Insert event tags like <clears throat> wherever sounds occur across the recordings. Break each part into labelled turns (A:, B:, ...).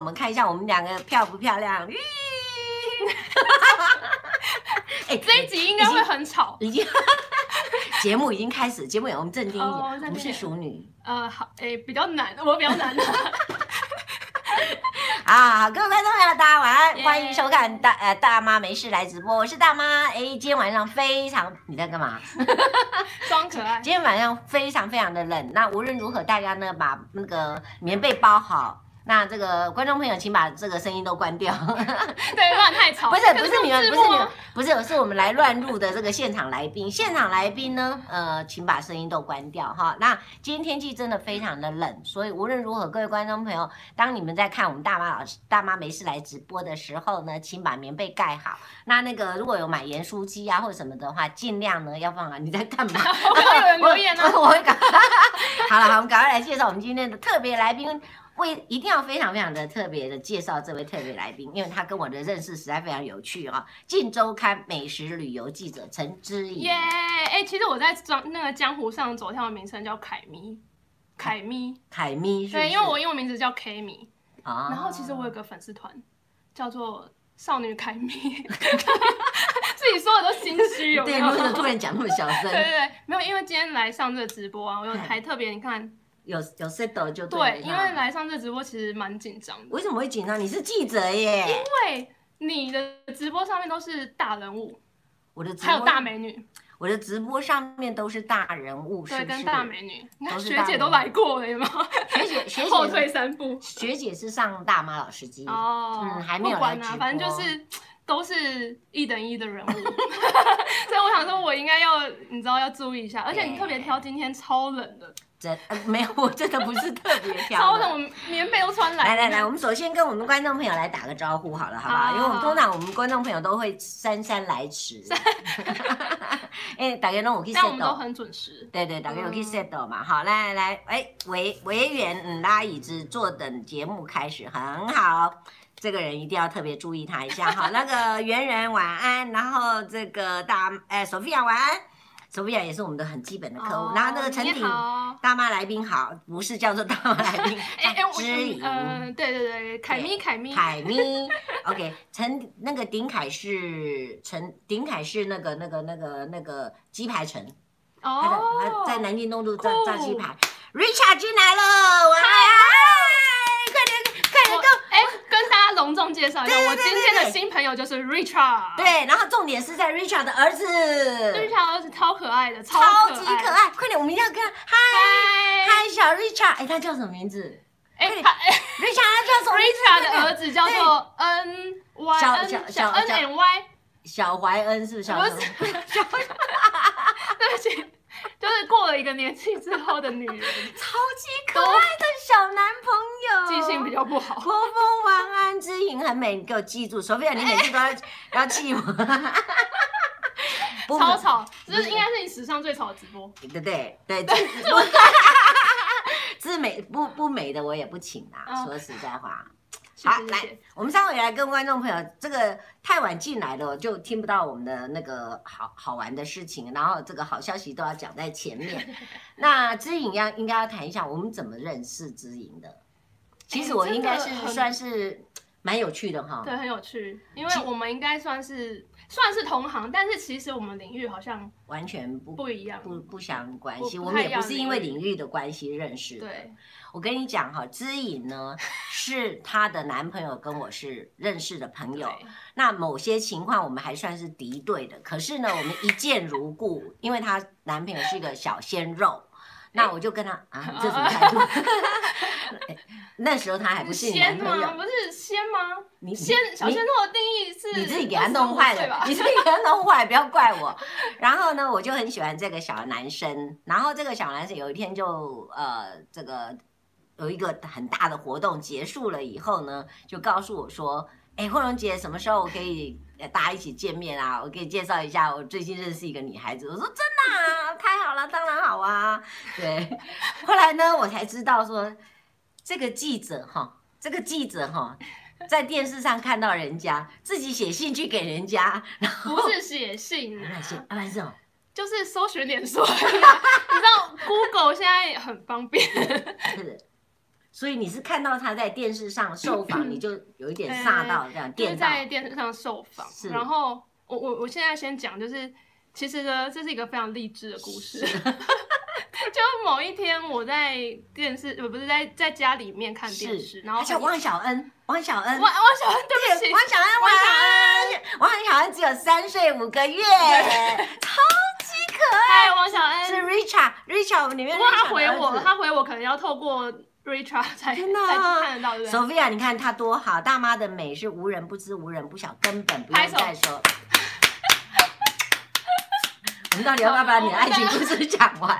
A: 我们看一下我们两个漂不漂
B: <laughs>
A: 亮？ <laughs> 吁哎、
B: 这一集应该会很吵。
A: 已经节目已经开始，节目我们正经一点，
B: 哦
A: 我
B: 正经一点
A: 们是熟女
B: 呃，好，哎、比较难，我比较难。
A: 啊！好各位观众朋友，大家晚安
B: 耶
A: 欢迎收看
B: <laughs>
A: 大呃大妈没事来直播，我是大妈。哎，今天晚上非常你在干
B: <laughs>
A: 嘛？
B: <laughs> 装可爱，
A: 今天晚上非常非常的冷，那无论如何，大家呢把那个棉被包好。那这个观众朋友，请把这个声音都关掉。
B: 对，乱太吵。
A: 不是不是你们
B: 字
A: 不
B: 幕
A: 是你们
B: 啊
A: 不是是我们来乱入的这个现场来宾，现场来宾呢，呃，请把声音都关掉哈。那今天天气真的非常的冷，所以无论如何，各位观众朋友，当你们在看我们大妈老师大妈没事来直播的时候呢，请把棉被盖好。那那个如果有买盐酥鸡啊或者什么的话，尽量呢要放啊。你在干嘛？
B: 我看到有人留言啊呢、
A: 我我 <laughs> 会赶。好了，好，我们赶快来介绍我们今天的特别来宾。为一定要非常非常的特别的介绍这位特别来宾，因为他跟我的认识实在非常有趣啊、哦！《镜周刊》美食旅游记者陈之怡
B: 耶，哎、其实我在装那个江湖上走跳的名称叫凯咪，凯咪。
A: 凯咪是不是
B: 对，因为我英文名字叫 K 咪，
A: 啊，
B: 然后其实我有个粉丝团叫做少女凯咪， <laughs> 自己说的都心虚，有没
A: 对，
B: 有？
A: 为
B: <laughs>
A: 什么突然讲那么小声
B: 对？对对，没有，因为今天来上这个直播啊，我有还特别，你看，
A: 有有 settle 就对了啊
B: 对，因为来上这个直播其实蛮紧张的，
A: 为什么会紧张？你是记者耶，
B: 因为你的直播上面都是大人物，
A: 我的直
B: 还有
A: 播
B: 大美女，
A: 我的直播上面都是大人物，是
B: 对，
A: 不
B: 跟
A: 是？
B: 大美女，你看
A: 都是
B: 学
A: 大
B: 姐
A: 美
B: 都
A: 女
B: 来过了，有没有？
A: 学姐学
B: <laughs> 后
A: 姐
B: 退三步。
A: 学姐是上大妈老师机
B: 哦，
A: 嗯还没有
B: 不管
A: 来
B: 啊，
A: 直
B: 反正就
A: 播
B: 是都是一等一的人物，所 <laughs> 以我想说，我应该要你知道要注意一下，而且你特别挑今天超冷的，
A: 真、呃、没有，我真的不是特
B: <laughs>
A: 别挑。
B: 超冷，。我棉被都穿
A: 来来
B: 来
A: 来，我们首先跟我们观众朋友来打个招呼好了，好不好？
B: 好
A: 因为我们通常我们观众朋友都会姗姗来迟。 <laughs> 哎，大家都有去
B: 但我们都
A: set
B: 很准时。
A: 对对，大家有去
B: 嗯
A: set 嘛？好，来来来，哎，委委员嗯拉椅子坐等节目开始，很好。这个人一定要特别注意他一下哈。那
B: <laughs>
A: 个圆圆晚安，然后这个大哎索菲亚晚安，索菲亚也是我们的很基本的客户。然后那个
B: 哦
A: 陈
B: 你
A: 鼎
B: 好
A: 大妈来宾好，不是叫做大妈来
B: <laughs>
A: 宾，
B: 哎哎，
A: 叫
B: 我
A: 知怡。
B: 嗯，对对对，凯咪凯咪，
A: 呃凯咪，OK，陈那个鼎凯是陈鼎凯是那个那个那个那个鸡排城，他的他
B: 哦，
A: 在南京东路炸
B: 酷
A: 炸鸡排。Richard 进来了，我嗨嗨，快点快点
B: 我
A: 跟。
B: 哎，跟大家隆重介绍一下，
A: 对对
B: 我
A: 对
B: 今
A: 对
B: 天的
A: 对
B: 新朋友就是 Richard，，
A: 对，然后重点是在 Richard 的儿子
B: 啊，Richard 儿子超可爱的，超
A: 超级可
B: 可爱，
A: 爱，快点，我们一定要跟他嗨
B: 嗨，
A: 嗨小 Richard，哎，他叫什么名字快
B: 哎
A: 点
B: 他哎。
A: ？Richard 他叫什么名字快
B: Richard
A: 点
B: 的儿子叫做 N Y
A: 小
B: N
A: 小小
B: N
A: 小
B: N Y，
A: 小怀恩是不是？小
B: 不
A: 怀
B: 是
A: 恩
B: 对不起，就是过了一个年纪之后的女人，
A: 超级可爱的小男朋友，
B: 记性比较不好。
A: 国风王安之颖很美，你给我记住，索菲亚，你
B: 哎
A: 每次都要要气
B: <laughs>
A: 我，不
B: 超吵，这是应该是你史上最吵的直播。
A: 对对对，自自美不不美的我也不请啦，
B: 嗯
A: 说实在话。
B: 谢
A: 好
B: 谢，谢
A: 来
B: 谢。，
A: 我们稍微来跟观众朋友，这个太晚进来了，就听不到我们的那个好好玩的事情，然后这个好消息都要讲在前
B: <laughs>
A: 面。那知颖要应该要谈一下我们怎么认识知颖的。其实我应该
B: 哎真
A: 是
B: 的很
A: 算是蛮有趣的哈。
B: 对，很有趣，因为我们应该算是算是同行，但是其实我们领域好像
A: 完全不
B: 不一样。
A: 不不相关系，
B: 不
A: 我
B: 不
A: 们也
B: 太一
A: 不
B: 样
A: 是因为领域的关系认识的。
B: 对，
A: 我跟你讲哈，知颖呢是她的男朋友跟我是认识的朋友，
B: 对
A: 那某些情况我们还算是敌对的，可是呢，我们一见如故，因为她男朋友是个小鲜肉。那我就跟他啊，这什么
B: <laughs>
A: 态度？ <laughs> 那时候他还不是你男
B: 鲜
A: 朋友
B: 吗？，不是鲜吗？
A: 你
B: 鲜小
A: 你
B: 鲜肉的定义是
A: 你自己给他弄坏
B: 25岁吧
A: <laughs> 了，你自己给他弄坏，不要怪
B: <laughs>
A: 我。然后呢，我就很喜欢这个小男生。然后这个小男生有一天就呃，这个有一个很大的活动结束了以后呢，就告诉我说：“哎，慧荣姐，什么时候我可以呃大家一起见面啊？我可以介绍一下，我最近认识一个女孩子。”我说：“真的、啊，太好了，当然好啊。”对。后来呢，我才知道说，这个记者哈，这个记者哈，在电视上看到人家自己写信去给人家，然后
B: 不是写信啊
A: 那些啊，不是哦，
B: 就是搜寻
A: <laughs>
B: 脸书，你知道 Google 现在也很方便，
A: 不是所以你是看到他在电视上受访，你就有一点吓到，这样
B: 就是
A: 电到。
B: 在电视上受访
A: 是。
B: 然后我我我现在先讲，就是其实呢，这是一个非常励志的故事。 <laughs> 就某一天我在电视，呃，不是在在家里面看电视，然后
A: 而且
B: 汪
A: 汪小恩，汪小恩，
B: 汪小恩，对不起，
A: 汪小恩，汪小恩，汪小恩只有三岁五个月，
B: 嗨，汪哎小恩，
A: 是 Richard，Richard 我们里面
B: 不过他
A: Richard
B: 回
A: 的儿
B: 我，
A: 子
B: 他回我可能要透过 Richard 才才
A: 真的啊
B: 看得到，对不对？
A: Sophia，你看她多好，大妈的美是无人不知、无人不晓，根本不
B: 拍
A: 用
B: 手
A: 再说。 <laughs> 我们到底要不要把你的爱情故事讲
B: <laughs>
A: 完？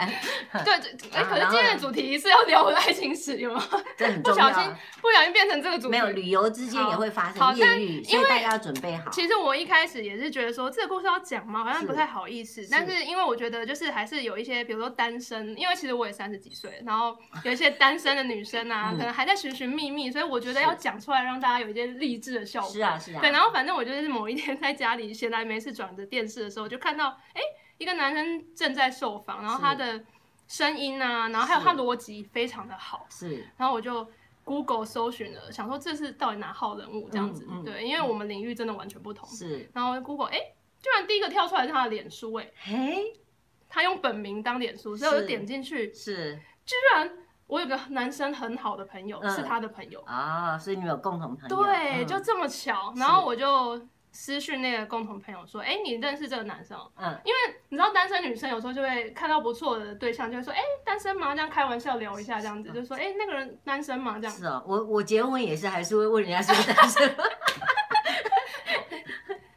B: 对，对哎，
A: 啊
B: 可是
A: 然后
B: 今
A: 呢
B: 天的主题是要聊我的爱情史，有吗？ <laughs>
A: 这很
B: 不
A: 重
B: 小
A: 要
B: 心
A: 啊。
B: 不小心变成这个主题。
A: 没有，旅游之间也会发
B: 好
A: 生
B: 好
A: 艳遇，
B: 但
A: 所以
B: 因为
A: 大家要准备好。
B: 其实我一开始也是觉得说这个故事要讲嘛，好像不太好意思。
A: 是
B: 但是因为我觉得就是还是有一些，比如说单身，因为其实我也三十几岁，然后有一些单身的女生啊，
A: <laughs> 嗯
B: 可能还在寻寻觅觅，所以我觉得
A: 是
B: 要讲出来，让大家有一些励志的效果。
A: 是啊，是啊
B: 对，，然后反正我就是某一天在家里闲来没事转着电视的时候，就看到哎、诶一个男生正在受访，然后
A: 是
B: 他的声音啊，然后还有
A: 是
B: 他逻辑非常的好，
A: 是
B: 然后我就 Google 搜寻了，想说这是到底哪号人物这样子，
A: 嗯嗯
B: 对，因为我们领域真的完全不同。
A: 是。
B: 然后 Google 哎、诶居然第一个跳出来是他的脸书哎、诶
A: 嘿，
B: 他用本名当脸书，所以我
A: 是
B: 就点进去，
A: 是
B: 居然我有个男生很好的朋友、
A: 嗯
B: 是他的朋友，
A: 啊，所以你们有共同朋友。
B: 对，
A: 嗯
B: 就这么巧。
A: 是
B: 然后我就私讯那个共同朋友说：“哎、你认识这个男生哦？
A: 嗯，
B: 因为你知道单身女生有时候就会看到不错的对象，就会说：‘哎、单身吗？’这样开玩笑聊一下，这样子
A: 是
B: 就说：‘哎、那个人单身吗？’这样。
A: 是哦，我我结婚也是，还是会问人家是不是单
B: <laughs>
A: 身。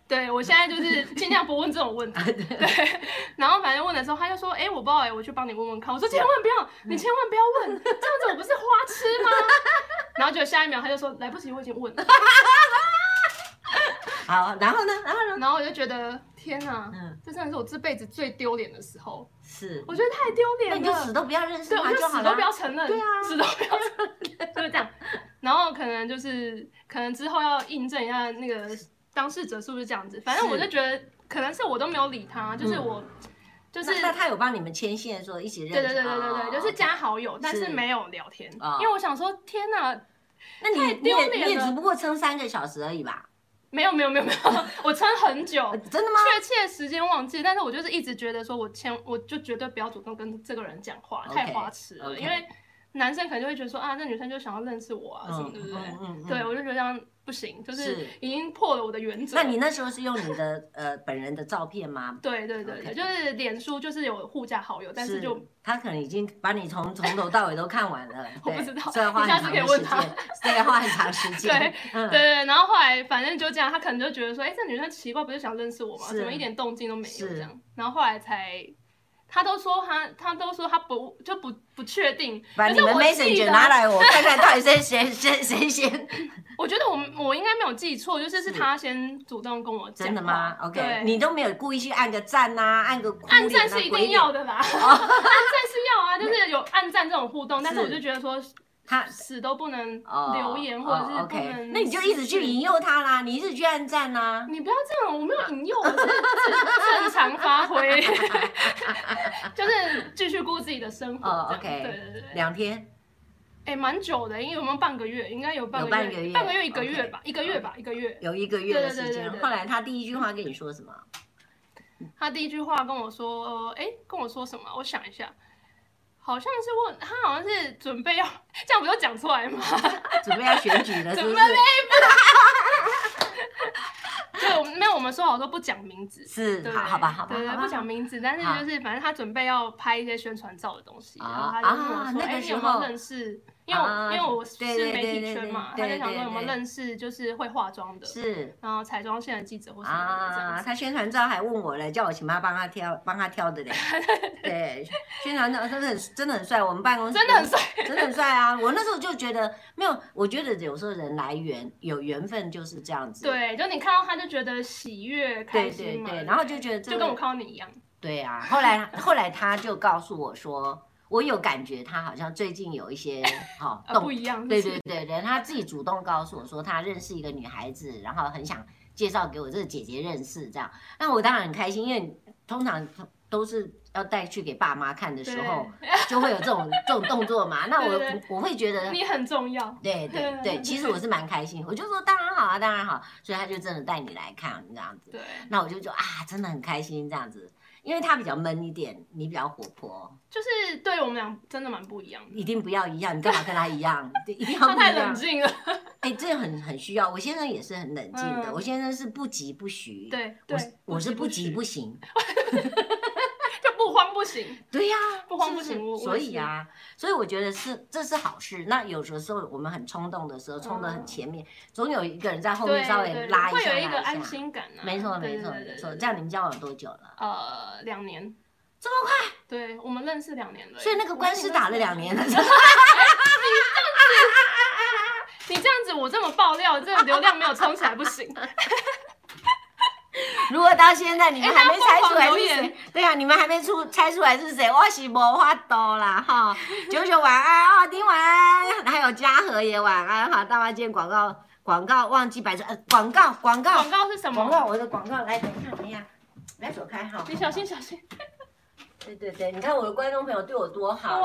B: 对我现在就是尽量不问这种问题。
A: <laughs>
B: 对，然后反正问的时候，他就说：‘哎、我不知道、哎，我去帮你问问看。’我说：‘千万不要，你千万不要
A: <laughs>
B: 问，这样子我不是花痴吗？’ <laughs> 然后就下一秒他就说：‘来不及，我已经问了。
A: 好，然后呢？然后呢？’
B: 然后我就觉得天哪，
A: 嗯，
B: 这真的是我这辈子最丢脸的时候。
A: 是。
B: 我觉得太丢
A: 那
B: 脸
A: 你就死
B: 了。
A: 都不要认识
B: 对，我
A: 他
B: 就
A: 好
B: 死都
A: 了
B: 不。要承认，
A: 对啊
B: 死都不要承认， <laughs> 就是这样。然后可能就是，可能之后要印证一下那个当事者是不是这样子。反正
A: 是
B: 我就觉得，可能是我都没有理他，就是
A: 嗯
B: 我，就是
A: 那那他有帮你们牵线说一起认
B: 对
A: 识？哦
B: 对对对对对，就是
A: 这样。
B: 加好友，但
A: 是
B: 是没有聊天
A: 哦，
B: 因为我想说，天哪，
A: 那你
B: 太
A: 你
B: 丢
A: 也
B: 脸
A: 你也
B: 了
A: 只不过撑三个小时而已吧？
B: 没有没有没有没有， <laughs> 我撑很久
A: 呃。真的吗？
B: 确切时间忘记，但是我就是一直觉得说，我千我就绝对不要主动跟这个人讲话
A: OK，
B: 太花痴了
A: OK
B: 因为男生可能就会觉得说啊，那女生就想要认识我啊，什么
A: 嗯
B: 对不对？
A: 嗯
B: 对，。我就觉得这样不行，就是
A: 是
B: 已经破了我的原则。
A: 那你那时候是用你的呃本人的照片吗？
B: 对对对
A: OK
B: 对，就是脸书就是有互加好友，但是就
A: 他可能已经把你从从头到尾都看完了，
B: 我
A: 对
B: 不知道
A: 这要花
B: 你下
A: 很
B: 次
A: 长
B: 可以
A: 的时
B: 问他
A: 间，这要花很长时间。
B: <laughs> 对，
A: 嗯
B: 对对，然后后来反正就这样，他可能就觉得说，哎，这女生奇怪，不是想认识我吗？
A: 是
B: 怎么一点动静都没有
A: 是
B: 这样？然后后来才，他都说他，他都说他不就不不确定，
A: 把
B: 可
A: 你
B: 是
A: 们
B: 我
A: messenger
B: 记得
A: 拿来，我看看到底谁谁谁谁先。 <laughs>
B: 我觉得我我应该没有记错，就是
A: 是
B: 是他先主动跟我讲话
A: 真的吗
B: 对
A: ？OK，你都没有故意去按个赞呐，按个哭
B: 按
A: 脸
B: 赞
A: 啊
B: 是一
A: 鬼
B: 定
A: 脸
B: 要的啦，按 <laughs> 赞是要啊，就是有按赞这种互动，但是
A: <laughs> 是
B: 我就觉得说
A: 他
B: 死都不能
A: 哦
B: 留言或者
A: 哦
B: 是不
A: OK，
B: 能，
A: 那你就一直去引。诱他啦，你一直去按赞啊啦。
B: 你不要这样，我没有引诱，我是正正常
A: <laughs>
B: 发挥，就是继续过自己的生活。
A: 哦
B: 这样
A: OK
B: 对对对对，
A: 两天，
B: 哎，蛮久的，因为有没有半个月？应该有半
A: 有半
B: 个
A: 个月
B: 月，半个月一个
A: OK
B: 月吧，一个月吧，一个月。
A: 有一个月的时
B: 对对对
A: 间
B: 对。对
A: 后来他第一句话跟你说什么？嗯
B: 他第一句话跟我说，哎、跟我说什么？我想一下，好像是问他，好像是准备要 <laughs> 这样，不就讲出来吗？ <laughs>
A: 准备要选举了，是
B: 准
A: 不
B: 备
A: 是？
B: 对，我们没有，我们说好说不讲名字，
A: 是，
B: 对，
A: 好，好吧，好吧，
B: 对对，
A: 好吧
B: 不讲名字，但
A: 好
B: 是就是反正他准备要拍一些宣传照的东西，然后
A: 啊
B: 他就问我说，
A: 啊
B: 哎、
A: 那个
B: 你
A: 时
B: 有
A: 候
B: 没有认识？因为我、
A: 啊
B: 因为我是
A: 对对
B: 媒
A: 对对
B: 体圈嘛，
A: 对对
B: 他就想说有没
A: 对
B: 有
A: 对
B: 认识就是会化妆的，
A: 是。
B: 然后彩妆线的记者或什么的这样
A: 啊，
B: 子。
A: 他宣传照还问我了，叫我请他帮他挑，帮他挑
B: <laughs>
A: 的嘞。对，宣传照真的很真的很帅，我们办公室
B: 真的很帅，
A: 真的很帅啊！我那时候就觉得没有，我觉得有时候人来缘有缘分就是这样子。
B: 对，就你看到他就觉得喜悦、开
A: 对
B: 心
A: 对
B: 嘛，
A: 对，
B: 不
A: 然后就觉得这
B: 就
A: 个
B: 跟我看到你一样。
A: 对啊，后来后来他就告诉我说，我有感觉他好像最近有一
B: <laughs>
A: 些好、
B: 啊，
A: 动
B: 不一样，
A: 对
B: 是不
A: 对对
B: 是
A: 对，他自己主动告诉我说他认识一个女孩子，然后很想介绍给我这个姐姐认识，这样。那我当然很开心，因为通常都是要带去给爸妈看的时候，
B: 对
A: 就会有这种这种动作嘛。那我
B: 对对
A: 我会觉得。
B: 你很重要。
A: 对对
B: 对 <laughs>
A: 对，其实我是蛮开心，我就说当然好啊，当然好，所以他就真的带你来看这样子，
B: 对，
A: 那我就说啊，真的很开心这样子，因为他比较闷一点，你比较活泼，
B: 就是对我们俩真的蛮不一样的。
A: 一定不要一样，你干嘛跟他一样？ <laughs> 对，一定要
B: 他
A: 不
B: 太
A: 一
B: 冷
A: 样。
B: 静了，
A: 哎，这很很需要。我先生也是很冷静的，
B: 嗯
A: 我先生是不急不徐，，
B: 对
A: 我
B: 对
A: 是，我是不急
B: 行
A: 不行，
B: 就不慌不行，
A: 对呀、
B: <laughs> 不慌不
A: 是是
B: 行我我
A: 所以
B: 是
A: 啊，所以我觉得是这是好事。那有的时候我们很冲动的时候，冲得很
B: 嗯
A: 前面，总有一个人在后
B: 对
A: 面稍微
B: 对，
A: 拉一
B: 会
A: 下，
B: 有一个
A: 拉
B: 安
A: 下。
B: 心感啊。
A: 没错，
B: 对
A: 没错，
B: 对对
A: 没错。
B: 对
A: 这样你们交往多久了？
B: 呃，两年，
A: 这
B: 么快？对，我们认识两年了，
A: 所以那个官司打了两年
B: <laughs>
A: 了。
B: 你这样子，我这么爆料，这个流量没有冲起来不
A: <laughs>
B: 行。
A: 如果到现在你们
B: 哎
A: 还没
B: 大家
A: 猜
B: 疯
A: 出来
B: 狂
A: 是
B: 留
A: 谁
B: 言，
A: 对啊，你们还没出猜出来是谁，我是无法度啦
B: <laughs>
A: 哈。九九晚安，奥哦丁晚安，还有嘉禾也晚安哈。大妈今天广告广告忘记摆出，呃，广告广告
B: 广告是什
A: 广
B: 么？
A: 告，我的广告来，等一下，等一下，不要走开哈。
B: 你小心小心！
A: 对对对，你看我的观众朋友对我多好，然后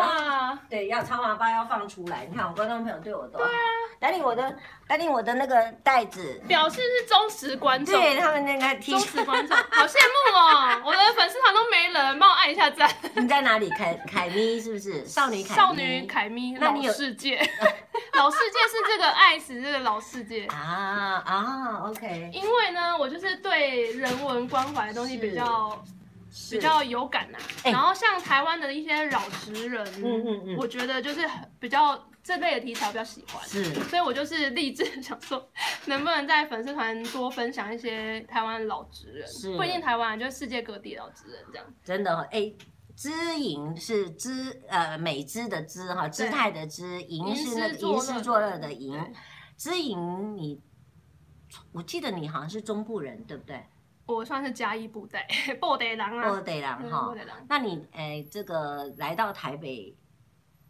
B: 哇，
A: 对，要长喇叭要放出来，你看我观众朋友对我多好。对啊，带领我的带领我的那个袋子，
B: 表示是忠实观众，
A: <laughs>
B: 啊
A: 对他们那个 T
B: 忠实观众，好羡慕
A: <laughs>
B: 哦！我的粉丝团都没人，帮我按一下赞。
A: 你在哪里？凯凯咪是不是少女凯咪？
B: 少女凯咪，
A: 那
B: 老
A: 你有
B: 世界，
A: <laughs>
B: 老世界是这个爱死这个老世界。
A: 啊啊，OK，
B: 因为呢，我就是对人文关怀的东西
A: 是
B: 比较
A: 是
B: 比较有感呐、
A: 哎
B: 然后像台湾的一些老职人，
A: 嗯嗯嗯
B: 我觉得就是很比较这类的题材我比较喜欢。
A: 是
B: 所以我就是立志想说，能不能在粉丝团多分享一些台湾老职
A: 是
B: 人，不一定台湾，啊就是世界各地的老职人这样。
A: 真的哦。哎，知营是知呃美姿的姿哈，姿态的姿，营
B: 吟
A: 哦是
B: 诗
A: 那个
B: 作
A: 吟诗
B: 乐
A: 作
B: 的
A: 乐的
B: 对
A: 营。知营你，我记得你好像是中部人，对不对？
B: 我算是嘉义布袋布袋狼
A: 我
B: 啊，
A: 得郎
B: 对
A: 哈
B: 布。袋狼。
A: 那你哎，这个来到台北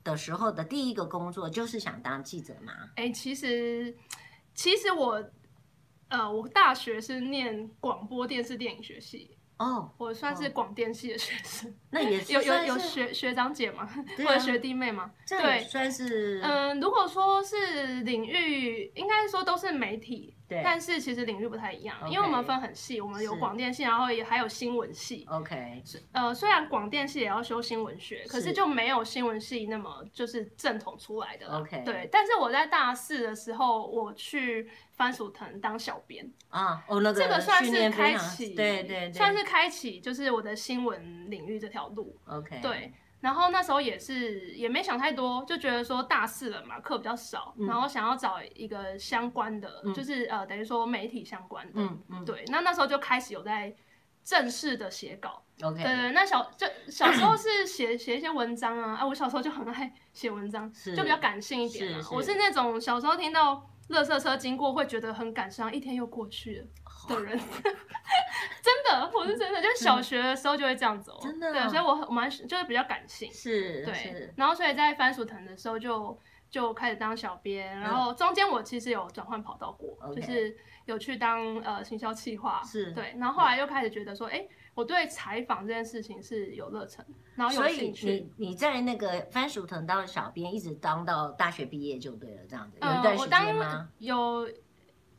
A: 的时候的第一个工作就是想当记者吗？
B: 哎、其实其实我呃，我大学是念广播电视电影学系，
A: 哦，
B: 我算是广电系的学生。
A: 那也是
B: 有有
A: 算
B: 有
A: 是
B: 学学长姐吗？或
A: 对啊
B: 者学弟妹吗？
A: 这
B: 对
A: 也算是
B: 嗯，如果说是领域，应该说都是媒体，
A: 对
B: 但是其实领域不太一样
A: OK
B: 因为我们分很细，我们有
A: 是
B: 广电系，然后也还有新闻系。
A: OK，
B: 呃，虽然广电系也要修新闻学，可
A: 是
B: 是就没有新闻系那么就是正统出来的啦。
A: OK
B: 对，但是我在大四的时候，我去番薯藤当小编，
A: 啊，哦，那
B: 这个算
A: 训
B: 是
A: 练非
B: 开
A: 常
B: 启，
A: 对对对，
B: 算是开启就是我的新闻领域这条路。
A: OK，，
B: 对，然后那时候也是也没想太多，就觉得说大四了嘛，课比较少，
A: 嗯
B: 然后想要找一个相关的，
A: 嗯
B: 就是呃等于说媒体相关的。
A: 嗯嗯，
B: 对，那那时候就开始有在正式的写稿。
A: ，OK，
B: 对对，那小就小时候是写写一些文章啊，啊，我小时候就很爱写文章，
A: 是
B: 就比较感性一点、啊。
A: 是是
B: 我是那种小时候听到。垃圾车经过会觉得很感伤，一天又过去了
A: 哦
B: 的人， <laughs> 真的，我是真的，就是小学的时候就会这样子哦。
A: 嗯真的
B: 对，
A: 哦
B: 所以我很我蛮就是比较感性。
A: 是，
B: 对
A: 是，
B: 然后所以在番薯藤的时候就就开始当小编，然后中间我其实有转换跑道过
A: 嗯 OK
B: 就是有去当呃行销企划，
A: 是嗯
B: 对，然后后来又开始觉得说，哎、我对采访这件事情是有热忱，然后有
A: 所以
B: 兴趣。
A: 你你在那个番薯藤当小编，一直当到大学毕业就对了，这样子有一
B: 呃
A: 段，时
B: 我
A: 间吗
B: 当？有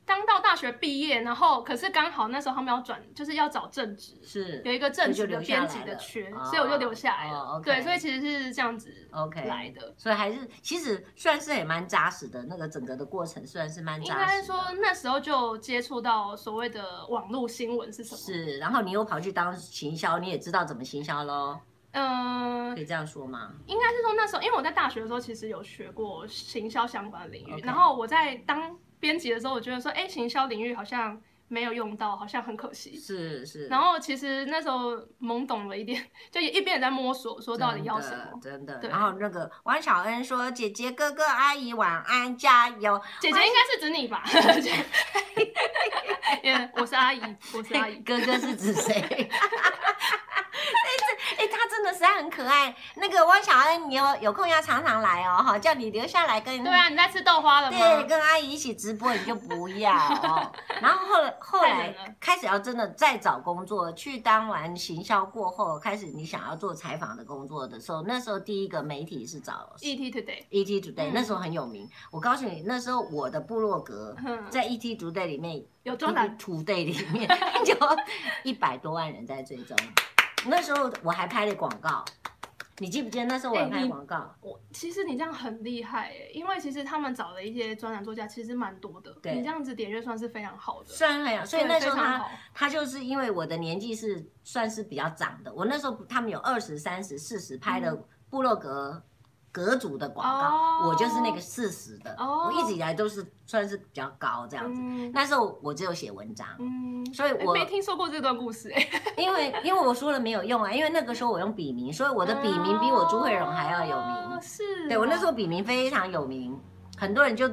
B: 当到大学毕业，然后可是刚好那时候他们要转，就是要找正职，
A: 是
B: 有一个正
A: 所以就
B: 职的
A: 留下
B: 编
A: 来
B: 辑的
A: 了
B: 缺，
A: 哦
B: 所以我就留下来了。
A: 哦，OK
B: 对，所以其实是这样子
A: OK
B: 来的。
A: 所以还是其实算是也蛮扎实的，那个整个的过程虽然是蛮
B: 应
A: 扎实
B: 该
A: 的，
B: 说那时候就接触到所谓的网络新闻是什么？
A: 是，然后你又跑去当行销，你也知道怎么行销喽，
B: 嗯、
A: 可以这样说吗？
B: 应该是说那时候，因为我在大学的时候其实有学过行销相关的领域
A: OK
B: 然后我在当编辑的时候，我觉得说，哎、行销领域好像没有用到，好像很可惜。
A: 是是，
B: 然后其实那时候懵懂了一点，就也一边也在摸索，说到底要什么。
A: 真的，真的。
B: 对
A: 然后那个王小恩说：“姐姐、哥哥、阿姨晚安，加油。
B: 姐姐应该是指你
A: <laughs>
B: 吧？因为
A: 哎 <laughs>
B: 我是阿姨，我是阿姨”。
A: 哥哥是指谁？哎、这哎、他真的实在很可爱。那个汪小恩，你有有空要常常来哦，哈，叫你留下来跟
B: 对啊，你在吃豆花了
A: 对，
B: 吗？
A: 跟阿姨一起直播你就不要
B: <laughs>
A: 哦。然后后后
B: 太冷
A: 来
B: 了
A: 开始要真的再找工作，去当完行销过后，开始你想要做采访的工作的时候，那时候第一个媒体是找
B: ET E Today，
A: ET E Today，、
B: 嗯
A: 那时候很有名。我告诉你，那时候我的部落格
B: 哼
A: 在 ET Today 里面，
B: 嗯有中
A: ET
B: 南
A: Today 里
B: <laughs>
A: 面就一百多万人在追踪。那时候我还拍了广告，你记不记得那时候我
B: 哎
A: 还拍
B: 你
A: 广告？
B: 我其实你这样很厉害耶，因为其实他们找的一些专栏作家其实蛮多的，
A: 对
B: 你这样子点阅算是非常好的，
A: 虽然很有，所以
B: 对
A: 那时候
B: 非常
A: 他
B: 好
A: 他就是因为我的年纪是算是比较长的，我那时候他们有二十三十四十拍的部落格格组的广告，
B: 嗯哦
A: 我就是那个四十的，
B: 哦
A: 我一直以来都是算是比较高这样子。
B: 嗯
A: 那时候我只有写文章，
B: 嗯，
A: 所以
B: 哎
A: 我
B: 没听说过这段故事哎，
A: 因为因为我说了没有用啊，因为那个时候我用笔名，所以我的笔名比我朱慧荣还要有名
B: 哦。是哦，
A: 对我那时候笔名非常有名，很多人就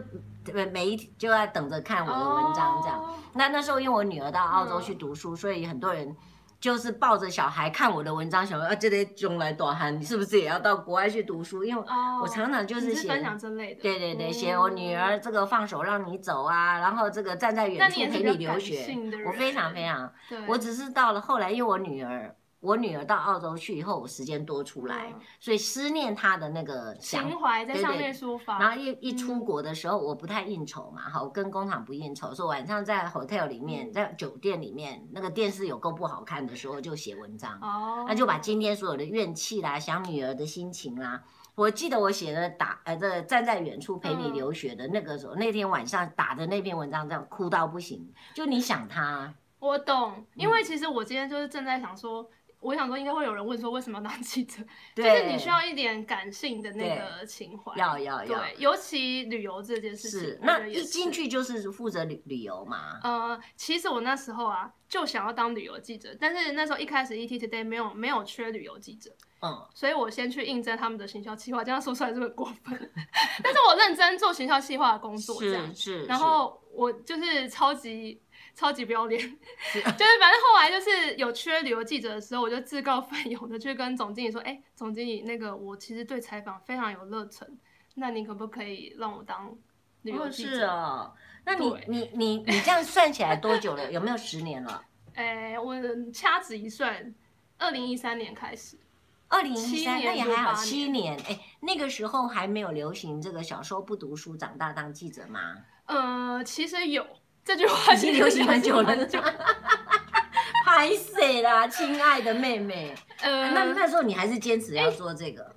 A: 呃每一就在等着看我的文章这样。
B: 哦
A: 那那时候因为我女儿到澳洲
B: 嗯
A: 去读书，所以很多人就是抱着小孩看我的文章，想说啊，这得用来短汉，你是不是也要到国外去读书？因为
B: 哦，
A: 我常常就
B: 就是分
A: 写。
B: 享这类的，
A: 对对对，
B: 嗯
A: 写我女儿这个放手让你走啊，然后这个站在
B: 那
A: 远
B: 你
A: 处
B: 也是
A: 陪
B: 比较
A: 你留
B: 感
A: 学
B: 性的，
A: 我非常
B: 人
A: 非常，
B: 对，
A: 我只是到了后来，因为我女儿，我女儿到澳洲去以后，我时间多出来，
B: 嗯
A: 所以思念她的那个想
B: 情怀在
A: 对
B: 上
A: 对
B: 面抒发，
A: 然后一一出
B: 嗯
A: 国的时候，我不太应酬嘛，哈，我跟工厂不应酬，所以晚上在 hotel 里面，
B: 嗯
A: 在酒店里面，那个电视有够不好看的时候就写文章，
B: 哦，
A: 那就把今天所有的怨气啦、想女儿的心情啦，我记得我写的打呃这站在远处陪你
B: 嗯
A: 留学的那个时候，那天晚上打的那篇文章，这样哭到不行，就你想他，
B: 我
A: 嗯
B: 懂，因为其实我今天就是正在想说，我想说应该会有人问说为什么要当记者，就
A: 对
B: 是你需要一点感性的那个情怀，
A: 要要要，
B: 对，尤其旅游这件事情，
A: 是
B: 我觉
A: 那
B: 得也
A: 一进
B: 是。
A: 去就是负责旅旅游嘛，
B: 呃，其实我那时候啊，就想要当旅游记者，但是那时候一开始 ET Today 没有没有缺旅游记者，
A: 嗯，
B: 所以我先去应征他们的行销企划，这样说出来是不是很过分？ <laughs> 但是我认真做行销企划的工作，这样
A: 是是，
B: 然
A: 是
B: 后我就是超级超级不要脸， <laughs> 就是反正后来就是有缺旅游记者的时候，我就自告奋勇的去跟总经理说，哎、总经理，那个我其实对采访非常有热忱，那你可不可以让我当旅游
A: 哦，
B: 记
A: 是
B: 者？
A: 哦，那你
B: 对
A: 你你你这样算起来多久了？有没有十年了？
B: 哎、我掐指一算，二零一三年开始，
A: 二零一
B: 七
A: 三，那
B: 年
A: 也
B: 多
A: 还好，
B: 八
A: 七年。哎，那个时候还没有流行这个小时候不读书，长大当记者
B: <laughs>
A: 吗？
B: 呃，其实有这句话
A: 已经
B: 其实
A: 流行很久
B: <laughs>
A: 了 <laughs>
B: 久，
A: 拍谁啦，亲爱的妹
B: <laughs>
A: 妹？
B: 呃，
A: 那那时候你还是坚
B: 哎
A: 持要做这
B: <laughs>
A: 个？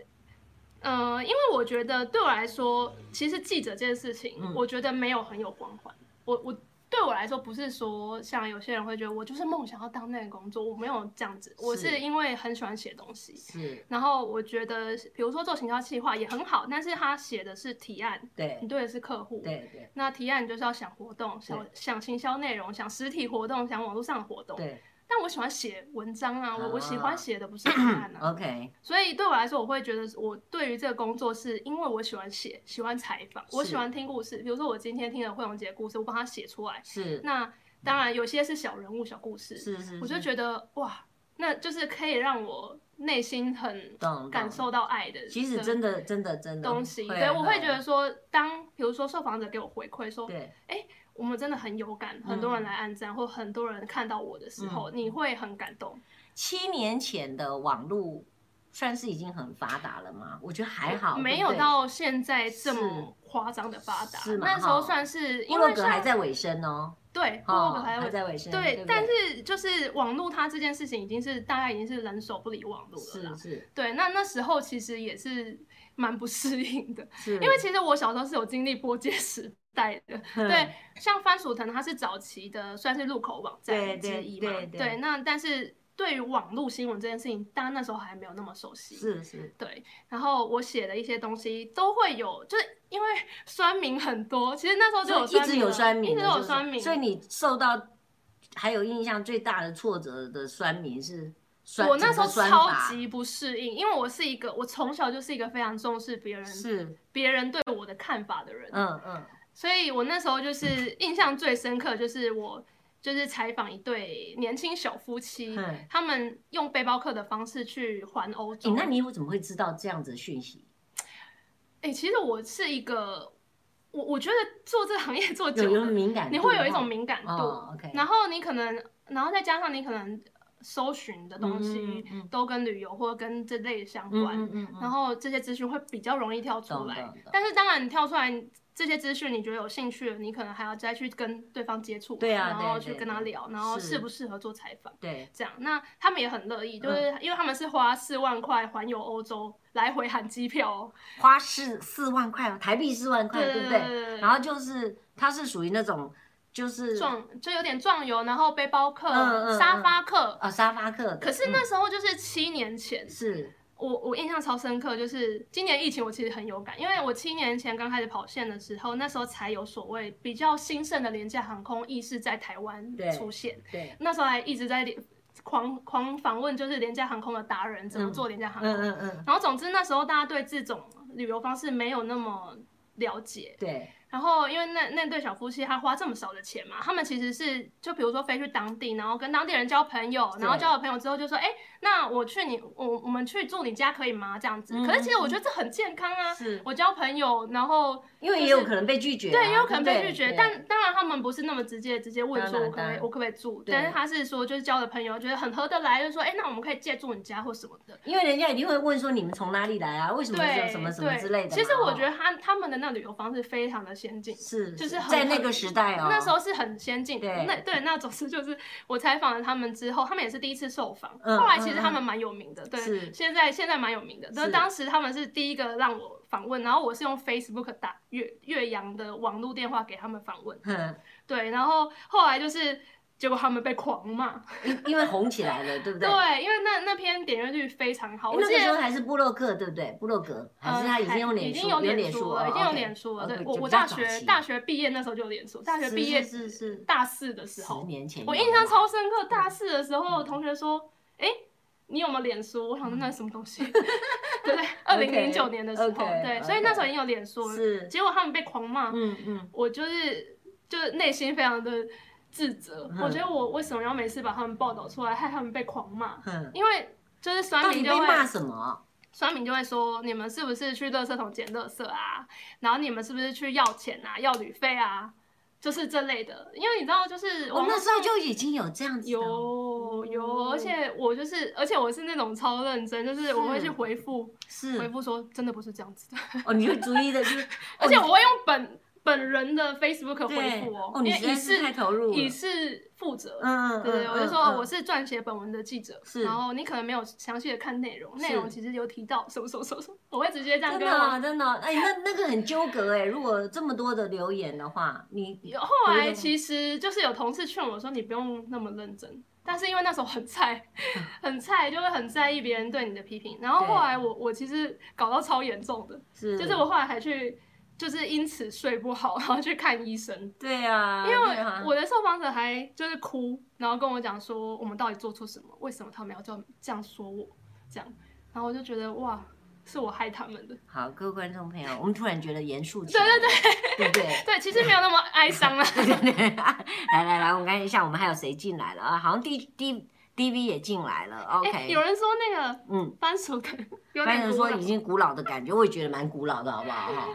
B: 呃，因为我觉得对我来说，其实记者这件事情，
A: 嗯
B: 我觉得没有很有光环。我我对我来说，不是说像有些人会觉得我就是梦想要当那个工作，我没有这样子，我
A: 是
B: 是因为很喜欢写东西。
A: 是，
B: 然后我觉得，比如说做行销企划也很好，但是他写的是提案，
A: 对
B: 你对的是客户。
A: 对对
B: 那提案你就是要想活动，想
A: 对
B: 想行销内容，想实体活动，想网络上的活动。 <laughs>
A: 对
B: 但我喜欢写文章啊，我我喜
A: 啊
B: 欢写的不是提案
A: <clears throat>
B: 啊。
A: ，OK，
B: 所以对我来说，我会觉得我对于这个工作是因为我喜欢写，喜欢采访，我喜欢听故事。比如说我今天听了惠荣姐的故事，我把它写出来。
A: 是
B: 那当然有些是小人物、小故事，
A: 是是，
B: 我就是觉得哇，那就是可以让我内心很
A: 懂
B: 感。
A: 懂
B: 受到爱的。
A: 其实真的真的真的
B: 东西，对
A: 啊
B: 我会觉得
A: 啊
B: 说，当比如说受访者给我回馈说，
A: 对嗯
B: 我们真的很有感，很多人来按赞，或很多人看到我的时候，你会很感动。
A: 七年前的网络算是已经很发达了吗？我觉得还好，
B: 嗯没
A: 对不
B: 有
A: 对
B: 到现在这么夸张的发达
A: 是是。嘛
B: 那时候
A: 哈
B: 算是
A: 部
B: 因
A: 落
B: 为
A: 格
B: 像
A: 还在尾声哦，
B: 对，部落
A: 哦
B: 格还
A: 还
B: 有
A: 在尾声，
B: 对
A: 不，
B: 但是就是网络它这件事情已经是大概已经是人手不离网络了
A: 是
B: 啦。
A: 是
B: 对，那那时候其实也是蛮不适应的，
A: 是，<laughs>
B: 因为其实我小时候是有经历波接时代的。
A: 嗯
B: 对，像番薯藤它是早期的算是入口网
A: 对
B: 站
A: 对
B: 之一嘛
A: 对。对
B: 对，那但是对于网络新闻这件事情，大家那时候还没有那么熟悉。
A: 是是
B: 对，然后我写的一些东西都会有，就是因为酸民很多，其实那时候就有
A: 一直有酸
B: 民
A: 民
B: 了，
A: 的，
B: 一直都
A: 就
B: 有
A: 是
B: 酸民。
A: 所以你受到还有印象最大的挫折的酸民是酸，
B: 我那时
A: 整
B: 候
A: 个酸
B: 超
A: 法
B: 级不适应，因为我是一个我从小就是一个非常重视别人
A: 是
B: 别人对我的看法的人，
A: 嗯嗯
B: 所以我那时候就是印象最深刻，就是我就是采访一对年轻小夫妻，
A: 嗯
B: 他们用背包客的方式去环欧洲。
A: 诶那你怎么会知道这样子的讯息？
B: 哎、其实我是一个，我我觉得做这行业做久
A: 有有
B: 了，
A: 敏感度
B: 你
A: 吗，
B: 会有一种敏感度，
A: 哦，OK，
B: 然后你可能，然后再加上你可能搜寻的东西
A: 嗯嗯嗯
B: 都跟旅游或跟这类相
A: 嗯
B: 关，
A: 嗯嗯嗯
B: 然后这些资讯会比较容易跳出
A: 懂
B: 来。
A: 懂懂
B: 但是当然，你跳出来这些资讯，你觉得有兴趣了，你可能还要再去跟对方接触，
A: 对啊
B: 然
A: 对
B: 后
A: 对
B: 去跟他
A: 对
B: 聊，然后
A: 是
B: 适不适合做采访。
A: 对，
B: 这样，那他们也很乐
A: 嗯
B: 意，就是因为他们是花四万块环游欧洲来回含机票哦，
A: 花四四万块哦，台币四万块， <laughs> 对
B: 对
A: 不
B: 对
A: 对？
B: 对
A: 然后就是它是属于那种就是
B: 壮就有点壮游，然后背包客、
A: 嗯嗯
B: 沙
A: 嗯
B: 发客。
A: 呃沙发客的，
B: 可是
A: 嗯
B: 那时候就是七年前，
A: 是
B: 我我印象超深刻，就是今年疫情，我其实很有感，因为我七年前刚开始跑线的时候，那时候才有所谓比较兴盛的廉价航空意识在台湾
A: 对
B: 出现，
A: 对，
B: 那时候还一直在连狂狂访问，就是廉价航空的达人怎么
A: 嗯
B: 做廉价航空。
A: 嗯嗯嗯，
B: 然后总之那时候大家对这种旅游方式没有那么了解，
A: 对，
B: 然后因为那那对小夫妻他花这么少的钱嘛，他们其实是就比如说飞去当地，然后跟当地人交朋友，
A: 对
B: 然后交了朋友之后就说，哎，那我去你我我们去住你家可以吗？这样子。可是其实我觉得这很健康啊。
A: 嗯是
B: 我交朋友，然后
A: 因为
B: 就
A: 也有
B: 是
A: 可能被拒绝啊，
B: 对，也有可能
A: 不
B: 被
A: 对
B: 拒绝，
A: 对
B: 但当然他们不是那么直接，直接问
A: 当
B: 说
A: 然
B: 我可不可
A: 当
B: 以
A: 然
B: 我可不可以住，
A: 对
B: 但是他是说就是交的朋友觉得很合得来，就说哎，那我们可以借住你家或什么的。
A: 因为人家一定会问说你们从哪里来啊，为什么
B: 对，
A: 什么什么
B: 对
A: 之类的嘛。哦
B: 其实我觉
A: 得
B: 得他他们的那旅游方式非常的先进，
A: 是
B: 就是很
A: 在那个时代哦，
B: 那时候是很先进。
A: 对
B: 那对，那总之就是我采访了他们之后，他们也是第一次受访。
A: 嗯
B: 后来
A: 嗯
B: 其实
A: 嗯
B: 他们蛮有名的，对
A: 是，
B: 现在现在蛮有名的。但
A: 是
B: 是当时他们是第一个让我访问，然后我是用 Facebook 打岳岳阳的网络电话给他们访问，
A: 哼，
B: 对，然后后来就是。结果他们被狂骂，
A: 因因为红起来了，对不对？
B: 对，因为那那篇点阅率非常好，
A: 诶
B: 我
A: 那
B: 记
A: 个时
B: 得呃
A: 候还是部落克，对不对？部落格还是他已经用脸
B: 已
A: 书，哦
B: 经有
A: 脸
B: 书
A: 了，
B: 了，已经有脸书了。对，我我大学大
A: 学
B: 学毕业那时候就有脸书，大学毕业
A: 是是是
B: 大四的时
A: 十
B: 候，
A: 年前有，
B: 我印象超深刻。大四的时候，同学说：“哎，你有没有脸书？”我想说那是什么东西？ <laughs> 对对，二零零九年的时候，
A: OK，OK，
B: 对，所以那时候已经有脸书了。
A: 是，
B: 结果他们被狂骂，
A: 嗯嗯，
B: 我就是就是内心非常的自责，
A: 嗯
B: 我觉得我为什么要每次把他们报道出来，害他们被狂骂？
A: 哼，
B: 因为就是
A: 嗯
B: 酸
A: 到
B: 民
A: 底
B: 嗯就
A: 被
B: 会
A: 骂什么？
B: 酸民就会说，你们是不是去垃圾桶捡垃圾啊？然后你们是不是去要钱啊、要旅费啊？就是这类的，因为你知道，就是
A: 我
B: 网
A: 哦那
B: 络
A: 时候就已经有这样子的
B: 有有，
A: 哦
B: 而且我就是，而且我是那种超认真，就是我会去回复回
A: 是
B: 复说，真的不是这样子的，
A: 嗯哦，你会逐一的就是，
B: <laughs>
A: 哦
B: 而且我会用本本人的 Facebook 回
A: 对
B: 复哦，
A: 哦，
B: 因
A: 你
B: 为
A: 实在
B: 以
A: 是太
B: 示
A: 投入了，
B: 以示负责，
A: 嗯嗯，
B: 对对，
A: 嗯
B: 我就
A: 嗯
B: 说哦
A: 嗯
B: 我是撰写本文的记者，
A: 是
B: 然后你可能没有详细的看内容，内
A: 是
B: 容其实有提到什么什么什么什么，我会直接这样
A: 真
B: 跟
A: 的
B: 我
A: 啊真的啊，哎，那那个很纠葛哎，如果这么多的留言的话，你
B: 有后
A: 有一
B: 来
A: 种
B: 其实就是有同事劝我说，你不用那么认真。但是因为那时候很菜，
A: 嗯
B: 很菜，就会很在意别人对你的批评。然后
A: 对嗯
B: 后来我我其实搞到超严重的，
A: 是
B: 就是我后来还去，就是因此睡不好，然后去看医生。
A: 对啊，
B: 因为
A: 对啊
B: 我我的受访者还就是哭，然后跟我讲说我们到底做错什么，为什么他们要这样这样说我，这样，然后我就觉得哇，是我害他们的。
A: 好，各位观众朋友，我们突然觉得严肃起来，对对对，对不对？
B: 对，其实没有那么
A: <laughs>
B: 哀伤啊。
A: 来来来，我们看一下，我们还有谁进来了啊？好像 D D D V 也进来了
B: 哎、
A: ，OK，
B: 有人说那个
A: 嗯，
B: 番薯梗有
A: 班
B: 点
A: 人
B: 古
A: 说
B: 老
A: 已。经古老的感觉，我也觉得蛮古老的，好不好哈？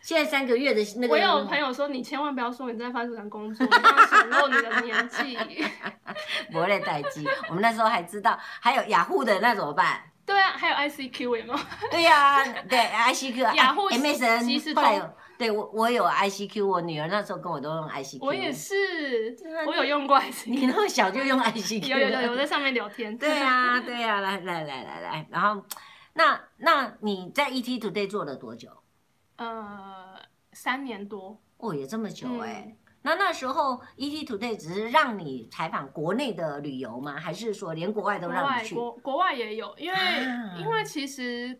A: 现在三个月的那个，
B: 我有朋友说，你千万不要说你在番薯厂工作，你要显露你的年纪。 <laughs>
A: 不会待机， <laughs> 我们那时候还知道，还有雅虎的那怎么
B: <laughs>
A: 办？
B: 对啊，还有 ICQ 有没有？
A: 对呀、对 ICQ，
B: 雅虎即时
A: MSN，啊哎后
B: 通
A: 来有，对我我有 ICQ，我女儿那时候跟我都用 ICQ，
B: 我也是
A: 啊，
B: 我有用过
A: 你
B: ICQ，
A: 那么小就用 ICQ，
B: 有有有有在上面聊天。 <laughs>
A: 对啊，对啊，来来来来来，然后那那你在 ET Today 做了多久？
B: 呃，三年多，
A: 哦，也这么久
B: 嗯
A: 哎、那那时候 ET Today 只是让你采访国内的旅游吗？还是说连国外都
B: 国
A: 让
B: 外
A: 你去？
B: 国国外也有，因为、
A: 啊
B: 因为其实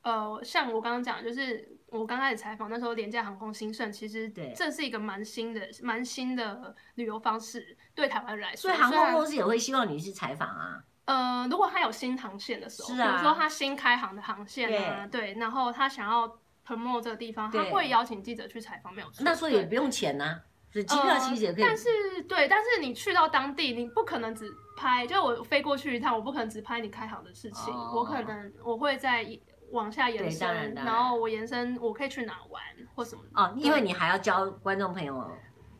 B: 呃，像我刚刚讲，就是我刚开始采访那时候，廉价航空兴盛，其实
A: 对
B: 这是一个蛮新的、蛮新的旅游方式，对台湾人来
A: 所
B: 说，
A: 以航
B: 虽然
A: 空公司也会希望你去采访啊。
B: 呃，如果他有新航线的时候，
A: 是啊
B: 比如说他新开航的航线啊，对，然后他想要 promote 这个地方，他
A: 对
B: 会邀请记者去采访，没有错。
A: 那所以也
B: 对
A: 不用钱呐、所以机票
B: 呃
A: 其实也可以。
B: 但是对，但是你去到当地，你不可能只拍，就我飞过去一趟，我不可能只拍你开航的事情，
A: 哦
B: 我可能我会再一往下延
A: 对当然
B: 伸，
A: 当然
B: 然后我延伸我可以去哪玩或什么。
A: 哦，因为你还要教观众朋友，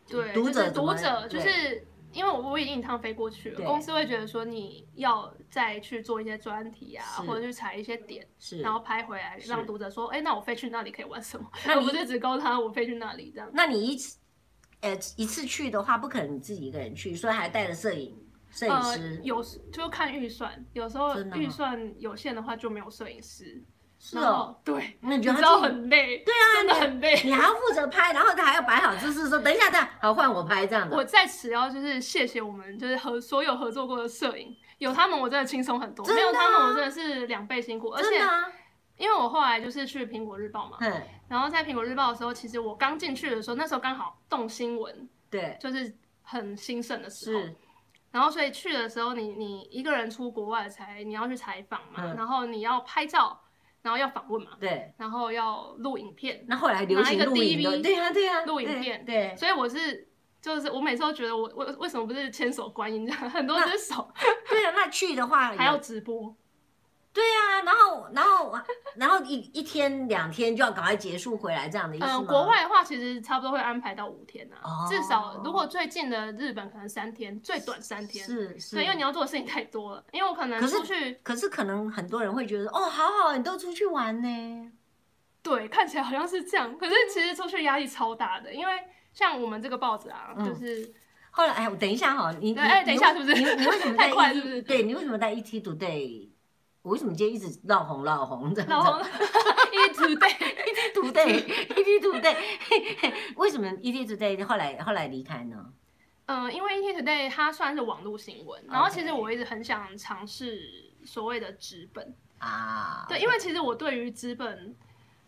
B: 对，
A: 读
B: 就是
A: 者怎
B: 读
A: 么
B: 者就
A: 对
B: 是。因为我我已经一趟飞过去了，
A: 对
B: 公司会觉得说你要再去做一些专题啊
A: 是，
B: 或者去踩一些点，
A: 是
B: 然，后拍回来
A: 是
B: 让读者说，哎，那我飞去那里可以玩什么？
A: 那
B: 而不
A: 你
B: 是只告诉他我飞去那里这样。
A: 那你一次呃一次去的话，不可能你自己一个人去，所以还带着摄影摄影
B: 呃
A: 师，，
B: 有时就看预算，有时候
A: 真的哦
B: 预算有限的话就没有摄影师。
A: 是
B: 然
A: 哦，
B: 后，对，
A: 那你
B: 你
A: 觉得
B: 知
A: 他
B: 道
A: 自己
B: 很累，对啊， <laughs> 真的很累。
A: 你还 <laughs> 要负责拍，然后他还要摆好姿势说等一下，等一下好换我拍这样
B: 我
A: 的，
B: 在此要就是谢谢我们就是合所有合作过的摄影，有他们我真的轻松很多，
A: 真
B: 没
A: 的啊
B: 有他们我真的是两倍辛苦。而
A: 真
B: 且
A: 的啊，
B: 因为我后来就是去苹果日报嘛，
A: 嗯，
B: 然后在苹果日报的时候，其实我刚进去的时候，那时候刚好动新闻
A: 对，
B: 就是很兴盛的时候，
A: 是，
B: 然后所以去的时候你，你一个人出国外才你要去采访嘛，
A: 嗯
B: 然后你要拍照，然后要访问嘛，
A: 对。
B: 然后要录影片，
A: 那后来流行
B: 拿一个
A: 录影的，
B: DV
A: 对呀、啊对呀、
B: 录影
A: 对
B: 片
A: 对，
B: 所以我是就是我每次都觉得我我为什么不是千手观音这 <laughs> 样，很多只手，
A: 对呀、啊那去的话
B: <laughs> 还
A: 有
B: 要直播，
A: 对呀、然后然后然后一一天两天就要赶快结束回来这样的意思吗？
B: 嗯，国外的话其实差不多会安排到五天
A: 哦
B: 啊，至少如果最近的日本可能三天，最短三天，
A: 是是，
B: 对，因为你要做的事情太多了，因为我可能
A: 可是
B: 出去。
A: 可是可能很多人会觉得哦，好好，你都出去玩呢，
B: 对，看起来好像是这样，可是其实出去压力超大的，因为像我们这个报纸啊，
A: 嗯
B: 就是
A: 后来哎，我等一下哈、你你
B: 对哎等一下
A: 你
B: 是不是
A: 你你为什么在
B: 太快
A: ET
B: 是不是
A: 对你为什么在 ET Today？我为什么今天一直绕红绕红这样子？
B: <laughs>
A: ？E
B: 然后 <laughs> E 一
A: <laughs>
B: 直对，
A: ET <laughs> Today，ET E Today，嘿 <laughs> 嘿为什么 ET Today 后来后来离开呢？
B: 嗯，因为 ET Today 它算是网络新闻，然
A: 哦
B: 后
A: OK
B: 其实我一直很想尝试所谓的纸本，
A: 啊，
B: 对，因为其实我对于纸本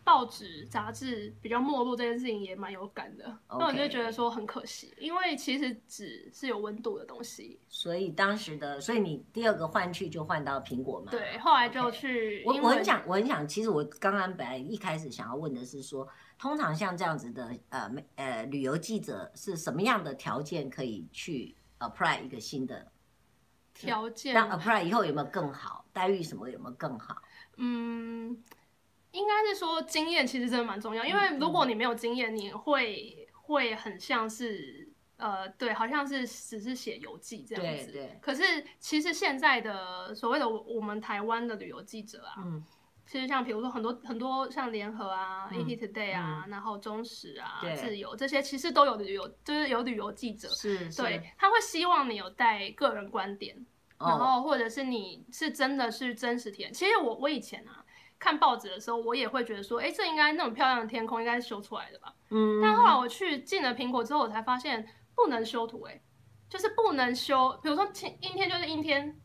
B: 报纸、杂志比较没落这件事情也蛮有感的，那我就
A: OK
B: 觉得说很可惜，因为其实纸是有温度的东西，
A: 所以当时的，所以你第二个换去就换到苹果嘛？
B: 对，后来就
A: 啊 OK
B: 去
A: 我
B: 英
A: 我
B: 文
A: 很想，我很想，其实我刚刚本来一开始想要问的是说，通常像这样子的呃媒呃旅游记者是什么样的条件可以去 apply 一个新的？
B: 条件
A: 当 apply 以后有没有更好待遇？什么有没有更好？
B: 嗯，应该是说经验其实真的蛮重要，因
A: 嗯
B: 为如果你没有经验，你会会很像是呃，对，好像是只是写游记这样
A: 对
B: 子。
A: 对，
B: 可是其实现在的所谓的我我们台湾的旅游记者啊，
A: 嗯，
B: 其实像比如说很多很多像联合啊、
A: 嗯
B: ET Today 啊，然后中时啊
A: 对、
B: 自由这些，其实都有旅游，就是有旅游记者，
A: 是，是
B: 对，，他会希望你有带个人观点。然
A: 哦，
B: 后或者是你是真的是真实体验。其实我我以前啊看报纸的时候，我也会觉得说，哎，这应该那么漂亮的天空应该是修出来的吧？
A: 嗯，
B: 但后来我去进了苹果之后，我才发现不能修图、哎，就是不能修，比如说晴阴天就是阴天，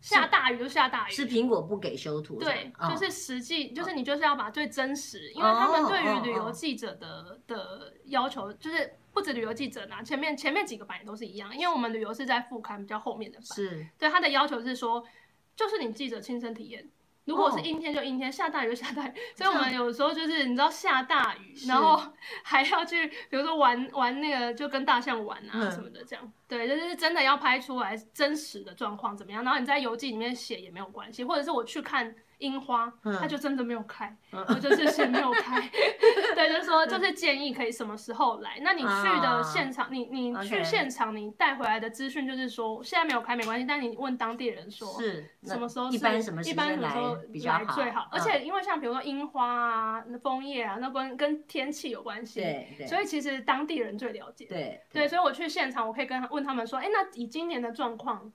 B: 下大雨就下大雨。
A: 是苹果不给修图这样，
B: 对，
A: 哦
B: 就是实际，就是你就是要把最真实，因为他们对
A: 哦哦
B: 于旅
A: 哦
B: 游记者的的要求，就是不止旅游记者啦，前面前面几个版也都是一样，因为我们旅游是在副刊比较后面的版，
A: 是
B: 对他的要求是说，就是你记者亲身体验。如果
A: 哦
B: 是阴天就阴天，下大雨就下大雨。
A: 这
B: 所以
A: 样
B: 我们有时候就是你知道下大雨，
A: 是
B: 然后 <laughs> 还要去，比如说玩玩那个就跟大象玩啊
A: 嗯
B: 什么的，这样。对，就是真的要拍出来真实的状况怎么样。然后你在游记里面写也没有关系，或者是我去看樱花，
A: 嗯
B: 它就真的没有开，
A: 嗯
B: 我就是写没有开。 <laughs> 对，就是说就是建议可以什么时候来。那你去
A: 啊
B: 的现场，你你
A: OK
B: 去现场，你带回来的资讯就是说，现在没有开没关系，但你问当地人说
A: 是，那
B: 什么时候是
A: 一般什么时
B: 一般
A: 间
B: 什么时候
A: 来比较
B: 来最好，
A: 嗯
B: 而且因为像比如说樱花啊、那枫叶啊，那跟跟天气有关系，
A: 对对，
B: 所以其实当地人最了解。
A: 对
B: 对，所以我去现场，我可以跟他问他们说，哎，那以今年的状况。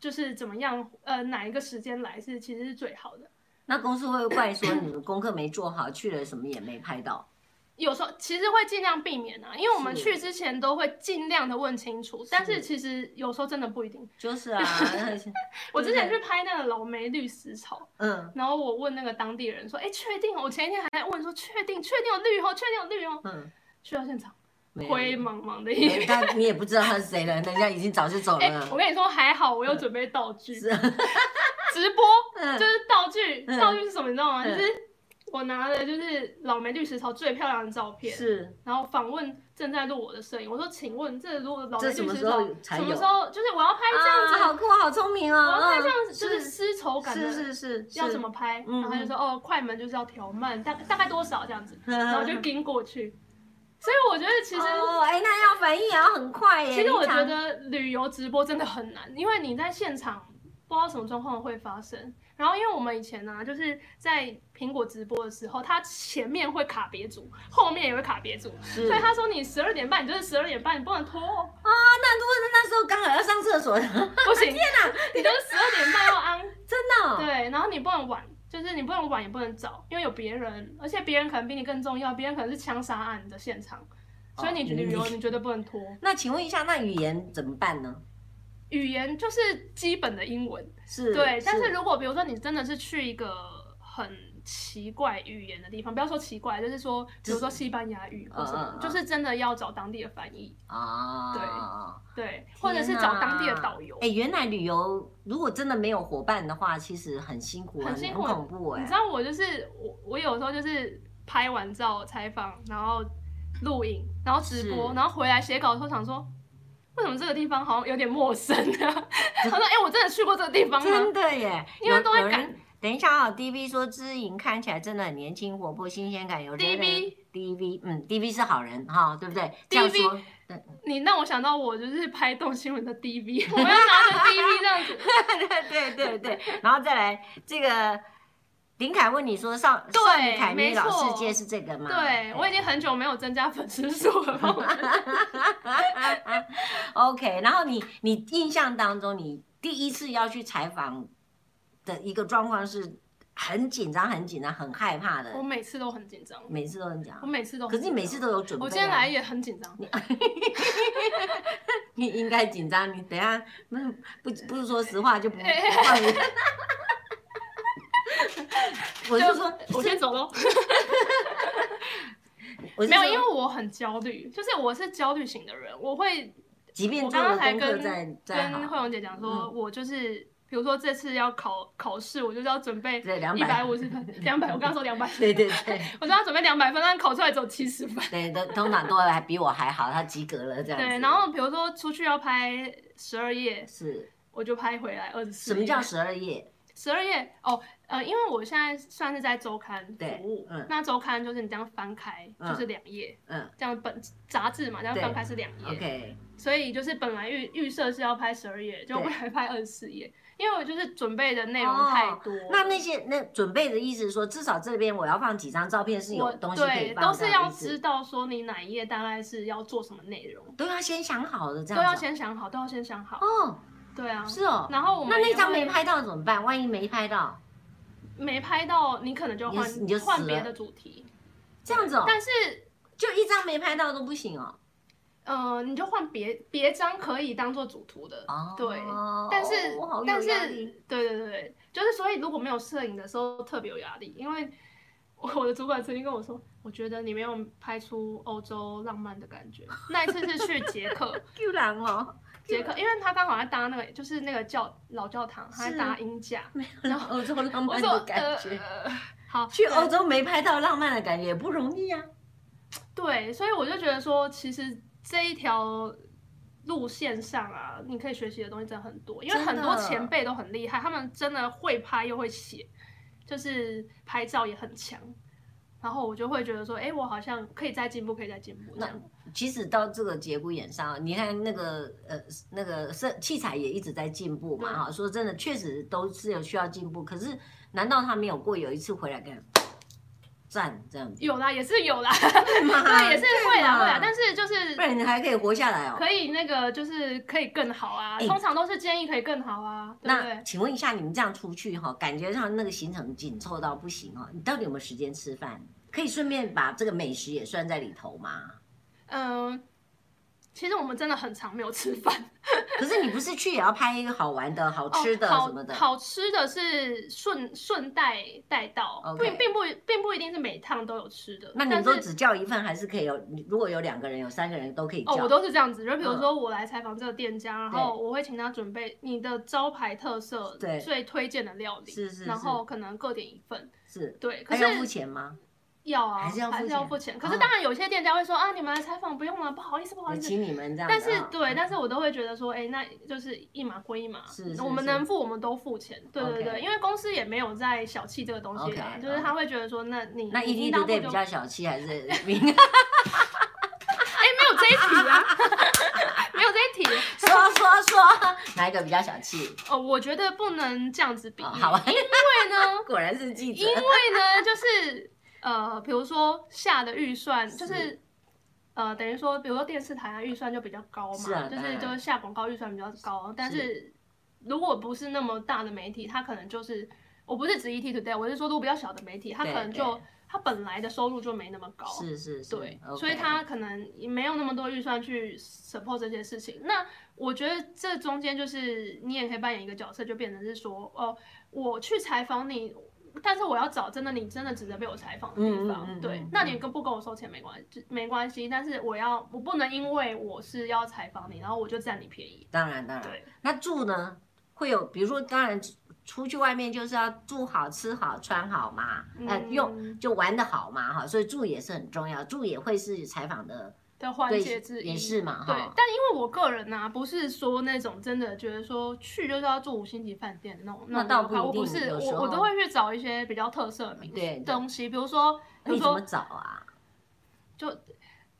B: 就是怎么样，呃，哪一个时间来是其实是最好的。
A: 那公司会不会怪说你的功课没做好，去了什么也没拍到，
B: 有时候其实会尽量避免啊，因为我们
A: 是
B: 去之前都会尽量的问清楚，但
A: 是
B: 是其实有时候真的不一定。
A: 就是
B: <laughs>
A: 啊，
B: 我之前去拍那个老梅绿丝草，
A: 嗯
B: 然后我问那个当地人说：“哎，确定哦？”我前一天还在问说：“确定？确定有绿哦？确定有绿哦
A: 嗯，？”
B: 去到现场，
A: 没有
B: 灰茫茫的一
A: 对
B: 片。
A: 但你也不知道他是谁了，人家已经早就走
B: 哎，
A: 了
B: 我。跟你说，还好我有准备道具，
A: 嗯是啊
B: 直播
A: 嗯
B: 就是道具，
A: <laughs> 嗯
B: 道具是什么你知道吗？
A: 嗯
B: 就是我拿了就是老梅绿石潮最漂亮的照片，
A: 是
B: 然后访问正在录我的摄影，我说请问这如果老梅
A: 这
B: 绿
A: 什么
B: 石
A: 时
B: 潮
A: 候才
B: 什么
A: 有
B: 时？候就是我要拍这样
A: 啊
B: 子，
A: 好酷，好聪明哦！
B: 我要拍
A: 嗯
B: 这样子就是
A: 是
B: 丝绸感的，
A: 是是是，
B: 要怎么拍？
A: 嗯嗯
B: 然后他就说哦，快门就是要调慢，大大概多少这样
A: <laughs>
B: 子，
A: 是？然
B: 然后我就跟过去。所以我觉得其实
A: 哦，哎，那要反应也要很快耶。
B: 其实我
A: 平
B: 觉
A: 常
B: 得旅游直播真的很难，因为你在现场不知道什么状况会发生。然后因为我们以前呢、啊，就是在苹果直播的时候，它前面会卡别组，后面也会卡别组，
A: 是
B: 所以他说你十二点半，你就是十二点半，你不能拖哦，
A: 那如果是那时候刚好要上厕所，真 <laughs>
B: <laughs> 不行，天哪，你就是十二点半要安，
A: 的哦
B: 对，然后你不能晚。就是你不能晚也不能早，因为有别人，而且别人可能比你更重要，别人可能是枪杀案的现场，所以你
A: 哦
B: 旅游你绝对不能拖。
A: 那请问一下，那语言怎么办呢？
B: 语言就是基本的英文，
A: 嗯是，
B: 对，但是如果比如说你真的是去一个很奇怪语言的地方，不要说奇怪，就是说，比如说西班牙语或什么，
A: 嗯嗯嗯
B: 就是真的要找当地的翻译，
A: 啊，
B: 对对，
A: 天哪
B: 或者是找当地的导游。
A: 哎，原来旅游如果真的没有伙伴的话，其实很辛苦，
B: 很辛苦欸
A: 很恐怖哎。
B: 你知道我就是我，我有时候就是拍完照、采访，然后录影，然后直播，
A: 是
B: 然后回来写稿的时候想说。为什么这个地方好像有点陌生啊？ <laughs> 我说，哎、我真的去过这个地方吗
A: 真？的耶，
B: 因为
A: 有
B: 都在。
A: 有
B: 赶
A: 人等一下啊、d v 说知莹看起来真的很年轻、活泼、新鲜感，有
B: DV
A: D V，嗯，D V 是好人哈、对不对？这样
B: DV
A: 说，
B: 你让我想到我就是拍动新闻的
A: <laughs>
B: DV，我要拿着 DV 这样子，
A: 对对对对，然后再来这个林凯问你说上
B: 对
A: 上你凯咪
B: 没
A: 老
B: 错
A: 世界是这个吗？哎
B: 对，我已经很久没有增加粉丝数
A: <laughs>
B: 了。帮我
A: OK，然后你你印象当中，你第一次要去采访的一个状况是很紧张、很紧张、很害怕
B: 我
A: 的，
B: 每次都很紧张，
A: 每次都很讲
B: 我。每次都很
A: 可是你每次
B: 紧
A: 都有准
B: 张。
A: 备、啊。
B: 我今天来也很紧张，
A: 你应该紧张，你等一下不不
B: <laughs>
A: 不是说实话就不
B: 哎
A: 不放你。 <laughs> 我是说，
B: 我先走喽。
A: 我是
B: 没有，
A: 说，
B: 因为我很焦虑，就是我是焦虑型的人，我会
A: 即便
B: 我
A: 做
B: 刚
A: 了
B: 刚才
A: 功课
B: 跟
A: 再再
B: 跟
A: 好，嗯
B: 慧荣姐讲说，我就是比如说这次要考考试，我就是要准备
A: 对两
B: 一百
A: 百，
B: 五十分，两百，我刚刚说两百，
A: <laughs> 对对对
B: 我说要准备两百分，但考出来只有七十分。
A: 对，都通常都还比我还好，他及格了这样子。
B: 对，然后比如说出去要拍十二页，
A: 是
B: 我就拍回来二十四。
A: 什么叫十二页？
B: 十二页哦，呃，因为我现在算是在周刊
A: 对
B: 服务，
A: 嗯
B: 那周刊就是你这样翻开
A: 嗯
B: 就是两页，
A: 嗯
B: 这样本杂志嘛，这样
A: 对
B: 翻开是两页，
A: ，OK，
B: 所以就是本来预预设是要拍十二页，就
A: 对哦
B: 未来拍二十四页，因为我就是准备的内容太多。
A: 那那些那准备的意思是说，至少这边我要放几张照片是有
B: 我
A: 东西可以
B: 对
A: 放
B: 都
A: 这
B: 是
A: 样
B: 要
A: 的意思，
B: 知道说你哪一页大概是要做什么内容，
A: 都要先想好的这
B: 都
A: 样
B: 要
A: 子啊
B: 先想好，都要先想好。
A: 哦。
B: 对啊
A: 哦，，是哦。
B: 然后我们
A: 那那
B: 也
A: 张
B: 会
A: 没拍到怎么办？万一没拍到？
B: 没拍到，你可能就
A: 你就
B: 换
A: 死你就死
B: 换别
A: 了
B: 的主题，
A: 这样子哦，
B: 但是
A: 就一张没拍到都不行哦。
B: 呃，你就换别别张可以当做主图的。
A: 哦，
B: 对
A: 哦
B: 但是、
A: 我好有
B: 但是
A: 压力
B: 对对对对，就是所以如果没有摄影的时候特别有压力，因为我我的主管曾经跟我说，我觉得你没有拍出欧洲浪漫的感觉。那一次是去捷克，
A: 居然哦，
B: 捷克，因为他刚好在搭那个就是那个教老教堂，他在搭鹰架。然后
A: 欧洲浪
B: <laughs> 我
A: 漫
B: 说
A: 的感觉。
B: 呃呃好，
A: 去
B: 对
A: 欧洲没拍到浪漫的感觉也不容易啊，
B: 对，所以我就觉得说，其实这一条路线上啊，你可以学习的东西真的很多，因为
A: 真
B: 很多
A: 的
B: 前辈都很厉害，他们真的会拍又会写，就是拍照也很强。然后我就会觉得说，哎，我好像可以再进步，可以再进步这
A: 那
B: 样。
A: 即使到这个节骨眼上，你看那个呃那个设器材也一直在进步嘛
B: 对
A: 哈。说真的，确实都是有需要进步。可是难道他没有过有一次回来跟赞这样子？
B: 有啦，也是有啦，
A: 啊对嘛
B: <laughs> 对，也是会啦
A: 嘛
B: 会啦，但是就是
A: 不然你还可以活下来哦。
B: 可以那个就是可以更好啊，
A: 哎
B: 通常都是建议可以更好啊，对不
A: 那
B: 对？
A: 请问一下，你们这样出去哈、感觉上那个行程紧凑到不行哦，你到底有没有时间吃饭？可以顺便把这个美食也算在里头吗？
B: 嗯，其实我们真的很常没有吃饭，
A: 可是你不是去也要拍一个好玩的、好 <laughs> 吃的
B: 哦好
A: 什么的？
B: 好吃的是顺顺带带到
A: 哦 OK
B: 并并不并不一定是每趟都有吃的。
A: 那你
B: 但
A: 们都
B: 是
A: 只叫一份，还是可以有？你如果有两个人、有三个人都可以叫。
B: 哦，我都是这样子，就比如
A: 嗯
B: 说我来采访这个店家，然后我会请他准备你的招牌特色
A: 对
B: 最推荐的料理，
A: 是是
B: 然
A: 是
B: 后可能各点一份。
A: 是，
B: 对，可
A: 那
B: 是
A: 要付钱吗？
B: 要啊，
A: 还是要付钱
B: 钱。可是
A: 哦
B: 当然有些店家会说啊，你们来采访不用了，不好意思，不好
A: 我
B: 意思。
A: 请你们这样子
B: 但
A: 啊。
B: 是对，但
A: 是
B: 是我都会觉得说，哎，那就是一码归一码
A: 是，是
B: 我们
A: 是
B: 能付我们都付钱。对对对，
A: OK
B: 因为公司也没有在小气这个东西啦，
A: OK，嗯
B: 就是他会觉得说，那你
A: 那
B: 你
A: ED
B: 当
A: t
B: 付
A: o
B: 就
A: 比较小气，
B: <laughs>
A: 还是明？
B: 哎没有这一题啊， <laughs> 没有这
A: <laughs>
B: 一题。
A: 说说说，哪一个比较小气？
B: 哦，我觉得不能这样子 <laughs> 比喻，
A: 哦好吧
B: 因为呢，
A: <laughs> 果然是记者
B: 因为。呢， <laughs> 就是呃，比如说下的预算就是是。呃，等于说，比如说电视台啊，预算就比较高嘛，
A: 是啊
B: 就
A: 当
B: 是
A: 然
B: 就是下广告预算比较高，但
A: 是
B: 是如果不是那么大的媒体，它可能就是，我不是指 ET Today，我是说如果比较小的媒体，它可
A: 对
B: 能就它本来的收入就没那么高，
A: 是是是，
B: 对
A: OK
B: 所以他可能也没有那么多预算去 support 这些事情。那我觉得这中间就是你也可以扮演一个角色，就变成是说，哦，我去采访你，但是我要找真的你真的值得被我采访的地
A: 嗯
B: 方。
A: 嗯嗯
B: 对
A: 嗯，
B: 那你跟不跟我收钱没关系，没关系。但是我要，我不能因为我是要采访你，然后我就占你便宜。
A: 当然当然。
B: 对，
A: 那住呢？会有，比如说，当然出去外面就是要住好、吃好、穿好嘛，呃，
B: 嗯
A: 用就玩的好嘛，哈，所以住也是很重要，住也会是采访的
B: 的环
A: 对
B: 节之一
A: 也是嘛，
B: 对
A: 哈，，
B: 但因为我个人呢、不是说那种真的觉得说去就是要住五星级饭店的那种
A: 那
B: 种
A: 倒
B: 旅
A: 不
B: 客
A: 一
B: 我不
A: 定
B: 是
A: 有时
B: 我我都
A: 候
B: 会去找一些比较特色的名
A: 对对
B: 东西，比如说
A: 那
B: 比如
A: 你怎么
B: 说
A: 找啊？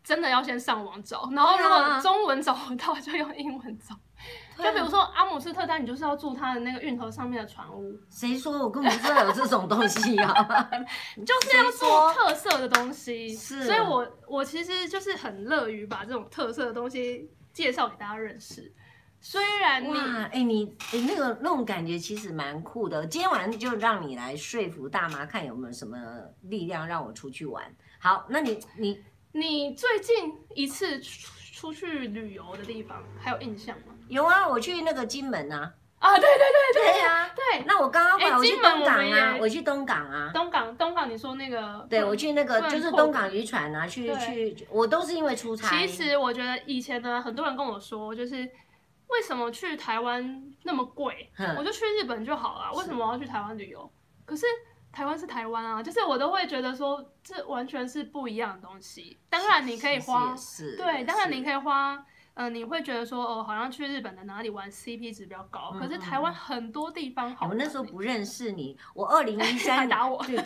B: 真的要先上网找，然后
A: 对
B: 如
A: 啊
B: 果中文找不到就用英文找，就
A: 嗯
B: 比如说阿姆斯特丹，你就是要住它的那个运河上面的船屋，
A: 谁说我根本不知道有这种东西啊？
B: <laughs> 就是
A: 谁
B: 要
A: 说
B: 做特色的东西。
A: 是
B: 所以我我其实就是很乐于把这种特色的东西介绍给大家认识。虽然你
A: <laughs> 哇，哎、你哎、那个那种感觉其实蛮酷的。今天晚上就让你来说服大妈，看有没有什么力量让我出去玩。好，那你你
B: 你最近一次出出去旅游的地方还有印象吗？
A: 有啊？我去那个金门啊，
B: 啊，对对对
A: 对呀、啊。
B: 对
A: 那我刚刚回来，
B: 哎
A: 我去
B: 金门
A: 东港
B: 我们
A: 啊，
B: 也
A: 我去东港啊
B: 对，，东港东港，你说那个
A: 对我。去那个
B: 不然
A: 就是
B: 错
A: 东
B: 过
A: 港渔船啊，去
B: 对
A: 去，我都是因为出差。
B: 其实我觉得以前呢，很多人跟我说，就是为什么去台湾那么贵，我
A: 哼，
B: 就去日本就好了，为什么我要去台湾旅游？可是台湾是台湾啊，就是我都会觉得说，这完全是不一样的东西。当然你可以
A: 其实
B: 花
A: 也是
B: 对，当然你
A: 以。
B: 可以花，嗯、你会觉得说，哦，好像去日本的哪里玩 CP 值比较高，
A: 嗯
B: 可是台湾很多地方好
A: 我
B: 玩欸。
A: 那时候不认识你，
B: <laughs>
A: 我二零一
B: 还
A: 三
B: 打我
A: 对，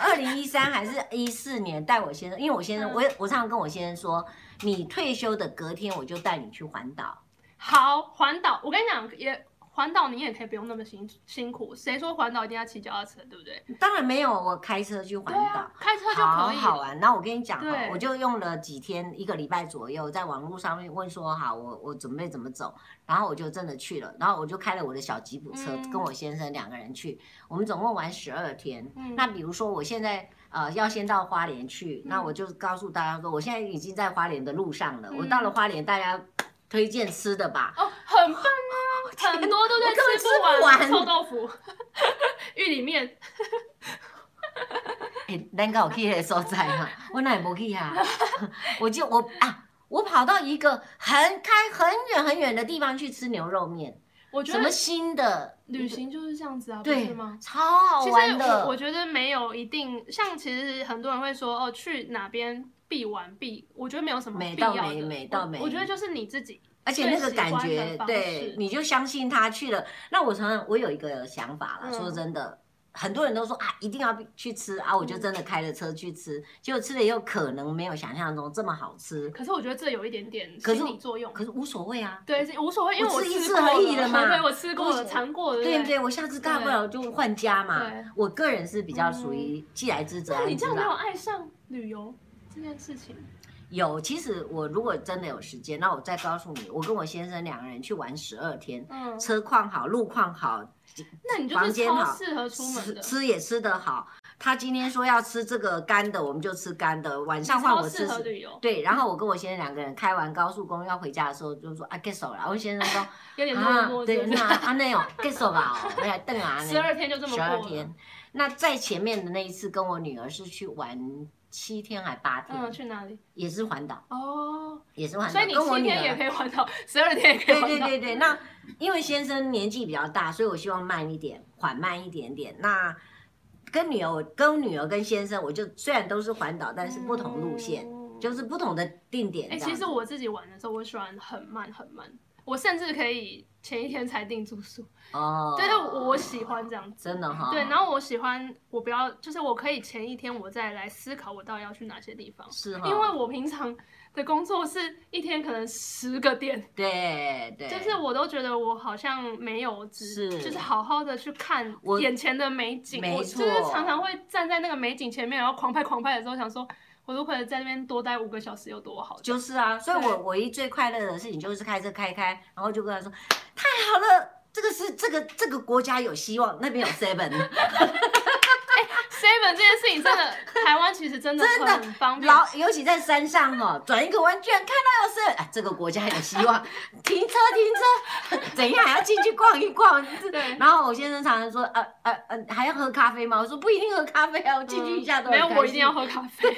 A: 二零一三还是一四年带我先生，因为我先生，
B: 嗯
A: 我也我常常跟我先生说，你退休的隔天我就带你去环岛。
B: 好环岛，我跟你讲，也环岛你也可以不用那么辛辛苦，谁说环岛一定要骑脚踏车，对不对？
A: 当然没有，我开车去环
B: 对
A: 岛。
B: 啊，开车就
A: 好
B: 可以
A: 好
B: 了。
A: 玩。那我跟你讲哈
B: 对，
A: 我就用了几天，一个礼拜左右，在网络上面问说好，我我准备怎么走，然后我就真的去了，然后我就开了我的小吉普车，
B: 嗯
A: 跟我先生两个人去，我们总共玩十二天。
B: 嗯
A: 那比如说我现在。呃，要先到花莲去，那我就告诉大家说，我现在已经在花莲的路上了。
B: 嗯
A: 我到了花莲，大家推荐吃的吧。
B: 哦，很棒啊，很多都在
A: 哦我根本
B: 吃
A: 吃不
B: 不
A: 完
B: 臭豆腐、 <laughs> 玉里面，
A: 哎、咱敢有去那个所在哈，我哪会无去啊？ <laughs> 我就我啊，我跑到一个很开很远很远的地方去吃牛肉面，
B: 我觉
A: 什么
B: 得
A: 新的
B: 旅行就是这样子啊，不
A: 对
B: 是吗？
A: 超好
B: 其
A: 玩
B: 实我
A: 的，
B: 我觉得没有一定，像其实很多人会说哦，去哪边必玩必，我觉得没有什么
A: 美
B: 必
A: 到
B: 要
A: 美
B: 的
A: 美到
B: 我
A: 美
B: 我觉得就是你自己，
A: 而且那个
B: 最喜欢
A: 感
B: 的
A: 觉，
B: 方
A: 对
B: 式，
A: 你就相信他去了。那我常常我有一个想法啦，
B: 嗯
A: 说真的。很多人都说啊，一定要去吃啊，我
B: 嗯
A: 就真的开了车去吃，结果吃了以后可能没有想象中这么好吃，
B: 可是我觉得这有一点点
A: 可是
B: 心理作用。
A: 可是无所谓啊，
B: 对，是无所谓，因为
A: 我吃一
B: 吃
A: 次
B: 过
A: 而已了嘛
B: 对，我吃过
A: 我
B: 了，尝过了，
A: 对
B: 不
A: 不？对？我下次大不
B: 对
A: 了就换家嘛
B: 对。嗯
A: 我个人是比较属于既来之则
B: 那
A: 安
B: 你
A: 之
B: 这样没有
A: 啦。
B: 爱上旅游这件事情？
A: 有，其实我如果真的有时间，那我再告诉你，我跟我先生两个人去玩十二天，
B: 嗯，
A: 车况好，路况好，
B: 那你就
A: 房
B: 是
A: 间
B: 超
A: 好
B: 适合出门
A: 吃
B: 的。
A: 吃也吃得好，他今天说要吃这个干的，我们就吃干的，晚上换
B: 超
A: 我吃
B: 适合旅游，
A: 对，然后我跟我先生两个人开完高速公路要回家的时候，就说啊 get 手了。然后先生说
B: <laughs> 有点落
A: 啊
B: 寞，，
A: 对，
B: 是不
A: 那
B: 是？
A: 啊那哦 get 手吧哦，我来瞪啊，
B: 十二天就这么
A: 十二
B: 过了。
A: 天。那在前面的那一次，跟我女儿是去玩七天还八天，
B: 嗯，去哪里？
A: 也是环岛，
B: 哦，
A: 也是环岛，
B: 所以你
A: 跟我
B: 七
A: 女
B: 天
A: 儿
B: 也可以环岛，十二天也可以
A: 对
B: 环
A: 对
B: 岛。
A: 对对，那因为先生年纪比较大，所以我希望慢一点，缓慢一点点。那跟女儿，我跟女儿跟先生，我就虽然都是环岛，但是不同路线，
B: 嗯
A: 就是不同的定点
B: 哎、
A: 这样子。
B: 其实我自己玩的时候，我喜欢很慢很慢，我甚至可以前一天才订住宿，
A: 哦，
B: <laughs> 对，但我我喜欢这样子。
A: 真的哦哈、
B: 对，然后我喜欢我不要，就是我可以前一天我再来思考我到底要去哪些地方，
A: 是哦哈，
B: 因为我平常的工作是一天可能十个店，
A: 对对，
B: 就是我都觉得我好像没有只
A: 是
B: 就是好好的去看
A: 我
B: 眼前的美景，
A: 没
B: 我就是
A: 错
B: 常常会站在那个美景前面，然后狂拍狂拍的时候想说，我如果在那边多待五个小时有多好，
A: 就是啊，所以
B: 对
A: 我唯一最快乐的事情就是开车开开，然后就跟他说，太好了。这个是这个这个国家有希望，那边有
B: <laughs>
A: seven，
B: seven 这件事情
A: <laughs>
B: 真的，台湾其实真的
A: 真的
B: 很方便。
A: 老尤其在山上哦，转一个弯居然看到有是啊，这个国家有希望，停车停车，怎样还要进去逛一逛？
B: 对，
A: 然后我先生常常说，呃呃呃，还要喝咖啡吗？我说不一定喝咖啡啊，我进去一下都、
B: 嗯没有，我一定要喝咖
A: <laughs>
B: 啡，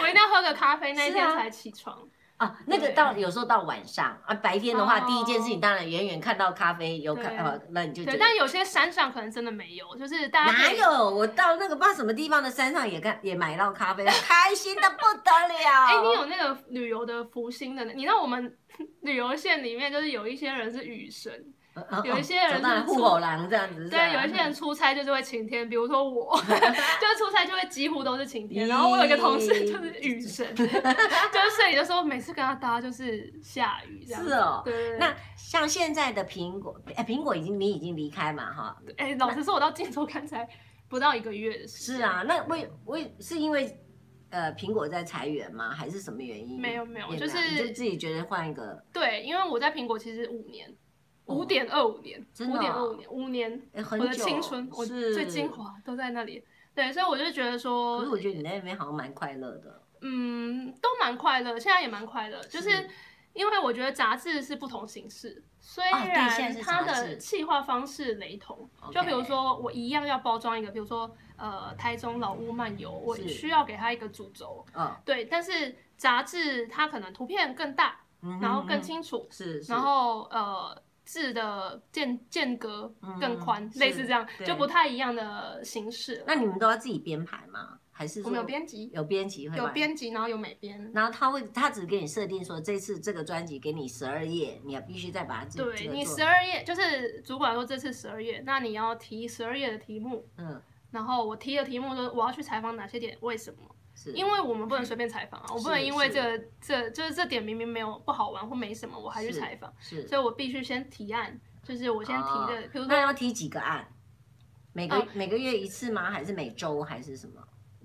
B: 我一定要喝个咖啡，那一
A: 是
B: 天
A: 啊
B: 才起床。
A: 啊。那个
B: 对
A: 到有时候到晚上啊，白天的话，
B: 哦
A: 第一件事情当然远远看到咖啡有咖，
B: 对
A: 呃那你就觉得
B: 对，但有些山上可能真的没有，就是大家
A: 哪
B: 可以？
A: 有？啊我到那个不知道什么地方的山上也看也买到咖
B: <laughs>
A: 啡，开心的不得了。
B: 哎、你有那个旅游的福星的，你知道我们旅游线里面就是有一些人是雨神，
A: 嗯嗯
B: 有一些人
A: 嗯当然
B: 是
A: 护
B: 出
A: 口狼这样嗯子是吧，
B: 对，有一些人出差就是会晴天，比如
A: <laughs>
B: 说我，就是出差就会几乎都是晴天。然后我有一个同事
A: 咦
B: 就是
A: <laughs>
B: 雨神，就是睡里就说每次跟他搭就是下雨这样子。
A: 是哦
B: 对对对。
A: 那像现在的苹果，哎，苹果已经你已经离开嘛哈？
B: 哎、老实说，我到荆州看才不到一个月的时间
A: 是，啊，那为为是因为呃苹果在裁员吗？还是什么原因？
B: 没有没有，
A: 也
B: 就
A: 你就是自己觉得换一个，
B: 对，因为我在苹果其实五年，
A: 哦
B: 五点二五年，
A: 真
B: 五
A: 的
B: 点二
A: 哦
B: 五年，五年，
A: 哎，很
B: 我
A: 久
B: 的青春，我
A: 是
B: 最精。华都在那里。对，所以我就觉得
A: 可是我
B: 说，
A: 觉得你在那边好像蛮快乐的，
B: 嗯，都蛮快乐，现在也蛮快乐，就是
A: 是
B: 因为我觉得杂志是不同形式，虽
A: 啊对现在
B: 然
A: 是
B: 它
A: 杂
B: 的
A: 志
B: 企划方式雷同，就比如说我一样要包装一个，比如说呃台中老屋漫游，我
A: 是
B: 需要给它一个主轴，
A: 嗯，
B: 对，但是杂志它可能图片更大，
A: 嗯
B: 然后更
A: 嗯
B: 清楚，
A: 是，是
B: 然后呃字的间间隔更宽，
A: 嗯
B: 类似
A: 是
B: 这样，
A: 对
B: 就不太一样的形式。
A: 那你们都要自己编排吗？还是
B: 我
A: 说
B: 们有编辑，
A: 有编辑会
B: 有
A: 帮你
B: 编辑，然后有美编。
A: 然后他会，他只给你设定说，这次这个专辑给你十二页，你要必须再把它这
B: 对
A: 这个
B: 你
A: 做
B: 十二页，就是主管说这次十二页，那你要提十二页的题目，
A: 嗯
B: 然后我提的题目就是我要去采访哪些点，为什么？
A: 是，
B: 因为我们不能随便
A: <laughs>
B: 采访啊，我不
A: 嗯是
B: 能因为
A: 是
B: 这个这就是这点明明没有不好玩或没什么，我还去
A: 是
B: 采访，
A: 是
B: 所以我必须先提案，就是我先提的，比如说
A: 啊那要提几个案？每个、
B: 哦
A: 每个月一次吗？还是每周还是什么？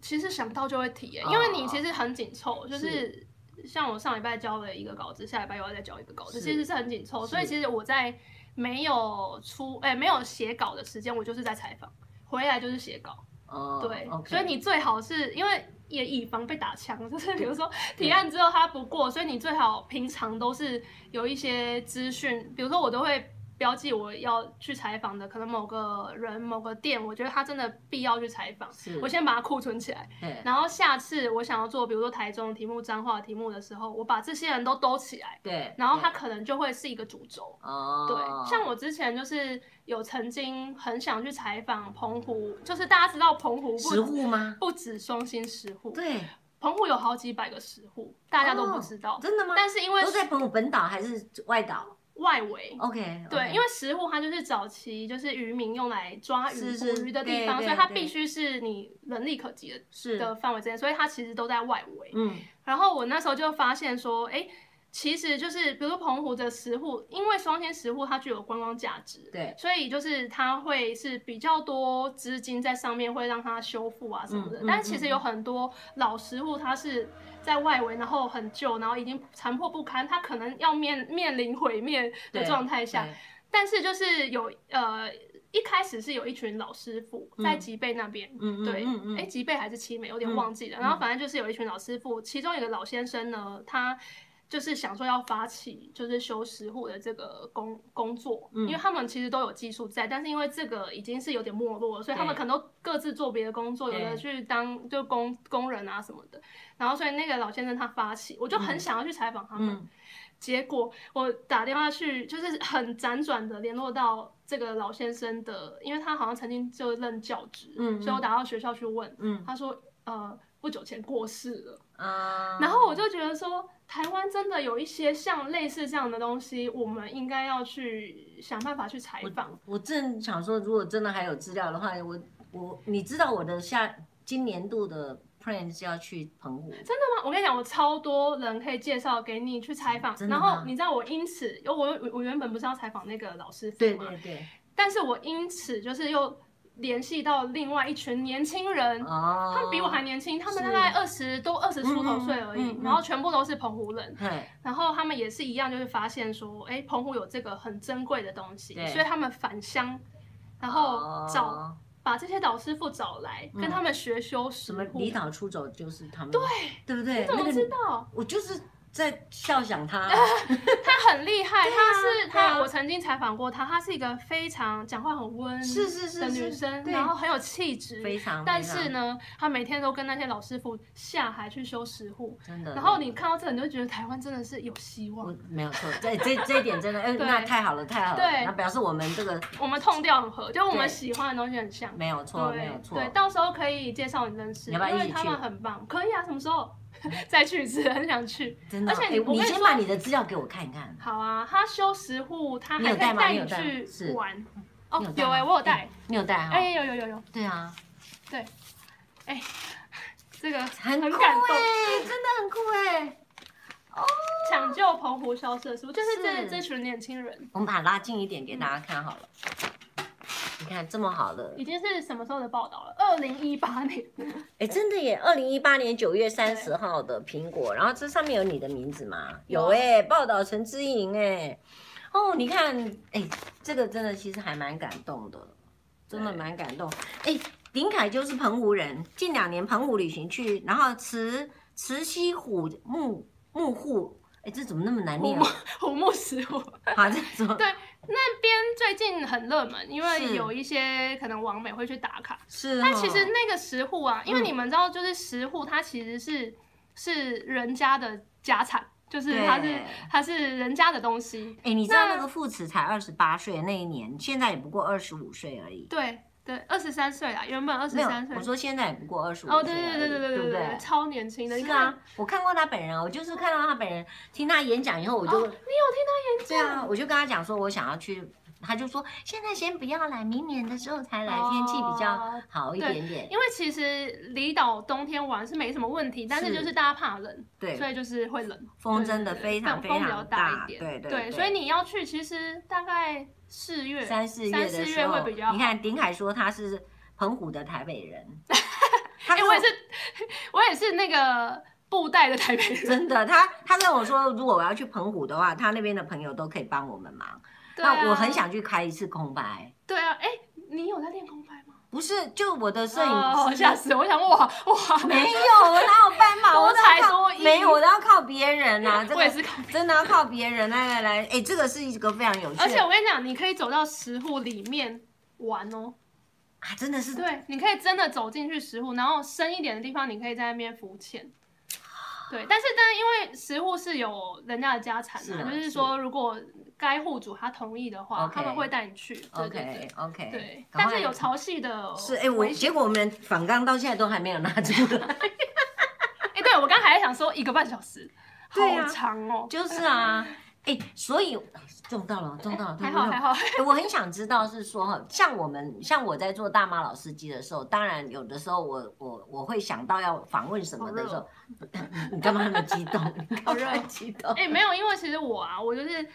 B: 其实想到就会提耶、
A: 哦
B: 因为你其实很紧凑，就是像我上礼拜交了一个稿子，下礼拜又要再交一个稿子，
A: 是
B: 其实是很紧凑。
A: 是
B: 所以其实我在没有出哎、没有写稿的时间，我就是在采访，回来就是写稿。
A: 哦，
B: 对
A: o k
B: 所以你最好是因为也以防被打枪，就是比如
A: <laughs>
B: 说提案之后它不过，所以你最好平常都是有一些资讯，比如说我都会。标记我要去采访的，可能某个人、某个店，我觉得他真的必要去采访，
A: 是
B: 我先把它库存起来。
A: 对
B: 然后下次我想要做，比如说台中的题目、彰化的题目的时候，我把这些人都兜起来，
A: 对，
B: 然后它
A: 对
B: 可能就会是一个主轴。
A: 哦，
B: 对，像我之前就是有曾经很想去采访澎湖，就是大家知道澎湖
A: 食
B: 不
A: 户吗？
B: 不止双星石户，
A: 对，哦
B: 澎湖有好几百个石户，大家都不知道。
A: 真的吗？
B: 但是因为
A: 都在澎湖本岛还是外岛
B: 外围，
A: ？OK，
B: 对，因为石户它就是早期就是渔民用来抓鱼
A: 是是
B: 捕鱼的地
A: 对
B: 方，
A: 对
B: 所以它
A: 对
B: 必须是你人力可及的
A: 是
B: 的范围之内，所以它其实都在外围。
A: 嗯
B: 然后我那时候就发现说，哎，其实就是比如说澎湖的石户，因为双天石户它具有观光价值，
A: 对
B: 所以就是它会是比较多资金在上面，会让它修复啊什么的。
A: 嗯嗯
B: 但其实有很多老石户，它是在外围，然后很旧，然后已经残破不堪，它可能要面面临毁灭的
A: 对
B: 状态下，
A: 对
B: 但是就是有呃。一开始是有一群老师傅在吉贝那边，
A: 嗯
B: 对，
A: 嗯
B: 哎、
A: 嗯
B: 吉贝还是七美，
A: 嗯
B: 有点忘记了。然后反正就是有一群老师傅，其中一个老先生呢，他就是想说要发起就是修石护的这个工工作，
A: 嗯
B: 因为他们其实都有技术在，但是因为这个已经是有点没落了，所以他们
A: 对
B: 可能都各自做别的工作，有
A: 对
B: 的去当就工工人啊什么的。然后所以那个老先生他发起，我就很想要去采访他们，
A: 嗯
B: 结果我打电话去，就是很辗转的联络到这个老先生的，因为他好像曾经就任教职，
A: 嗯嗯
B: 所以我打到学校去问，
A: 嗯
B: 他说呃不久前过世了，
A: 嗯，
B: 然后我就觉得说台湾真的有一些像类似这样的东西，我们应该要去想办法去采访，
A: 我正想说，如果真的还有资料的话，我我你知道我的下今年度的 plan 是要去澎湖，
B: 真的吗？我跟你讲，我超多人可以介绍给你去采访，
A: 真的
B: 然
A: 吗
B: 后你知道我因此，我我我原本不是要采访那个老师傅
A: 对
B: 吗？
A: 对对，
B: 但是我因此就是又联系到另外一群年轻人，
A: 哦，
B: 他们比我还年轻，他们
A: 是
B: 大概二十都二十出头岁而
A: 嗯嗯
B: 已
A: 嗯，嗯
B: 然后全部都是澎湖人，
A: 嘿，
B: 然后他们也是一样，就是发现说，哎，澎湖有这个很珍贵的东西
A: 对，
B: 所以他们返乡，然
A: 哦
B: 后找把这些老师傅找来，跟他们学修
A: 什
B: 什
A: 么离岛出走就是他们，对对不对？
B: 你怎
A: 那
B: 么
A: 个
B: 知道？
A: 我就是在笑想他，
B: 他很厉害，
A: 对啊
B: 他是
A: 对啊
B: 他，我曾经采访过他，他是一个非常讲话很温
A: 是是是
B: 的
A: 是
B: 女生，
A: 对
B: 然后很有气质，
A: 非常，
B: 但
A: 非常
B: 是，呢，他每天都跟那些老师傅下海去修石户，
A: 真的，
B: 然后你看到这，你就觉得台湾真的是有希
A: 嗯我
B: 望，
A: 没有错，这这这一点真的，哎，
B: 对
A: 那太好了，太好了，
B: 对
A: 那表示我们这个
B: 我们痛调很合，就我
A: 对
B: 们喜欢的东西很像。
A: 没有错，哦没有
B: 对
A: 错
B: 对，，到时候可以介绍你认识，
A: 你要
B: 因
A: 不要一
B: 为
A: 起
B: 他
A: 去嗯
B: 们很棒。可以啊，什么时候 <laughs> 再去一次？很想去。
A: 真的哦，
B: 而且你
A: 哎
B: 我跟
A: 你
B: 你
A: 先
B: 说
A: 把你的资料给我看一看，
B: 好啊，他修石户，他
A: 你有
B: 还可
A: 带
B: 以
A: 吗
B: 带
A: 你有
B: 你
A: 带吗是嗯
B: 去玩。哦
A: 你有，带
B: 有
A: 吗
B: 哎，我有带，
A: 你有带哈？啊
B: 哎，有有有有，
A: 对啊，
B: 这个
A: 很
B: 很
A: 酷
B: 感动。
A: 哎、真的很酷哎、
B: 抢救澎湖消失的书，就是
A: 是
B: 这这群年轻人，
A: 我们把它拉近一点给大家看好了。你看这么好的，
B: 已经是什么时候的报道了？二零一八年。 <laughs>
A: 哎、真的耶！二零一八年九月三十号的苹果，然后这上面有你的名字吗？有
B: 有啊
A: 哎、报道陈之莹哎，哦，你看，哎、这个真的其实还蛮感动的，真的
B: 对
A: 蛮感动。哎、林凯就是澎湖人，近两年澎湖旅行去，然后慈慈溪虎木木户，哎、这怎么那么难念、
B: 虎
A: 啊？ <laughs>
B: 虎木石虎
A: 好，这怎么
B: 对那边最近很热门，因
A: 是
B: 为有一些可能网美会去打卡。
A: 是、哦？
B: 但其实那个石户啊，因为
A: 嗯
B: 你们知道，就是石户它其实是是人家的家产，就是
A: 对
B: 它是它是人家的东西。
A: 哎、你知道
B: 那
A: 那个父子才二十八岁那一年，现在也不过二十五岁而已。
B: 对对，二十三岁啦，原本二十
A: 没有
B: 三，岁
A: 我。说现在也不过二十五岁而已。
B: 哦，对对对对对
A: 对
B: 对
A: 不
B: 对，超年轻的，你
A: 是
B: 看
A: 啊，，我看过他本人啊，我就是看到他本人，听他演讲以后，我就、
B: 哦
A: 对
B: 你有听他演讲？
A: 啊，我就跟他讲说，我想要去，他就说现在先不要来，明年的时候才来，天气比较
B: 哦
A: 好一
B: 对
A: 点点。
B: 因为其实离岛冬天玩是没什么问题，但是
A: 是
B: 就是大家怕冷，
A: 对，
B: 所以就是会冷。
A: 风
B: 对
A: 真的
B: 对
A: 非常
B: 风
A: 非
B: 风比较
A: 常
B: 大一点，
A: 对
B: 所以你要去，其实大概四月，
A: 三四月
B: 三
A: 的
B: 四
A: 时
B: 月
A: 候
B: 会比较，好
A: 你。看鼎凯说他是澎湖的台北
B: <laughs>
A: 人，他
B: 哎、
A: 跟
B: 我也是，我也是那个布袋的台北人。
A: 真的，他他跟我说，如果我要去澎湖的话，他那边的朋友都可以帮我们忙。
B: 对啊
A: 那我很。想去开一次空白，
B: 对啊，哎、你有在练空拍吗？
A: 不是就我的摄
B: 哦
A: 影师。
B: 吓死我！我想哇哇，
A: 没有，啊我哪有办法？我
B: 多
A: 都要
B: 才
A: 靠
B: 多艺
A: 没有，我都要靠别人啊！这
B: <laughs> 我也
A: 个
B: 是空拍。
A: 真的要靠别人来来来，哎，这个是一个非常有趣的，
B: 而且我跟你讲，你可以走到石户里面玩哦。
A: 啊，真的是
B: 对，你可以真的走进去石户，然后深一点的地方，你可以在那边浮潜。对，但是但因为石户是有人家的家产
A: 是
B: 啊，
A: 啊
B: 就是说如果该户主他同意的话
A: OK
B: 他们会带你去。对对对
A: OK OK，
B: 对，
A: 赶
B: 但
A: 快
B: 是有潮汐的
A: 是哎，我
B: 危险
A: 结果我们访纲到现在都还没有拿出来， <laughs>
B: 哎、对我刚才还想说一个半小时，
A: 对啊
B: 好长哦、
A: 就是啊，哎，所以中到了，中到了，
B: 还好还好，
A: 欸我很想知道是说哈，像我们像我在做大妈老司机的时候，当然有的时候我我我会想到要访问什么的时候，
B: 哦
A: <laughs> 你干嘛那么激动？
B: <laughs>
A: 你干嘛那么激动？
B: 哎、没有，因为其实我啊，我就是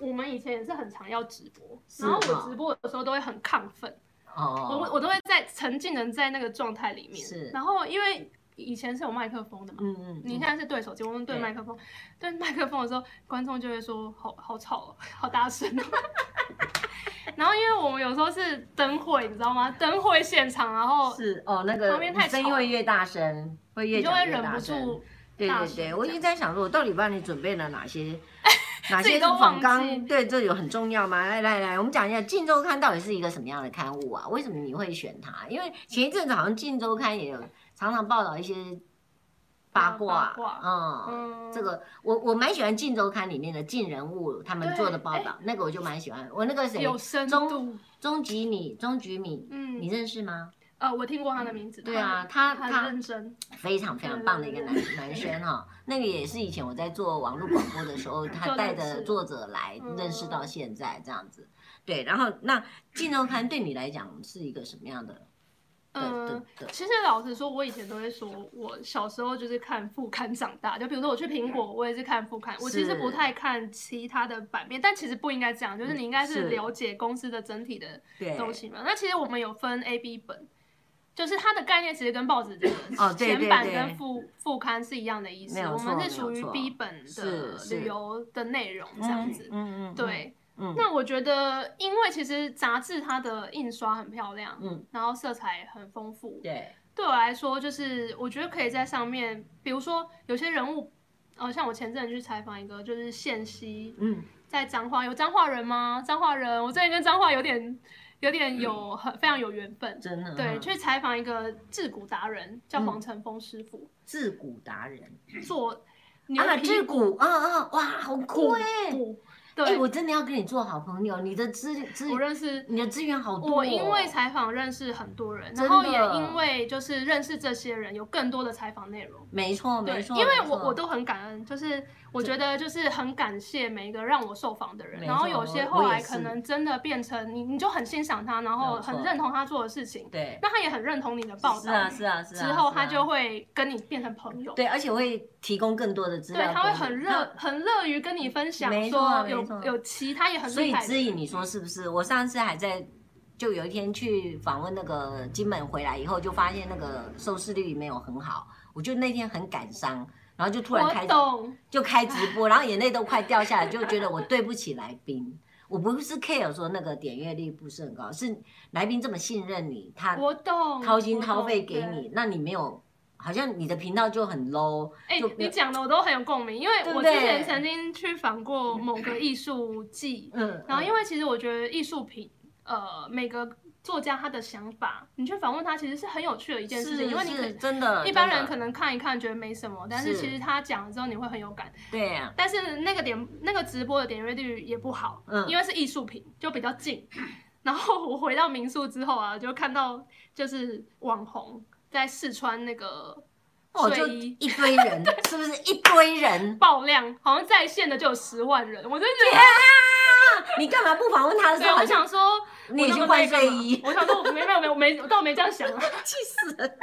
B: 我们以前也是很常要直播，
A: 是
B: 然后
A: 哦
B: 我直播有时候都会很亢奋，我会
A: 哦，
B: 我都会在沉浸人在那个状态里面。
A: 是
B: 然后因为以前是有麦克风的嘛，
A: 嗯嗯，
B: 你现在是对手机，我们对
A: 对
B: 麦克风，对麦克风的时候，观众就会说好好吵、哦，好大声、哦。 <laughs> 然后因为我们有时候是灯会，你知道吗？灯会现场，然后
A: 是哦，那个
B: 旁边太吵
A: 声音会越大声，会越
B: 你就
A: 讲
B: 会
A: 越
B: 忍
A: 大
B: 不
A: 声。
B: 住，
A: 对
B: 大
A: 对
B: 声
A: 对，
B: 讲
A: 我一直在想说，我到底帮你准备了哪
B: <laughs>
A: 些？哪
B: 自己
A: 些是
B: 都忘
A: 仿
B: 记
A: 纲？对，这有很重要吗？来来来，我们讲一下《镜周刊》到底是一个什么样的刊物啊？为什么你会选它？因为前一阵子好像《镜周刊》也有常常报道一些八
B: 八
A: 卦，
B: 卦
A: 嗯，
B: 嗯，
A: 这个我我蛮喜欢《镜周刊》里面的近人物他们做的
B: 对哎
A: 报道，那个我就蛮喜欢。我那个谁，
B: 有深
A: 中
B: 度，
A: 钟吉米，钟菊米，你
B: 嗯，
A: 认识吗？
B: 呃，我听过他的名字，
A: 对啊，他
B: 他
A: 他
B: 很认真，
A: 非常非常棒的一个男男生哈、那个也是以前我在做网络广播的时
B: <laughs>
A: 候，他
B: 做
A: 带
B: 认识
A: 着作者来
B: 嗯
A: 认识到现在这样子。对，然后那《镜周刊》对你来讲是一个什么样的？的的
B: 嗯。
A: 的，
B: 其实老实说，我以前都会说，我小时候就是看副刊长大。就比如说我去苹果，我也是看副刊。我其实
A: 嗯是嗯
B: 不太看其他的版面，但其实不应该这样，就是你应该
A: 是
B: 是了解公司的整体的
A: 对，
B: 东西嘛。那其实我们有分 A、B 本，就是它的概念其实跟报纸的
A: 哦对对
B: 前版
A: 对
B: 跟副副刊是一样的意思
A: 没有。
B: 我们
A: 错
B: 是
A: 没
B: 属
A: 有
B: 于
A: 错
B: B 本的
A: 是是
B: 旅游的内容这
A: 嗯
B: 样子。
A: 嗯嗯，嗯，
B: 对，
A: 嗯，
B: 那我觉得，因为其实杂志它的印刷很漂亮，
A: 嗯，
B: 然后色彩很丰富，
A: 对，
B: 对我来说，就是我觉得可以在上面，比如说有些人物，呃，像我前阵子去采访一个，就是县西
A: 嗯，
B: 在彰化，有彰化人吗？彰化人，我最近跟彰化有点有点有很非常有缘分。
A: 真的，
B: 对，
A: 嗯
B: 去采访一个制骨达人，叫
A: 嗯
B: 黄成峰师傅，
A: 自古达人
B: 做牛
A: 啊，
B: 皮
A: 自古啊啊，哇，好酷哎！
B: 骨，
A: 哎，
B: 对，
A: 我真的要跟你做好朋友，你的资资
B: 我认识
A: 你的资源好多哦，
B: 我因为采访认识很多人，然
A: 真
B: 后
A: 的
B: 也因为就是认识这些人，有更多的采访内容。
A: 没错
B: 对
A: 没，错，
B: 因为
A: 没
B: 我
A: 错
B: 我都很感恩，就是我觉得就是很感谢每一个让我受访的人，
A: 没
B: 然后
A: 错
B: 有些
A: 我
B: 后
A: 我
B: 来
A: 也
B: 可
A: 是
B: 能真的变成你，你就很欣赏他，然后
A: 没错
B: 很认同他做的事情，
A: 对，
B: 那他也很认同你的报
A: 是
B: 道
A: 啊，是啊是啊，
B: 之后
A: 是
B: 他
A: 啊
B: 就会跟你变成朋友，
A: 对，而且会提供更多的资料给
B: 对，
A: 你，
B: 他会很
A: 那嗯
B: 热很乐于跟你分享，
A: 没错
B: 说
A: 没
B: 有
A: 错
B: 有其他也很
A: 所
B: 厉
A: 以
B: 害的
A: 知
B: 人，嗯
A: 影，你说是不是？我上次还在，就有一天去访问那个金门回来以后，就发现那个收视率没有很好，我就那天很感伤，然后就突然
B: 我
A: 开
B: 懂，
A: 就开直播，然后眼泪都快掉下来，就觉得我对不起来宾。我不是 care 说那个点阅率不是很高，是来宾这么信任你，他
B: 我懂，
A: 掏心
B: 我
A: 掏
B: 懂
A: 肺给
B: 对
A: 你，那你没有，好像你的频道就很 low，
B: 哎、
A: 就没
B: 你
A: 有
B: 讲的我都很有共鸣，因为
A: 对
B: 我
A: 不
B: 之
A: 对
B: 前曾经去访过某个艺术季，
A: 嗯，
B: 然
A: 嗯
B: 后因为其实我觉得艺术品，呃，每个作家他的想法，你去访问他其实是很有趣的一件事情，
A: 是
B: 因为你
A: 是
B: 可
A: 真的，
B: 一般
A: 真
B: 人
A: 的
B: 可能看一看觉得没什么，但是
A: 是
B: 其实他讲了之后你会很有感，
A: 对呀、
B: 但是那个点那个直播的点阅率也不好，
A: 嗯
B: 因为是艺术品就比较近。然后我回到民宿之后啊，就看到就是网红在试穿那个
A: 哦，就
B: 睡衣，
A: 一堆
B: <laughs>
A: 人，是不是一堆人？
B: 爆量，好像在线的就有十万人，我真的
A: 啊
B: 觉
A: 你干嘛不访问他的
B: 得，
A: 时
B: 对，啊
A: 候，
B: 我想说，
A: 你已
B: 我
A: 经
B: 那么
A: 换
B: 累干
A: 睡
B: 嘛 <laughs>
A: 衣，
B: 我想说我没没有没有没，我倒没这样想啊，
A: 气死人！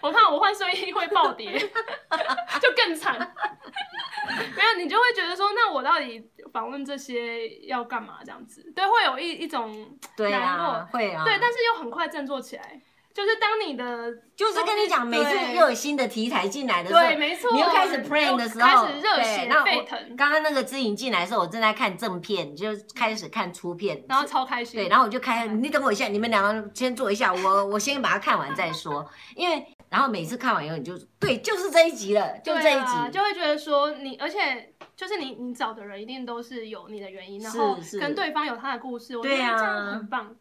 B: 我怕我换睡衣会暴跌， <laughs> 就更惨。 <laughs> 没有，你就会觉得说，那我到底访问这些要干嘛？这样子，对，会有一一种、
A: 对
B: 难
A: 啊，会啊，
B: 对，但是又很快振作起来，就是当你的
A: 就是跟你讲，每次
B: 对
A: 又有新的题材进来的时候，
B: 对，没错，
A: 你又开始 plan 的时候
B: 开始热血
A: 对那我
B: 沸腾，
A: 刚刚那个知影进来的时候，我正在看正片，就开始看出片，
B: 然后超开心，
A: 对，然后我就开，你等我一下，你们两个先坐一下，我我先把它看完再说，因为然后每次看完以后，你就对，就是这一集了，就
B: 对
A: 这一
B: 啊，
A: 集，
B: 就会觉得说你，而且就是你，你找的人一定都是有你的原因，然
A: 是
B: 后
A: 是
B: 跟对方有他的故事，我觉得
A: 对啊
B: 这样很棒。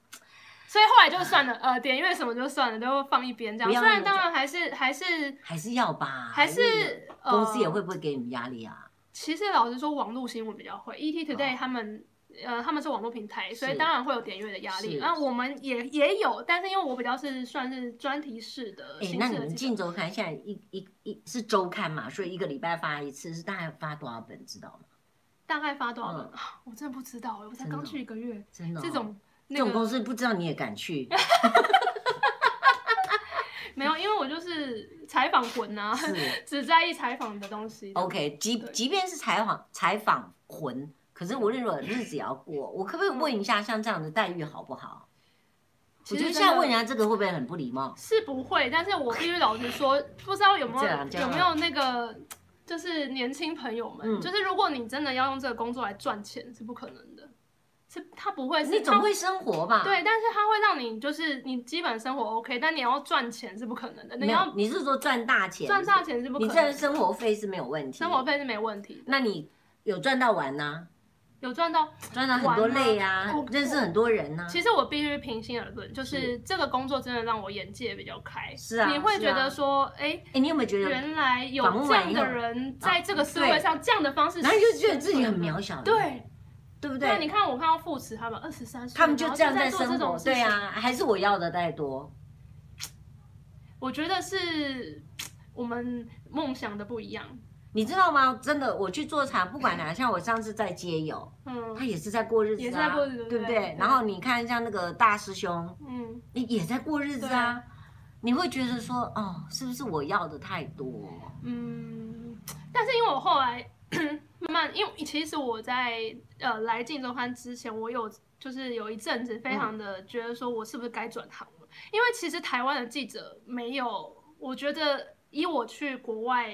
B: 所以后来就算了，呃，点阅什么就算了，都放一边这样。
A: 不要
B: 虽然
A: 那么
B: 当然还是还是
A: 还是要吧，
B: 还是呃，
A: 公司也会不会给你们压力啊？
B: 其实老实说，网络新闻比较会，ET Today 他们、呃他们是网络平台，所以
A: 哦是
B: 当然会有点阅的压力。
A: 是
B: 那我们也也有，但是因为我比较是算是专题式的
A: 哎、
B: 形
A: 那
B: 式
A: 你
B: 的
A: 们
B: 记者，
A: 晋周刊现在一一一是周刊嘛，所以一个礼拜发一次，是大概发多少本，知道吗？
B: 大概发多少本
A: 嗯？
B: 啊我真的不知道，我才
A: 真的
B: 刚
A: 哦
B: 去一个月，
A: 真的哦、
B: 这种。那
A: 这
B: 个。
A: 种公司不知道你也敢
B: <laughs>
A: 去，
B: 没有，因为我就是采访魂啊，
A: 是
B: 只在意采访的东西。
A: OK？即
B: 对
A: 即便是采访采访魂，可是无论如何日子也要过。我可不可以问一下，像这样的待遇好不好？
B: 其
A: 我
B: 实
A: 觉得
B: 真
A: 现
B: 的
A: 在问人家这个会不会很不礼貌？
B: 是不会，但是我必须老实说，不知道有没
A: 这
B: 有
A: 样这
B: 有
A: 样
B: 没有那个，就是年轻朋友们，
A: 嗯
B: 就是如果你真的要用这个工作来赚钱，是不可能的。是它不会是
A: 你
B: 它
A: 总会生活吧？，
B: 对，但是它会让你就是你基本生活 OK，但你要赚钱是不可能的，你
A: 没有
B: 要，
A: 你是说赚大钱？
B: 赚大钱是不可
A: 你
B: 能
A: 这
B: 的，
A: 生活费是没有问题。
B: 生活，费是没问题的，
A: 那你有赚到玩呐、
B: 有赚到。
A: 赚到很多累啊
B: 玩啊，
A: 认识很多人呐、
B: 其实我必须平心而论，就是这个工作真的让我眼界比较开，
A: 是啊
B: 你会
A: 是
B: 觉得
A: 啊
B: 说，哎、
A: 哎、你有没有觉得？
B: 原来有
A: 访问
B: 这
A: 完
B: 样
A: 以
B: 的
A: 后
B: 人
A: 啊
B: 在这个社会
A: 对
B: 上这样的方式，
A: 然后你就觉得自己很渺小，
B: 对，
A: 对不
B: 对，
A: 对？
B: 你看我看到父慈他们二十三岁，
A: 他们就
B: 然后
A: 这样
B: 在做这
A: 生
B: 种
A: 活，
B: 事
A: 对
B: 情，
A: 啊，还是我要的太多，
B: 我觉得是我们梦想的不一样，
A: 你知道吗？真的，我去做茶，不管哪，像我上次在街友，
B: 嗯
A: 他也是在过日子啊，
B: 也是在过日子
A: 对不
B: 对对
A: 对？然后你看像那个大师兄，
B: 嗯，
A: 你也在过日子啊，你会觉得说，哦，是不是我要的太多？
B: 嗯，但是因为我后来 <clears throat> 慢慢，因为其实我在呃来《镜周刊》之前，我有就是有一阵子非常的觉得说，我是不是该转行了？因为其实台湾的记者没有，我觉得以我去国外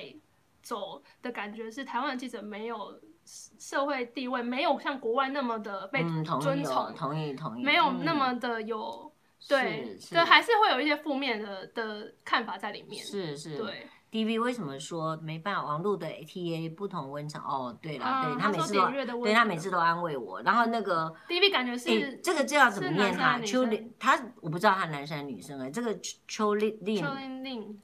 B: 走的感觉是，台湾的记者没有社社会地位，没有像国外那么的被
A: 嗯，同
B: 尊
A: 意哦
B: 崇，
A: 同意，同意，
B: 没有
A: 嗯
B: 那么的有。对
A: 是
B: 对，还是会有一些负面的的看法在里面。
A: 是是，
B: 对，
A: D V 为什么说没办法？网络的 T A 不同温层哦，对啦，
B: 啊
A: 对
B: 他
A: 每
B: 说
A: 次
B: 点阅的
A: 都，
B: 问
A: 对他
B: 题
A: 每次都安慰我。然后那个，
B: 第一笔感觉
A: 诶
B: 是
A: 这个字要怎么
B: 是男
A: 念
B: 生
A: 啊？
B: 还是
A: 秋
B: 女
A: 令，他我不知道他男生还是女生哎、这个秋令令
B: 邱玲玲，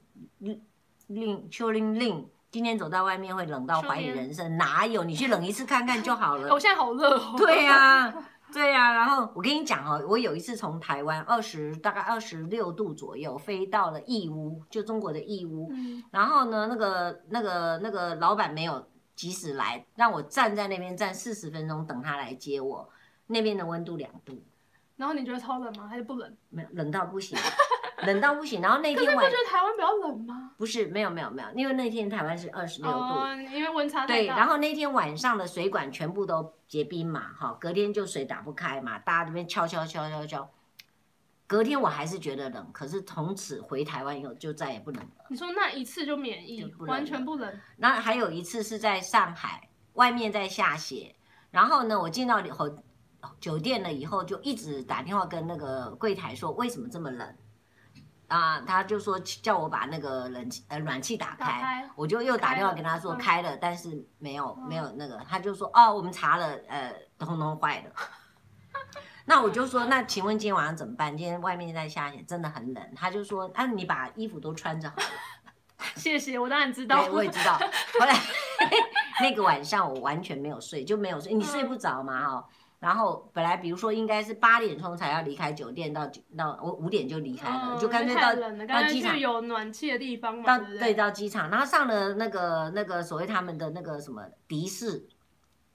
A: 令秋令令，今天走到外面会冷到
B: 秋
A: 怀疑
B: 天
A: 人生，哪有？你去冷一次看看就好了。
B: 我现在好热 <laughs> 哦。
A: 呃对呀、对呀、然后我跟你讲哦，我有一次从台湾二十大概二十六度左右飞到了义乌，就中国的义乌。
B: 嗯，
A: 然后呢，那个那个那个老板没有及时来，让我站在那边站四十分钟等他来接我。那边的温度两度，
B: 然后你觉得超冷吗？还是不冷？
A: 没有冷到不
B: <laughs>
A: 行，冷到不行。然后那
B: 可是
A: 天
B: 你不觉
A: 晚
B: 得台湾比较冷吗？
A: 不是没有没有没有，因为那天台湾是二十六度。
B: 哦，因为温差太
A: 对，
B: 大。
A: 然后那天晚上的水管全部都结冰嘛，哈，隔天就水打不开嘛，大家这边敲敲敲敲敲。隔天我还是觉得冷，可是从此回台湾以后就再也不冷了。
B: 你说那一次就免疫
A: 就不，冷
B: 完全不冷。
A: 那还有一次是在上海，外面在下雪，然后呢，我进到酒酒店了以后，就一直打电话跟那个柜台说为什么这么冷，啊，他就说叫我把那个冷气呃暖气打
B: 打
A: 开，
B: 开，
A: 我就又打电话
B: 开了
A: 跟他说
B: 嗯
A: 开了，但是没有
B: 嗯
A: 没有那个，他就说哦，我们查了，呃，通通坏了。 <laughs> 那我就说，那请问今天晚上怎么办？今天外面在下雪，真的很冷。他就说，那、你把衣服都穿着好了。
B: 谢谢，我当然知道
A: 对，。我也知道。后来那个晚上我完全没有睡，就没有睡，你睡不着嘛哦。然后本来比如说应该是八点钟才要离开酒店到九到我五点就离开了，
B: 嗯
A: 就干脆
B: 太
A: 到
B: 冷了，
A: 到
B: 干脆
A: 机场
B: 去有暖气的地方嘛，
A: 到
B: 对不
A: 对？到机场，然后上了那个那个所谓他们的那个什么的士，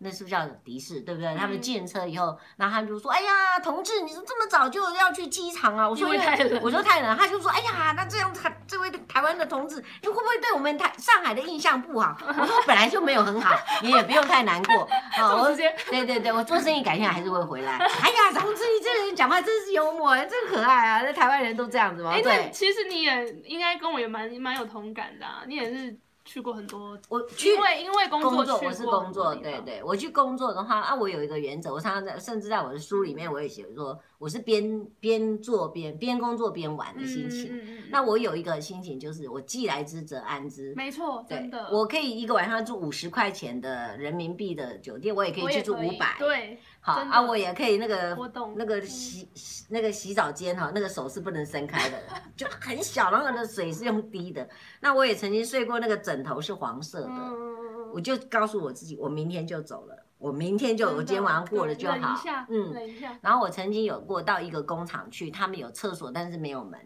A: 那是不是叫的士？对不对？他们
B: 嗯
A: 建车以后，然后他们就说：“哎呀，同志，你怎么这么早就要去机场啊？”我说：“
B: 因为太冷
A: 我说：“太冷。”他就说：“哎呀，那这样台这位台湾的同志，你会不会对我们台上海的印象不好？”我说：“本来就没有很好，你也不用太难
B: <laughs>
A: 过。”
B: 这
A: 啊，
B: 么
A: 我
B: 直接，
A: 对对对，我做生意改天还是会回来。哎呀，同志，你这人讲话真是幽默，真可爱啊！那台湾人都这样子吗？
B: 哎，
A: 对
B: 那。其实你也应该跟我也蛮蛮有同感的啊，你也是去过很多，
A: 我去
B: 因为因为工
A: 工
B: 作
A: 作
B: 去
A: 我是
B: 过
A: 工
B: 很
A: 作，
B: 多地
A: 对
B: 方，
A: 对，我去工作的话啊，我有一个原则，我常常在，甚至在我的书里
B: 嗯
A: 面我也写说，我是边边做边边工作边玩的心情。
B: 嗯嗯嗯嗯
A: 那我有一个心情就是，我既来之则安之。
B: 没错，真
A: 对
B: 的，，
A: 我可以一个晚上住五十块钱的人民币的酒店，我也可以
B: 我
A: 去
B: 也
A: 住
B: 可以
A: 五百。
B: 对，
A: 好
B: 真的
A: 啊，我也可以那个
B: 我嗯懂
A: 那个洗洗那个洗澡间哈，那个手是不能伸开的，就很小，然后呢水是用滴的。那我也曾经睡过那个枕头是黄
B: <laughs>
A: 色的，
B: 嗯，
A: 我就告诉我自己，我明天就走了，我明天就，
B: 真
A: 我
B: 的
A: 今天晚上过了
B: 对
A: 就
B: 忍一
A: 好
B: 下，，
A: 嗯。
B: 忍一下，
A: 然后我曾经有过到一个工厂去，他们有厕所，但是没有门，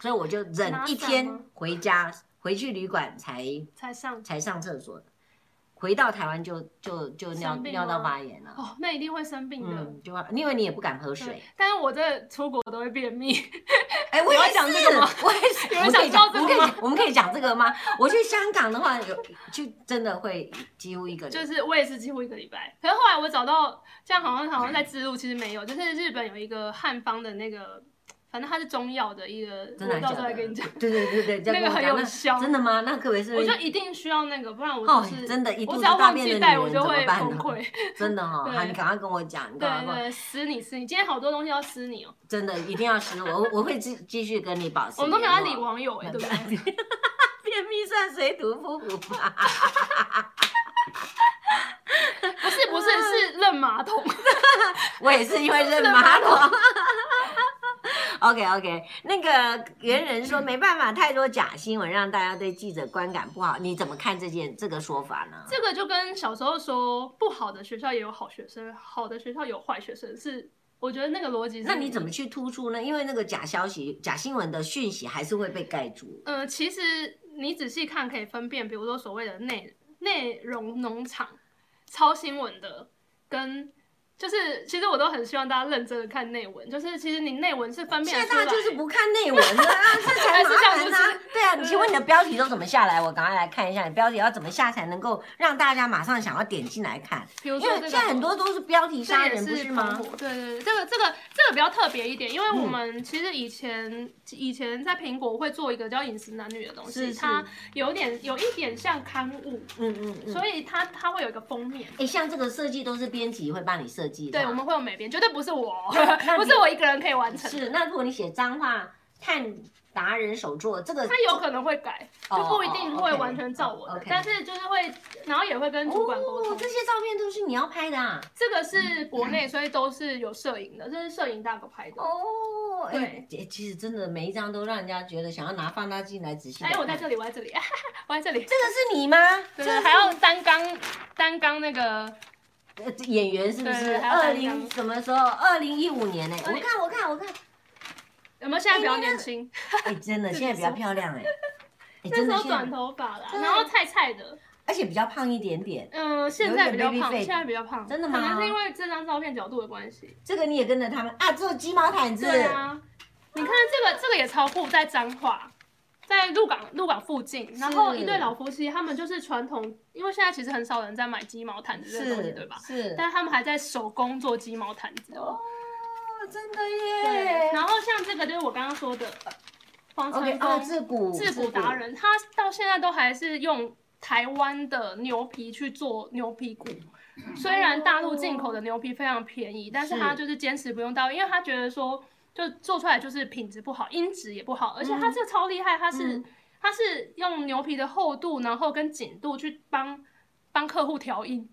A: 所以我就忍
B: 拿
A: 一
B: 伞吗
A: 天回家，回去旅馆才
B: 才上
A: 才上厕所。回到台湾就就就尿
B: 生病
A: 尿到
B: 吗
A: 发炎了，
B: 哦，那一定会生病的。
A: 嗯，就因为你也不敢喝水
B: 对，，但是我这出国都会便秘，
A: 哎，我
B: 有
A: 也
B: 人讲这个吗
A: 是我也是，
B: 有人
A: 我们可以
B: 想
A: 讲，
B: 知道
A: 我们可以讲我们
B: 这个吗
A: 可以讲这个吗？我去香港的话，有就真的会几乎一个
B: 就
A: 礼
B: 是我也是几乎一个礼拜。可是后来我找到，这样好像好像在自录，其实没有，就是日本有一个汉方的那个反正它是中药的一个，
A: 真的
B: 我
A: 还
B: 到
A: 假
B: 时候
A: 的？
B: 再跟你讲。
A: 对对对对，这样
B: <laughs>
A: 跟
B: 那个
A: 我
B: 很
A: 讲
B: 有效
A: 真的吗？那可不可以是不
B: 我
A: 是
B: 就一定需要那个，不然我
A: 哦
B: 就，是
A: 真的，一肚
B: 我只
A: 子
B: 要
A: 大
B: 忘
A: 便的
B: 记
A: 女
B: 带，我
A: 人
B: 就
A: <laughs> 怎么
B: 会
A: 办
B: 崩
A: 呢？
B: 溃。
A: 真的
B: <laughs>
A: 哦，好，
B: 对
A: 你赶快跟我讲，你
B: 对
A: 赶快跟我
B: 对，撕你撕你，今天好多东西要撕你哦。
A: 真的一定要吃，我我会继继续跟你保持
B: 我
A: 联
B: 们
A: 络。
B: 都没有在理网友
A: <laughs>
B: 哎，对不对？
A: 对？便秘算水土不服
B: <laughs>
A: 吧？
B: 不是不是是扔马桶， <laughs>
A: 我也是因为认马桶。OK OK，那 <laughs> 个猿人说没办法，太多假新闻让大家对记者观感不好，你怎么看这件这个说法呢？
B: 这个就跟小时候说不好的学校也有好学生，好的学校有坏学生，是我觉得那个逻辑是。
A: 那你怎么去突出呢？因为那个假消息、假新闻的讯息还是会被盖住。
B: 呃，其实你仔细看可以分辨，比如说所谓的内内容农场、超新闻的，跟就是其实我都很希望大家认真的看内文，就是其实你内文是分辨
A: 现
B: 得
A: 在
B: 出来
A: 大家就是不看内文了
B: <laughs>
A: 啊，这才麻
B: 还是
A: 烦
B: 这样
A: 啊
B: 是。
A: 对啊，你请
B: 嗯
A: 问你的标题都怎么下来？我赶快来看一下，你标题要怎么下才能够让大家马上想要点进来看？
B: 比如
A: 因
B: 说
A: 为
B: 这个
A: 现在很多都是标题
B: 这
A: 杀
B: 也
A: 人，不
B: 是
A: 吗嗯
B: 澎？湖对对对，这个这个这个比较特别一点，因为我们其实以前、以前在苹果会做一个叫饮食男女的东西，
A: 是是
B: 它有点有一点像刊物，
A: 嗯嗯嗯。
B: 所以它它会有一个封面。
A: 哎，像这个设计都是编辑会帮你设计的啊。
B: 对，我们会有美编，绝对不
A: <laughs>
B: 是我，
A: 那你
B: 不是我一个人可以完成。
A: 啊是。那如果你写脏话，看达人手作，这个
B: 他有可能会改，
A: 哦
B: 就不一定会完全照我
A: 哦
B: 的
A: ，OK，
B: 但是就是会，然后也会跟主管沟
A: 哦，
B: 通
A: 这。些照片都是你要拍的啊。
B: 这个是国内，所以都是有摄影的，这是摄影大哥拍的。
A: 哦，哎，诶其实真的每一张都让人家觉得想要拿放大镜来仔细地
B: 哎，我在
A: 看。
B: 这里，我在这里，我在这里。
A: 这个是你吗？这
B: 对对，
A: 个
B: 还要单纲单纲那个，
A: 呃演员是不
B: 对
A: 是？
B: 对还要
A: 二
B: 担
A: 零
B: 纲
A: 什么时候？二零一五年呢？
B: 20
A: 我看，我看，我看，
B: 有没有现在比较年轻？
A: 哎，真的
B: 自己
A: 现在比较
B: 说
A: 漂
B: <laughs>
A: 亮哎，哎，
B: 那
A: 真
B: 时
A: 的
B: 候
A: 现
B: 短
A: 在，
B: 头发啦，
A: 真的
B: 然后菜菜的，
A: 而且比较胖一点点。
B: 嗯，现在比较
A: 有点
B: 胖，
A: baby fat
B: 现在比较胖，
A: 真的吗
B: 可能是因为这张照片角度的关系。
A: 这个你也跟着他们啊？做鸡毛毯子。
B: 对啊，你看这个这个也超酷，在彰化，在鹿港鹿港附近，然后一对老夫妻，他们就是传统，因为现在其实很少人在买鸡毛毯子这个东西，
A: 是
B: 对吧？
A: 是。
B: 但他们还在手工做鸡毛毯子。
A: 哦，真的
B: 对，
A: 耶。
B: 然后像这个就是我刚刚说的呃黄
A: OK，
B: 成
A: 啊，
B: 功
A: 自古
B: 制骨达，人，他到现在都还是用台湾的牛皮去做牛皮骨。
A: 嗯
B: 虽然大陆进
A: 哦
B: 口的牛皮非常便宜，但是他就是坚持不用到，因为他觉得说，就做出来就是品质不好，音质也不好，而且他这个超厉害，他是、
A: 嗯
B: 他是用牛皮的厚度，然后跟紧度去帮帮客户调音。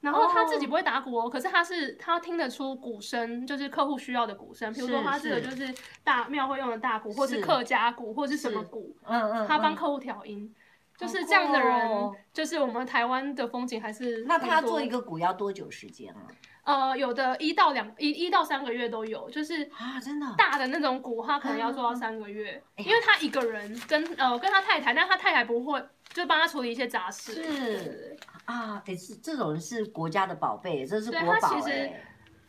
B: 然后他自己不会打鼓哦，可是他是他听得出鼓声，就是客户需要的鼓声，比如说
A: 是
B: 他这个
A: 是
B: 就是大庙会用的大鼓，或是
A: 是
B: 客家鼓，或是什么
A: 是
B: 鼓，
A: 嗯嗯，
B: 他帮
A: 嗯
B: 客户调音，就
A: 好
B: 是
A: 酷
B: 这样的
A: 哦
B: 人，就是我们台湾的风景还是
A: 那他
B: 很多
A: 做一个鼓要多久时间啊？
B: 呃，有的一到两一一到三个月都有，就是
A: 啊，真的哦，
B: 大的那种鼓，他可能要做到三个月，
A: 嗯嗯嗯
B: 因为他一个人跟呃跟他太太，但他太太不会，就帮他处理一些杂事。
A: 是
B: 对对
A: 啊，哎，是这种人是国家的宝贝，这是
B: 对
A: 国
B: 他
A: 宝
B: 其实
A: 哎。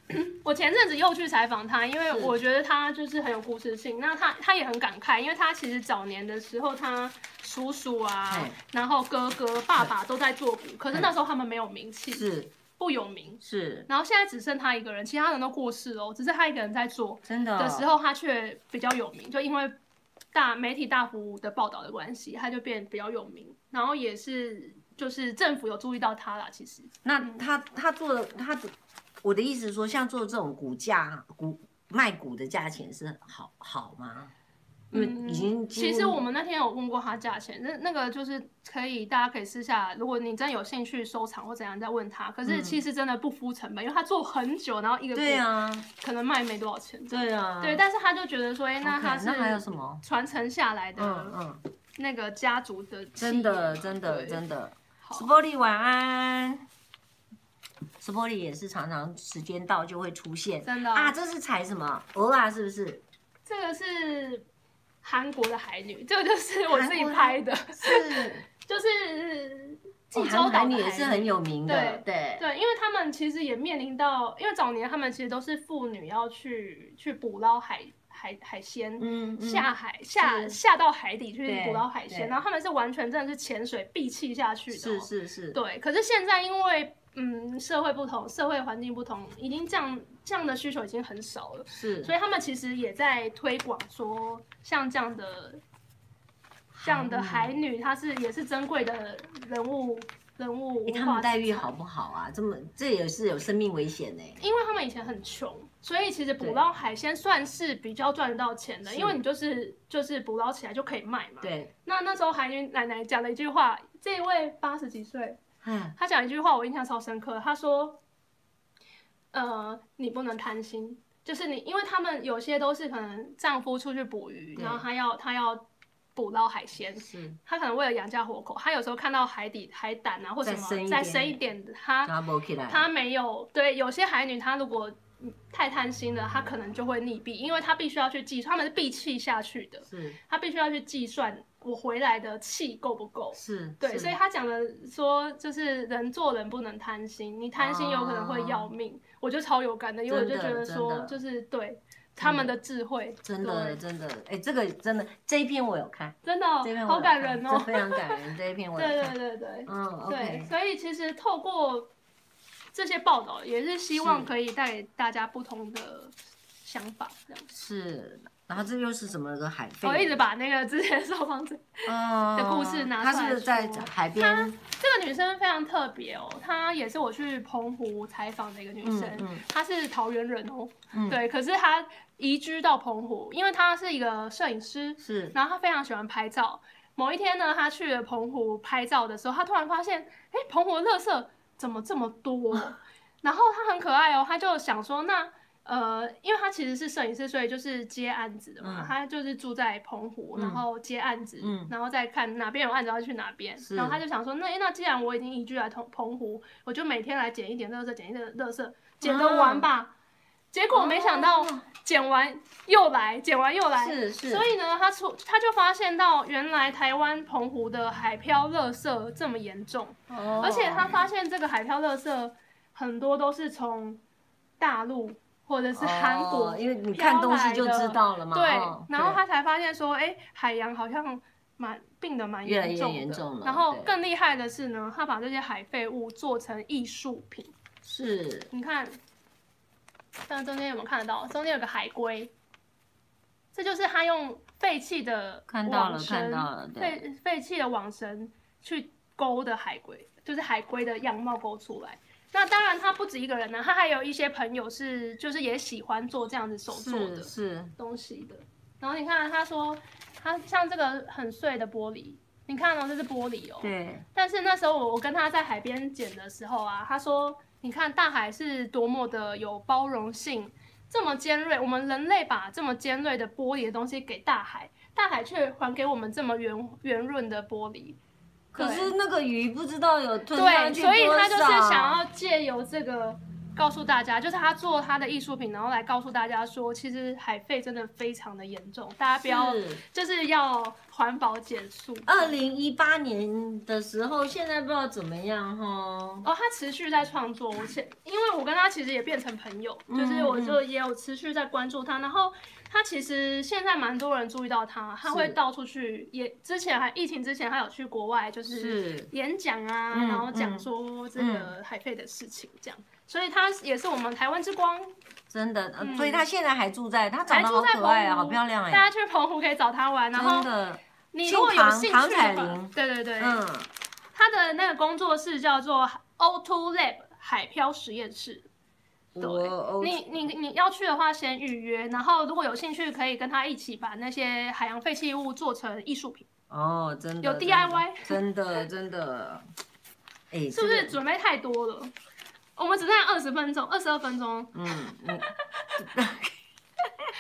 B: 对我前阵子又去采访他，因为
A: 是
B: 我觉得他就是很有故事性，那他他也很感慨，因为他其实早年的时候，他叔叔啊
A: 嗯，
B: 然后哥哥、爸爸都在做鼓，可是那时候他们没有名气，
A: 是
B: 不有名。
A: 是，
B: 然后现在只剩他一个人，其他人都过世了哦，只是他一个人在做。
A: 真的哦
B: 的时，候，他却比较有名，就因为大媒体大幅的报道的关系，他就变比较有名。然后也是就是政府有注意到他啦，其实
A: 那他他做的他，我的意思是说，像做这种骨架骨卖骨的价钱是好好吗？因为已经几乎
B: 嗯其实我们那天有问过他价钱，那那个就是可以大家可以私下，如果你真有兴趣收藏或怎样再问他。可是其实真的不敷成本，因为他做很久，然后一
A: 嗯
B: 个
A: 对
B: 锅
A: 啊
B: 可能卖没多少钱。
A: 对啊
B: 对，但是他就觉得说，哎、那
A: OK，
B: 他
A: 那还有
B: 是啊
A: 什么？
B: 传承下来
A: 嗯
B: 的
A: 嗯，
B: 那个家族的企业
A: 真
B: 嘛，
A: 的真的
B: 对
A: 真的。
B: 好
A: s p o r y 晚安。s p o r y 也是常常时间到就会出现
B: 真的哦
A: 啊，这是采什么？鹅啊，是不是？
B: 这个是韩国的海女，这个就是我自己拍的，
A: 是，
B: 就是济
A: 哦
B: 州
A: 韩
B: 岛
A: 韩
B: 的
A: 女也是很有名的，对
B: 对，因为他们其实也面临到，因为早年他们其实都是妇女要去去捕捞海海海鲜。
A: 嗯嗯
B: 下海下
A: 是
B: 下到海底去
A: 对
B: 捕捞海鲜，
A: 对
B: 然后他们是完全真的是潜水闭气下去的、
A: 是是是，
B: 对，可是现在因为嗯，社会不同，社会环境不同，已经这样这样的需求已经很少了，
A: 是
B: 所以他们其实也在推广说，像这样的这样的海女，她是也是珍贵的人物人物
A: 哎、
B: 文
A: 他
B: 化
A: 们
B: 资
A: 待遇
B: 产
A: 好不好啊？这么这也是有生命危险呢、
B: 因为他们以前很穷，所以其实捕
A: 对
B: 捞海鲜算是比较赚得到钱的，
A: 是
B: 因为你就是就是捕捞起来就可以卖嘛。。
A: 对，
B: 那那时候海女奶奶讲了一句话，这一位八十几岁，
A: 哎，
B: 她讲一句话我印象超深刻，她说：“呃，你不能贪心，就是你，因为他们有些都是可能丈夫出去捕鱼，
A: 对
B: 然后他要他要捕捞海鲜，
A: 是
B: 他可能为了养家活口，他有时候看到海底海胆啊或什
A: 再深
B: 么
A: 一
B: 再
A: 点
B: 深一点的，他
A: 抓不起来，
B: 她没有对有些海女，她如果嗯太贪心了，她可能就会溺毙，因为她必须要去计，她们是闭气下去的，
A: 是
B: 她必须要去计算我回来的气够不够。
A: 是，
B: 对，
A: 是
B: 所以她讲的说，就是人做人不能贪心，你贪心有可能会要命。我就超有感的，因为我就
A: 哦真的
B: 觉得
A: 真
B: 说，
A: 的
B: 就是对他们的智慧，
A: 真的真的，哎、这个真的这一篇我有看，
B: 对真的
A: 这篇
B: 好
A: 我有看
B: 感人哦
A: 这。非常感
B: <laughs>
A: 人，这一篇我有
B: 对
A: 看，
B: 对对对，
A: 嗯
B: 对，
A: ，OK，
B: 所以其实透过这些报道，也是希望
A: 是
B: 可以带给大家不同的想法，这样。
A: 是。然后这又是什么个海费？
B: 我一直把那个之前受访者，
A: 嗯
B: 的故事拿
A: 他
B: 出来
A: 是不是在
B: 说
A: 海边？
B: 这个女生非常特别哦，她也是我去澎湖采访的一个女生，
A: 嗯嗯
B: 她是桃园人哦，
A: 嗯
B: 对，可是她移居到澎湖，因为她是一个摄影师，
A: 是
B: 然后她非常喜欢拍照。某一天呢，她去了澎湖拍照的时候，她突然发现，哎，澎湖的垃圾怎么这么多？ <laughs> 然后她很可爱哦，她就想说，那呃，因为她其实是摄影师，所以就是接案子的嘛
A: 嗯，
B: 她、就是住在澎湖，
A: 嗯
B: 然后接案子，
A: 嗯
B: 然后再看哪边有案子要去哪边。
A: 是
B: 然后她就想说，那诶那既然我已经移居来澎澎湖，我就每天来捡一点垃圾，捡一点垃圾，捡得完吧。结果没想到
A: 啊哦
B: 捡完又来，捡完又来，
A: 是是，
B: 所以呢，他出他就发现到原来台湾澎湖的海漂垃圾这么严重，
A: 哦
B: 而且他发现这个海漂垃圾很多都是从大陆或者是韩国、
A: 哦因为你看东西就知道了嘛。
B: 对
A: 哦，
B: 然后他才发现说，哎、海洋好像蛮病得蛮
A: 越来
B: 严
A: 越
B: 重的。
A: 严重了
B: 然后
A: 对
B: 更厉害的是呢，他把这些海废物做成艺术品。
A: 是
B: 你看，但中间有没有看得到？中间有个海龟，这就是他用废弃的
A: 看到了
B: 网绳
A: 看到了，对，
B: 废呃废弃的网绳去勾的海龟，就是海龟的样貌勾出来。那当然，他不止一个人呢、他还有一些朋友是，就是也喜欢做这样子手做的
A: 是是
B: 东西的。然后你看，他说，他像这个很碎的玻璃，你看哦，这是玻璃哦，
A: 对，
B: 但是那时候我我跟他在海边捡的时候啊，他说：“你看大海是多么的有包容性，这么尖锐，我们人类把这么尖锐的玻璃的东西给大海，大海却还给我们这么圆圆润的玻璃。
A: 可是那个鱼不知道有吞
B: 对，
A: 嗯上去多
B: 所
A: 少，
B: 以他就是想要借由这个告诉大家，就是他做他的艺术品，然后来告诉大家说，其实海废真的非常的严重，大家不要
A: 是嗯
B: 就是要环保减速。
A: 二零一八年的时候，现在不知道怎么样哈。
B: 哦，他持续在创作，我现因为我跟他其实也变成朋友，就是
A: 嗯
B: 我
A: 嗯
B: 就也有持续在关注他，然后他其实现在蛮多人注意到他，他会
A: 是
B: 到处去，也之前还疫情之前还有去国外就是
A: 是
B: 演讲啊，
A: 嗯
B: 然后讲
A: 嗯
B: 说这个海费的事情这样，所以他也是我们台湾之光，
A: 真的，呃
B: 嗯
A: 所以他现在还住在，他长得
B: 还住
A: 好
B: 在
A: 可爱啊，
B: 澎湖
A: 好漂亮
B: 大
A: 哎，
B: 家去澎湖可以找他玩，然
A: 真
B: 后
A: 的，
B: 你
A: 姓
B: 如果有
A: 唐
B: 兴
A: 唐
B: 趣
A: 彩
B: 的话
A: 玲，
B: 对对对，
A: 嗯，
B: 他的那个工作室叫做 O2 Lab 海漂实验室。对
A: 我
B: 欸你你你要去的话，先预约，然后如果有兴趣，可以跟他一起把那些海洋废弃物做成艺术品，
A: 哦，真的
B: 有 DIY
A: 真的真的，哎，
B: 是不是
A: 这个
B: 准备太多了？我们只剩下二十分钟，二十二分钟。
A: 嗯，你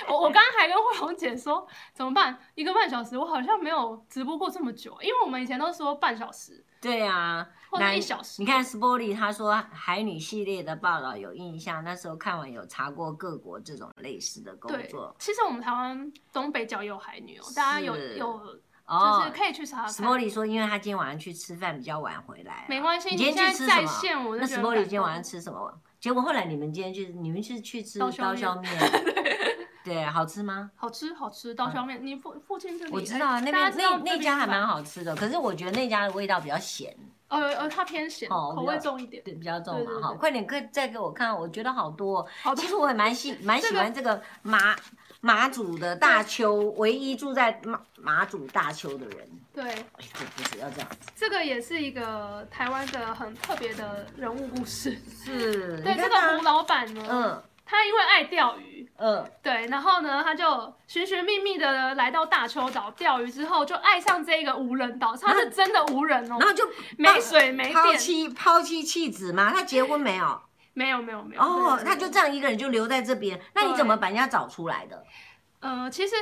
B: 我我刚刚还跟慧红姐说，怎么办？一个半小时，我好像没有直播过这么久，因为我们以前都说半小时
A: 对啊，
B: 或者
A: 男
B: 一小时。
A: 你看 Sporty 他说海女系列的报道有印象，那时候看完有查过各国这种类似的工
B: 对
A: 作，
B: 其实我们台湾东北角也有海女哦，大家有
A: 是
B: 有就是
A: 哦。
B: 可以去查查看，
A: Sporty 说，因为他今天晚上去吃饭比较晚回来啊、
B: 没关系。
A: 你
B: 你
A: 今
B: 现
A: 天去
B: 在
A: 吃什
B: 在
A: 么？
B: 线，我就
A: 那
B: 觉得很
A: Sporty
B: 感
A: 今天晚上
B: 动
A: 吃什么？结果后来你们今天去，你们是去吃
B: 刀削
A: 刀削面，
B: <laughs>
A: 对，好吃吗？
B: 好吃好吃，刀削面，你附附近这
A: 嗯
B: 里哎
A: 我知道啊，那
B: 大
A: 边
B: 家知道
A: 那
B: 这
A: 那
B: 里
A: 家还
B: 是吧
A: 蛮好吃的，可是我觉得那家的味道比较咸，
B: 哦呃，它偏咸，
A: 哦
B: 口味重一点。
A: 对，比较重
B: 对
A: 嘛
B: 对
A: 哈。
B: 对
A: 快点，快再给我看，我觉得好多哦。
B: 好
A: <laughs>
B: 的
A: 其实我也蛮喜蛮
B: 这
A: 喜
B: 个
A: 欢这个马马祖的大邱，唯一住在马马祖大邱的人，
B: 对，
A: 哎这不是要这样子，
B: 这个也是一个台湾的很特别的人物故事。
A: 是，
B: 对，
A: 你
B: 这
A: 看
B: 个
A: 他
B: 胡老板呢，
A: 啊嗯
B: 他因为爱钓鱼，
A: 嗯，
B: 对，然后呢，他就寻寻觅觅的来到大邱岛钓鱼之后，就爱上这个无人岛，
A: 啊
B: 它是真的无人哦
A: 然，后就
B: 没水没
A: 抛
B: 电，
A: 弃抛弃妻子嘛，他结婚没有？
B: 没有没有没有。
A: 哦，
B: 对
A: 他就这样一个人就留在这边，那你
B: 对
A: 怎么把人家找出来的？
B: 呃，其实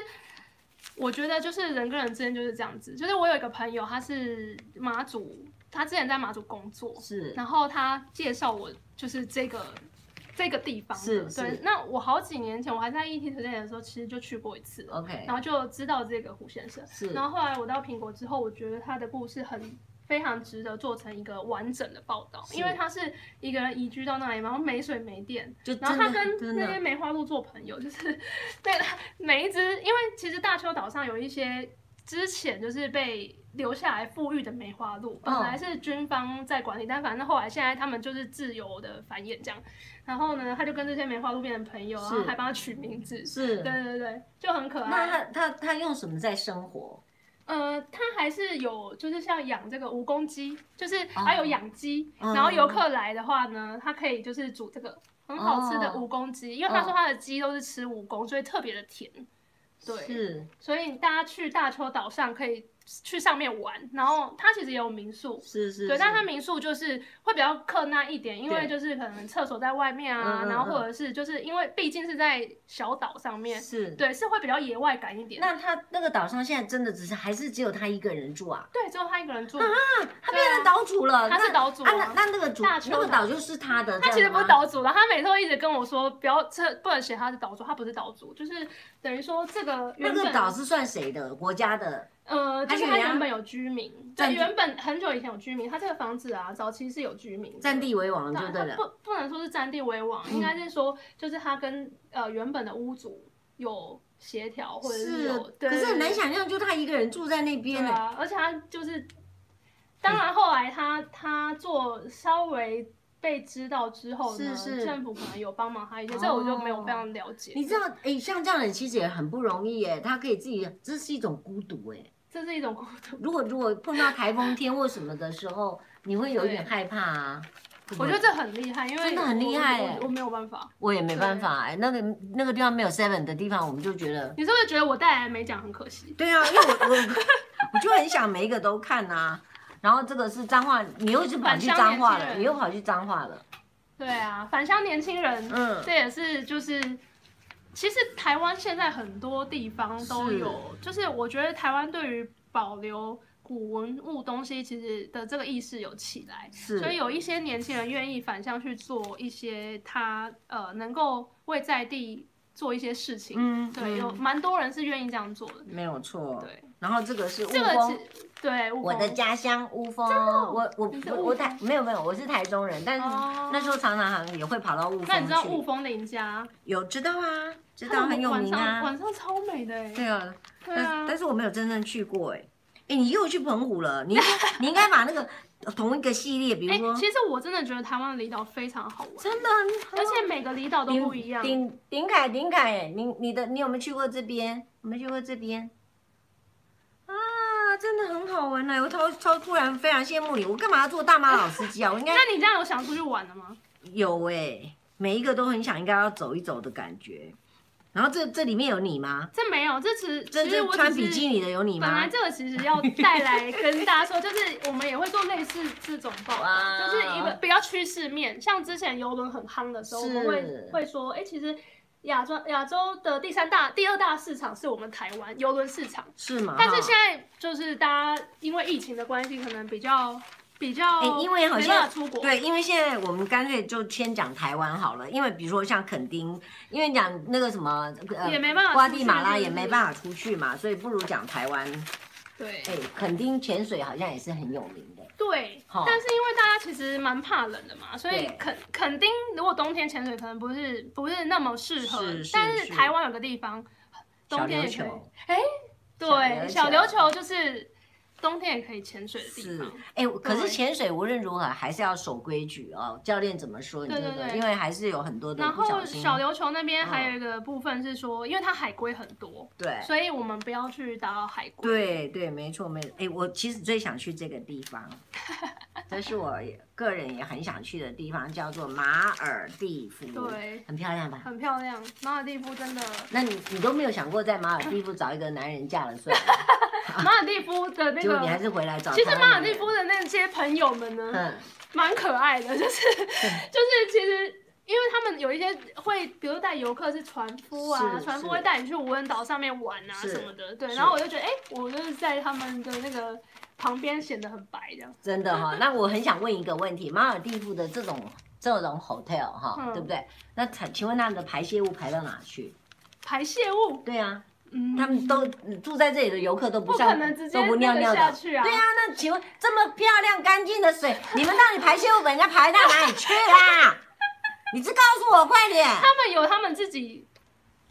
B: 我觉得就是人跟人之间就是这样子，就是我有一个朋友，他是马祖，他之前在马祖工作，
A: 是
B: 然后他介绍我就是这个这个地方的，
A: 是
B: 对
A: 是。
B: 那我好几年前我还在 ET 推荐的时候，其实就去过一次了，
A: ，OK，
B: 然后就知道这个胡先生。
A: 是
B: 然后后来我到苹果之后，我觉得他的故事很非常值得做成一个完整的报道，
A: 是
B: 因为他是一个人移居到那里，然后没水没电，
A: 就
B: 然
A: 真
B: 后他
A: 的
B: 跟
A: 真
B: 那些
A: 的
B: 梅花鹿做朋友，就是 <laughs> 对他每一只，因为其实大邱岛上有一些之前就是被留下来富裕的梅花鹿，本
A: 嗯
B: 来是军方在管理，但反正后来现在他们就是自由的繁衍这样。然后呢，他就跟这些梅花鹿变成朋友，然后
A: 是
B: 还帮他取名字，对
A: 是。
B: 对对对，就很可
A: 那
B: 爱。
A: 他他他用什么在生活？
B: 呃，他还是有，就是像养这个蜈蚣鸡，就是
A: 哦
B: 还有养鸡，
A: 嗯
B: 然后游客来的话呢，他可以就是煮这个很好吃的
A: 哦
B: 蜈蚣鸡，因为他说他的鸡都是吃蜈蚣，所以特别的甜。对，
A: 是
B: 所以大家去大邱岛上可以去上面玩，然后它其实也有民宿。
A: 是是，
B: 对，但
A: 是
B: 它民宿就是会比较克那一点，因
A: 对
B: 为就是可能厕所在外面啊，
A: 嗯嗯
B: 然后
A: 嗯
B: 或者是就是因为毕竟是在小岛上面，
A: 是。
B: 对，是会比较野外感一点。
A: 那他那个岛上现在真的只是还是只有他一个人住啊？
B: 对，只有他一个人住。
A: 他变成岛主了，
B: 啊他是
A: 那
B: 岛主啊
A: 啊那那那个主
B: 大邱
A: 那个
B: 岛
A: 岛就是他的，
B: 他
A: 这
B: 其实
A: 样
B: 不是
A: 吗，
B: 岛主了，他每次都一直跟我说不要这不能写他是岛主，他不是岛主，就是等于说这个
A: 那
B: 原
A: 个
B: 本
A: 岛是算谁的？国家的
B: 呃，就
A: 还
B: 是
A: 是
B: 他
A: 人家
B: 原本有居民，
A: 占
B: 对，
A: 地
B: 原本很久以前有居民，他这个房子啊，早期是有居民的
A: 占。地为王就
B: 但
A: 对
B: 啊他
A: 了，
B: 不不能说是占地为王，应该是说就是他跟呃原本的屋主有协调，或者有对，
A: 可是很难
B: 对
A: 想象，就他一个人住在那边欸
B: 对
A: 呢。
B: 啊，而且他就是，当然后来他他做稍微被知道之后呢，
A: 是是
B: 政府可能有帮忙他一些，
A: 哦
B: 这我就没有非常了解。
A: 你知道，哎，像这样的人其实也很不容易耶，他可以自己，这是一种孤独哎。
B: 这是一种孤独，
A: 如果如果碰到台风天或什么的时候，你会有一点
B: 对
A: 害怕啊。对不
B: 我
A: 对
B: 觉得这很厉害，因为
A: 真的很厉害
B: 我
A: 哎
B: 我我没有办法。
A: 我也没办法哎，那个那个地方没有 seven 的地方，我们就觉得
B: 你是不是觉得我带来没讲很可惜？
A: 对啊，因为我我我就很想每一个都看呐、然后这个是脏话，你又是跑去脏话
B: 返乡年轻
A: 了，
B: 人
A: 你又跑去脏话了。
B: 对啊，返乡年轻人，
A: 嗯
B: 这也是就是，其实台湾现在很多地方都
A: 是
B: 有，就是我觉得台湾对于保留古文物东西，其实的这个意识有起来。
A: 是
B: 所以有一些年轻人愿意返乡去做一些他呃能够为在地做一些事情，
A: 嗯
B: 对，有
A: 嗯
B: 蛮多人是愿意这样做的。
A: 没有错。
B: 对，
A: 然后这个是雾
B: 这个
A: 峰，
B: 其对，
A: 我的家乡乌峰，我我
B: 你是
A: 我
B: 雾
A: 我
B: 峰
A: 台没有没有，我是台中人，但是
B: 哦
A: 那时候常常好像也会跑到雾峰去。
B: 那你知道雾峰林家，
A: 有知道啊，知
B: 他
A: 道
B: 们
A: 很有
B: 晚
A: 名
B: 上
A: 啊。
B: 晚上超美的哎，
A: 对啊，
B: 对啊
A: 但，但是我没有真正去过哎、哎，你又去澎湖了，你应该你应该把那个同一个系列，比如
B: <laughs> 哎、
A: 说
B: 其实我真的觉得台湾的离岛非常好玩，
A: 真的，
B: 而且每个离岛都
A: 顶
B: 不一样。
A: 顶顶凯，顶凯，你你的你有没有去过这边？有没有去过这边？啊，真的很好玩呢、我超超突然非常羡慕你，我干嘛要做大妈老司机啊？我应该
B: <laughs> 那你这样有想出去玩的吗？
A: 有哎、每一个都很想应该要走一走的感觉。然后这这里面有你吗？
B: 这没有，这其实
A: 真
B: 其实
A: 正
B: 我
A: 穿
B: 只
A: 比基
B: 是
A: 尼的有你
B: 本来
A: 吗？
B: 这个其实要带来跟大家说，就是我们也会做类似这种报
A: <laughs>
B: 道，
A: 哇
B: 啊就是一个比较趋势面。像之前游轮很夯的时候，我们会
A: 嗯是
B: 会说，哎、其实亚洲亚洲的第三大、第二大市场是我们台湾游轮市场，
A: 是吗？
B: 但是
A: 啊哈
B: 现在就是大家因为疫情的关系，可能比较比较
A: 哎因为好
B: 没
A: 像
B: 办法出国，
A: 对，因为现在我们干脆就先讲台湾好了，因为比如说像垦丁，因为讲那个什么呃
B: 也没办法
A: 瓜
B: 出
A: 地
B: 去
A: 马拉
B: 对
A: 也
B: 对
A: 没
B: 对
A: 办法出去嘛，所以不如讲台湾。
B: 对
A: 哎、垦丁潜水好像也是很有名的，
B: 对，
A: 好
B: 但是因为大家其实蛮怕冷的嘛，所以
A: 对
B: 肯肯定如果冬天潜水可能不是不是那么适合，
A: 是是
B: 但是
A: 是
B: 台湾有个地方冬
A: 小
B: 天
A: 琉
B: 也可以
A: 球，
B: 对，小
A: 小琉球
B: 琉球就是冬天也可以潜水的地
A: 是
B: 方。，
A: 哎、可是
B: 对
A: 潜水无论如何还是要守规矩哦。教练怎么说你这
B: 对
A: 个？
B: 对对
A: 因为还是有很多的
B: 然
A: 不
B: 后
A: 小心。
B: 小琉球那边
A: 嗯
B: 还有一个部分是说，因为它海龟很多，
A: 对
B: 所以我们不要去打扰海龟。
A: 对对，没错没错。哎、我其实最想去这个地
B: <laughs>
A: 方，这是我也个人也很想去的地方，叫做马尔蒂夫，
B: 对，
A: 很漂亮吧？
B: 很漂亮，马尔蒂夫真的，
A: 那你你都没有想过在马尔蒂夫找一个男人嫁了算了，
B: <laughs> 马尔蒂夫的
A: <laughs>
B: 那
A: 结果你还
B: 个。
A: 是回来找。
B: 其实马尔蒂夫，的那些朋友们呢，
A: 嗯，
B: 蛮可爱的， <laughs> 就是就是其实，因为他们有一些会，比如带游客是船夫啊，
A: 是
B: 船夫
A: 是
B: 会带你去无人岛上面玩啊
A: 是
B: 什么的，对。
A: 是
B: 然后我就觉得，哎，我就是在他们的那个旁边显得很白这样。
A: 真的哈、那我很想问一个问题，马尔蒂夫的这种这种 hotel 哈、
B: 嗯
A: 对不对？那请请问他们的排泄物排到哪去？
B: 排泄物，
A: 对啊，
B: 嗯，
A: 他们都嗯住在这里的游客都不
B: 不
A: 上，
B: 可能直接
A: 都不尿
B: 那个
A: 尿
B: 下
A: 的。
B: 去啊。
A: 对啊，那请问这么漂亮干净的水，你们到底排泄物把人家排到哪里去
B: <laughs>
A: 啦？你这告诉我快点，
B: 他们有他们自己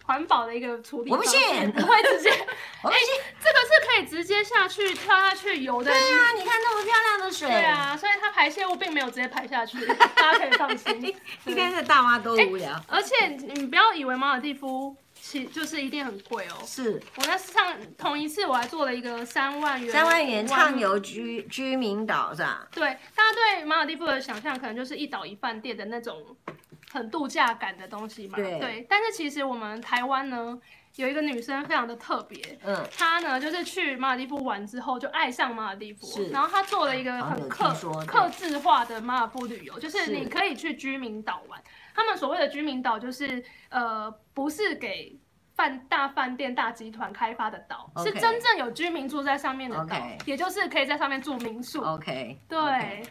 B: 环保的一个处理
A: 我
B: 方
A: 不
B: 式，
A: 信
B: 不会直接， <laughs>
A: 我们去。
B: 这个是可以直接下去跳下去游的。
A: 对啊，你看这么漂亮的水，
B: 对啊，所以它排泄物并没有直接排下去，大家可以放
A: <laughs>
B: 心。
A: 你看这大妈多无聊。
B: 而且你不要以为马尔蒂夫其就是一定很贵哦。
A: 是
B: 我在上同一次我还做了一个三万元
A: 三万元
B: 五万
A: 畅游居居民岛是吧？
B: 对，大家对马尔代夫的想象可能就是一岛一饭店的那种很度假感的东西嘛。
A: 对
B: 但是其实我们台湾呢，有一个女生非常的特别，
A: 嗯，
B: 她呢就是去马尔代夫玩之后就爱上马尔代夫
A: 是，
B: 然后她做了一个
A: 好像有
B: 很
A: 听
B: 克
A: 说对
B: 克制化的马尔代夫旅游，就是
A: 是
B: 你可以去居民岛玩。他们所谓的居民岛就是呃，不是给。饭大饭店、大集团开发的岛
A: OK
B: 是真正有居民住在上面的岛
A: OK 哦
B: 也就是可以在上面住民宿。
A: 嗯 OK，
B: 对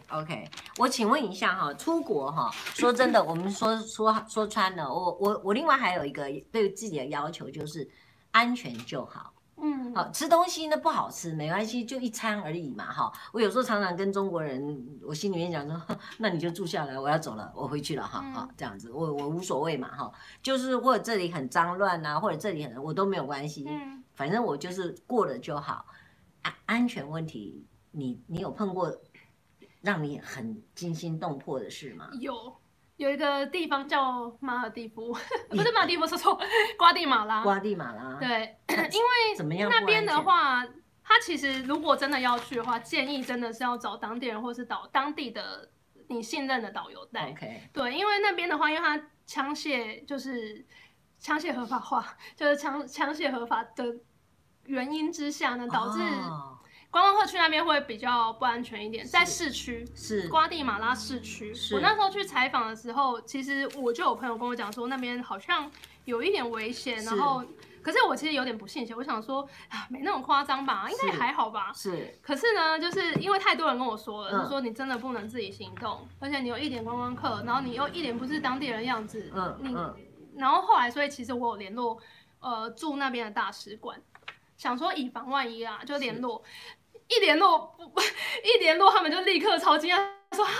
A: o k 我请问一下哈，出国哈，说真的，我们说说说穿了，我我我另外还有一个对自己的要求就是安全就好。
B: 嗯，
A: 好吃东西呢不好吃没关系，就一餐而已嘛哈。我有时候常常跟中国人，我心里面讲说， <laughs> 哼那你就住下来，我要走了，我回去了哈
B: 嗯
A: 哈，这样子我我无所谓嘛哈，就是或者这里很脏乱啊，或者这里很我都没有关系，
B: 嗯，
A: 反正我就是过了就好。安、安全问题，你你有碰过让你很惊心动魄的事吗？
B: 有有一个地方叫马尔蒂夫， <laughs> 不是马尔蒂夫，说错，瓜地马拉。
A: 瓜地马拉，
B: 啊对，
A: 怎么样不安全？
B: 那边的话，它其实如果真的要去的话，建议真的是要找当地人或是导当地的你信任的导游带。
A: ，OK，
B: 对，因为那边的话，因为它枪械就是枪械合法化，就是枪枪械合法的原因之下呢，导致
A: 哦
B: 观光客去那边会比较不安全一点，在市区。
A: 是
B: 瓜地马拉市区。
A: 是
B: 我那时候去采访的时候，其实我就有朋友跟我讲说，那边好像有一点危险，
A: 是
B: 然后，可是我其实有点不信邪，我想说啊，没那么夸张吧，应该也
A: 是
B: 还好吧。
A: 是
B: 可是呢，就是因为太多人跟我说了，
A: 嗯
B: 就说你真的不能自己行动，而且你又一脸观光客，然后你又一脸不是当地人的样子，
A: 嗯
B: 你
A: 嗯
B: 然后后来，所以其实我有联络呃驻那边的大使馆，想说以防万一啊，就联络。一联络不 <laughs> 不一联络，他们就立刻超惊讶，说哈，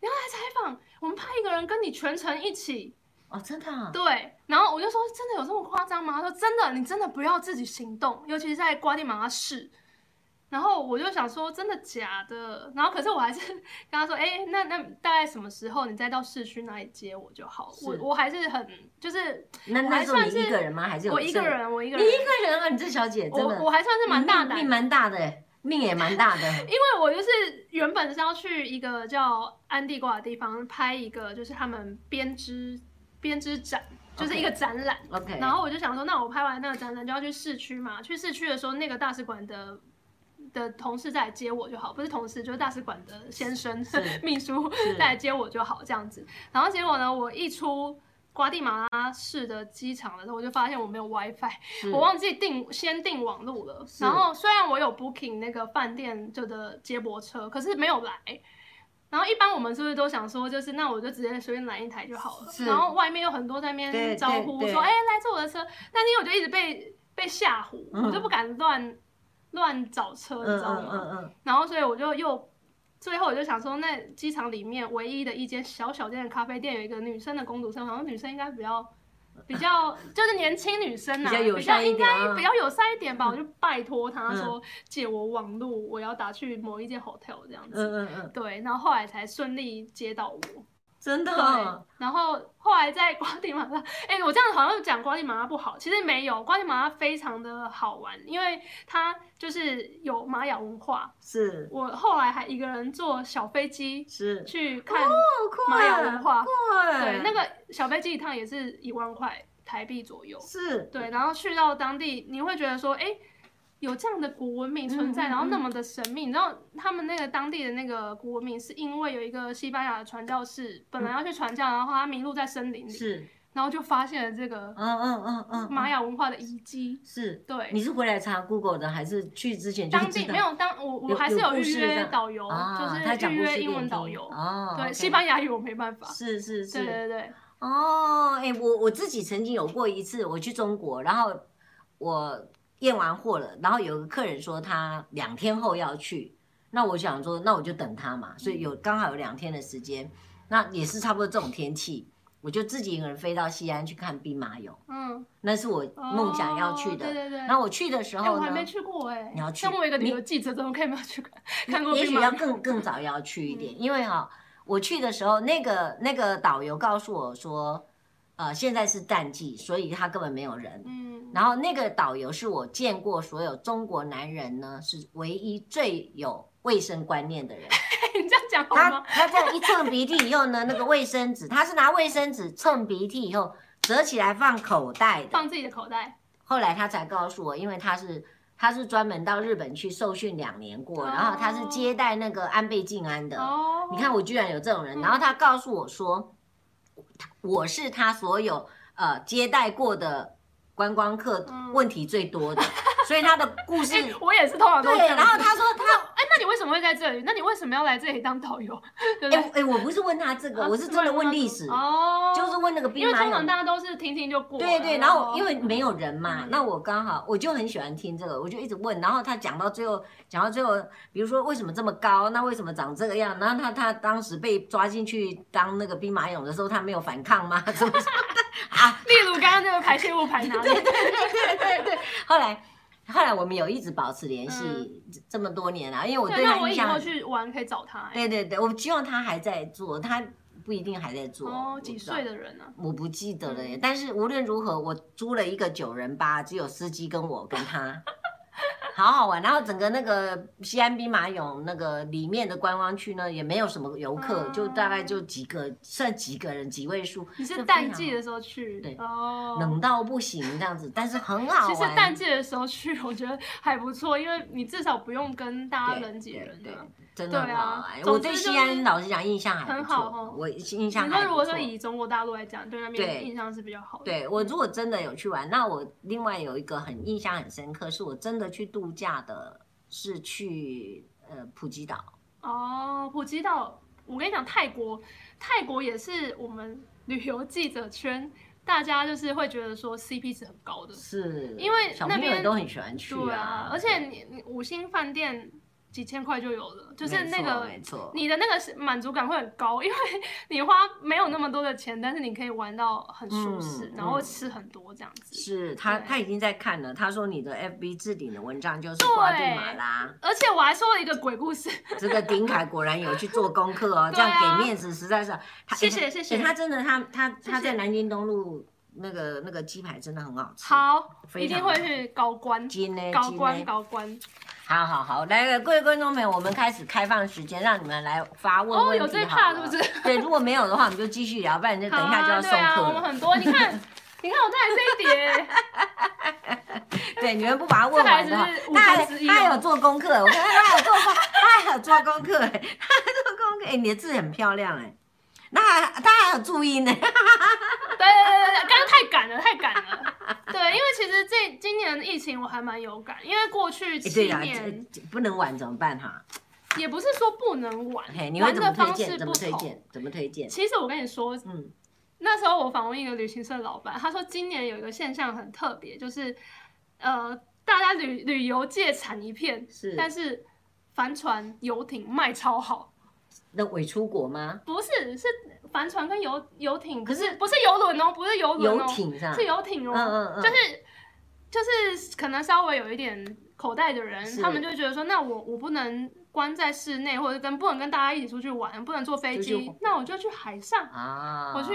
B: 你要来采访，我们派一个人跟你全程一起。
A: 哦，真的啊、
B: 对，然后我就说真的有这么夸张吗？他说真的，你真的不要自己行动，尤其是在瓜地马拉市。然后我就想说真的假的，然后可是我还是 <laughs> 跟他说，哎、那那大概什么时候你再到市区那里接我就好。我
A: 是
B: 我还是很就是
A: 那
B: 我
A: 那
B: 还
A: 时候你
B: 算
A: 一
B: 是
A: 个人吗？还是有
B: 我一个
A: 是
B: 人，我一个
A: 你
B: 人，
A: 一个人啊？你这小姐真
B: 我
A: 的
B: 我还算是蛮大胆
A: 命
B: 的，
A: 蛮大的欸，命也蛮大的。
B: <laughs> 因为我就是原本是要去一个叫安地瓜的地方拍一个，就是他们编织编织展，就是一个展览。
A: OK，
B: 然后我就想说，那我拍完那个展览就要去市区嘛，去市区的时候，那个大使馆的。的同事再来接我就好，不是同事就是大使馆的先生
A: 是
B: <laughs> 秘书
A: 是
B: 再来接我就好这样子。然后结果呢，我一出瓜地马拉市的机场的时候，我就发现我没有 WiFi，
A: 是
B: 我忘记订先订网路了，然后虽然我有 booking 那个饭店就的接驳车，可是没有来。然后一般我们是不是都想说，就是那我就直接随便拦一台就好了
A: 是。
B: 然后外面有很多在那
A: 对
B: 边招呼
A: 对对
B: 说：“哎、来坐我的车。”但因为我就一直被被吓唬，
A: 嗯
B: 我就不敢乱乱找车，你
A: 嗯
B: 知道
A: 嗯
B: 吗？
A: 嗯嗯，
B: 然后所以我就又最后我就想说，那机场里面唯一的一间小小间的咖啡店有一个女生的工读生，好像女生应该比较比较就是年轻女生呐、
A: 比较友
B: 比较
A: 善一
B: 应
A: 点啊
B: 该比较友善一点吧，我就拜托她
A: 嗯
B: 说借我网路，我要打去某一间 hotel 这样子。
A: 嗯嗯嗯，
B: 对，然后后来才顺利接到我。
A: 真的
B: 对
A: 哦，，
B: 然后后来在瓜地马拉，哎、我这样好像讲瓜地马拉不好，其实没有，瓜地马拉非常的好玩，因为它就是有玛雅文化。
A: 是
B: 我后来还一个人坐小飞机
A: 是，
B: 去看
A: 好酷
B: 玛雅文
A: 啊，
B: 化，
A: 酷
B: 对，那
A: 个
B: 个小飞机一趟也是一万块台币左右，
A: 是，
B: 对，然后去到当地，你会觉得说，哎、有这样的古文明存
A: 嗯
B: 在，
A: 嗯
B: 然后那
A: 嗯
B: 么的神秘。你知道他们那个当地的那个古文明，是因为有一个西班牙的传教士本来要去传教，然后他迷路在森林里，
A: 是，
B: 然后就发现了这个
A: 嗯嗯嗯嗯，
B: 玛
A: 呀，
B: 雅文化的遗迹。
A: 是，
B: 对，
A: 你是回来查 Google 的，还是去之前就
B: 当
A: 知
B: 地
A: 道
B: 没有当我我
A: 有
B: 还
A: 有
B: 是有
A: 故
B: 预
A: 事
B: 约
A: 的
B: 导游，
A: 啊？他
B: 就是
A: 讲
B: 预
A: 故事
B: 约
A: 给
B: 英
A: 你
B: 文导
A: 听
B: 游。
A: 哦，
B: 对，
A: OK
B: 西班牙语我没办法。
A: 是是是，
B: 对对对，
A: 哦，哎、我我自己曾经有过一次，我去中国，然后我验完货了，然后有个客人说他两天后要去，那我想说，那我就等他嘛，所以
B: 嗯
A: 有刚好有两天的时间，那也是差不多这种天气，我就自己一个人飞到西安去看兵马俑，
B: 嗯，
A: 那是我梦想要去
B: 哦
A: 的。
B: 对对对。
A: 然后我去的时
B: 哎，我
A: 候
B: 还
A: 呢，
B: 没去过哎、
A: 你要去
B: 身为一个旅
A: 你
B: 游记者，怎么可以没有去看 <laughs> 看过嗯
A: 也
B: 兵
A: 许
B: 马
A: 要
B: 俑
A: 更更早要去一点，因为哈、我去的时候，那个那个导游告诉我说，呃，现在是淡季，所以他根本没有人。
B: 嗯， <laughs>
A: 然后那个导游是我见过所有中国男人呢，是唯一最有卫生观念的
B: <laughs>
A: 人。
B: 你这样讲好
A: 他
B: 哦吗？
A: 他这样一蹭鼻涕以后呢，那个卫生纸，他是拿卫生纸蹭鼻涕以后折起来放口袋的。
B: 放自己的口袋，
A: 后来他才告诉我，因为他是他是专门到日本去受训两年过，
B: 哦
A: 然后他是接待那个安倍晋安的。
B: 哦，
A: 嗯你看我居然有这种人，
B: 嗯
A: 然后他告诉我说，他我是他所有呃接待过的观光客
B: 嗯
A: 问题最多的，所以他的故事
B: 哎、我也是通常都
A: 对。
B: 这样
A: 然后
B: 子
A: 他说他，
B: 哎、那你为什么会在这里？那你为什么要来这里当导游？ <laughs> 对不
A: 哎
B: 对？
A: 哎、我不是问他这个，
B: 啊
A: 我是
B: 不
A: 真的
B: 然
A: 问
B: 他
A: 历
B: 怎 <laughs>
A: 史
B: 么，哦，
A: 就是问那个兵
B: 因为
A: 马
B: 通常
A: 俑。
B: 大家都是听听就过了，哦
A: 对对，然后因为没有人嘛
B: 嗯，
A: 那我刚好我就很喜欢听这个，我就一直问，然后他讲到最后，讲到最后，比如说为什么这么高，那为什么长这个样？然后他他当时被抓进去当那个兵马俑的时候，他没有反抗吗？ <laughs> 怎么说的啊？
B: <laughs> 例如刚刚那个排泄物排哪里？
A: 对对对，后来后来我们有一直保持联系这么多年啊啦，因为我对
B: 嗯那
A: 他
B: 我
A: 印
B: 以
A: 象
B: 后
A: 很，
B: 去玩可以找他、哎
A: 对对对，我希望他还在做，他不一定还在做。
B: 哦，几
A: 我不知道
B: 岁？的人呢、
A: 我不记得
B: 嗯
A: 了耶，但是无论如何，我租了一个九人吧，只有司机跟我跟他，好好玩。然后整个那个西安兵马俑那个里面的观光区呢，也没有什么游客，
B: 嗯
A: 就大概就几个，剩几个人几位数，
B: 你
A: 就是非
B: 淡
A: 常
B: 季的时候去，
A: 对
B: 哦，
A: 冷到不行这样子，但是很好
B: 其
A: 玩。
B: 实淡季的时候去，我觉得还不错，因为你至少不用跟大家
A: 对
B: 人挤
A: 对
B: 人
A: 对
B: 的。
A: 真的
B: 对
A: 很
B: 啊
A: 好玩。
B: 总
A: 我
B: 之
A: 对
B: 就
A: 西
B: 是
A: 安老实讲印象还
B: 很
A: 不
B: 好
A: 错
B: 哦，
A: 我印象
B: 你说
A: 还
B: 如
A: 不
B: 果
A: 错
B: 说。以中国大陆来讲，对那
A: 对
B: 边印象是比较好的。，
A: 对我如果真的有去玩，那我另外有一个很印象很深刻，是我真的去度假的，是去呃普吉岛。
B: 哦，普吉岛，我跟你讲，泰国，泰国也是我们旅游记者圈大家就是会觉得说 CP 值很高的。
A: 是，
B: 因为
A: 小
B: 那
A: 朋友也
B: 边
A: 都很喜欢去
B: 对
A: 啊
B: 啊，，而且你你五星饭店几千块就有了，就是
A: 没
B: 那
A: 错
B: 个
A: 没错，
B: 你的那个是满足感会很高，因为 <laughs> 你花没有那么多的钱，但是你可以玩到很舒适，
A: 嗯
B: 然后
A: 嗯
B: 吃很多这样子。
A: 是他
B: 对
A: 他已经在看了，他说你的 FB 置顶的文章就是瓜地马拉，
B: 而且我还说了一个鬼故事，
A: 这个丁凯果然有去做功课
B: <laughs>
A: 哦，这
B: 对
A: 样
B: 啊
A: 给面子实在是，他
B: 谢谢
A: 欸
B: 谢谢。
A: 他真的，他他他
B: 谢
A: 在南京东路那个那个鸡排真的很好吃，
B: 好，
A: 非
B: 一
A: 常
B: 定会去高官，
A: 金呢
B: 高
A: 金
B: 官
A: 呢，
B: 高官。
A: 好好好，来各位观众朋友，我们开始开放时间，让你们来发问
B: 哦，
A: 问题
B: 有这一
A: 好
B: 怕是
A: 了
B: 不？是？
A: 对，如果没有的话，我们就继续聊，不然就
B: 好
A: 等一下就要
B: 啊，
A: 送
B: 对啊，
A: 客
B: 我们
A: 了。
B: 很多，你看， <laughs> 你看我带来这一叠，
A: 对，你们不把它问完的话
B: 这还只是，五
A: 他还
B: 分之一
A: 他还
B: 哦
A: 有做功课，我看他还有做功，他还有做功课，哎，他还做功课，哎，你的字很漂亮，哎，那还他还有注音
B: <laughs>
A: 呢，
B: 对对对对，对刚刚太赶了，太赶了。对，因为其实这今年的疫情我还蛮有感，因为过去
A: 哎
B: 七
A: 对啊，
B: 年
A: 这这不能玩怎么办哈？
B: 也不是说不能玩
A: 嘿，，你会
B: 玩
A: 怎么
B: 的
A: 推
B: 方式
A: 荐？怎
B: 不
A: 么推
B: 同。
A: 荐？怎么推荐？
B: 其实我跟你说，
A: 嗯，
B: 那时候我访问一个旅行社老板，他说今年有一个现象很特别，就是呃，大家旅旅游界产一片，
A: 是，
B: 但是帆船、游艇卖超好。
A: 那伪出国吗？
B: 不是，是帆船跟游游艇，可是不是游轮哦，不是游轮
A: 游
B: 哦，
A: 艇上，
B: 是游艇哦，
A: 嗯嗯嗯，
B: 就是就是可能稍微有一点口袋的人，
A: 是
B: 他们就会觉得说，那我我不能关在室内，或者跟不能跟大家一起出去玩，不能坐飞
A: 就
B: 机
A: 去，
B: 那我就去海上
A: 啊，
B: 我去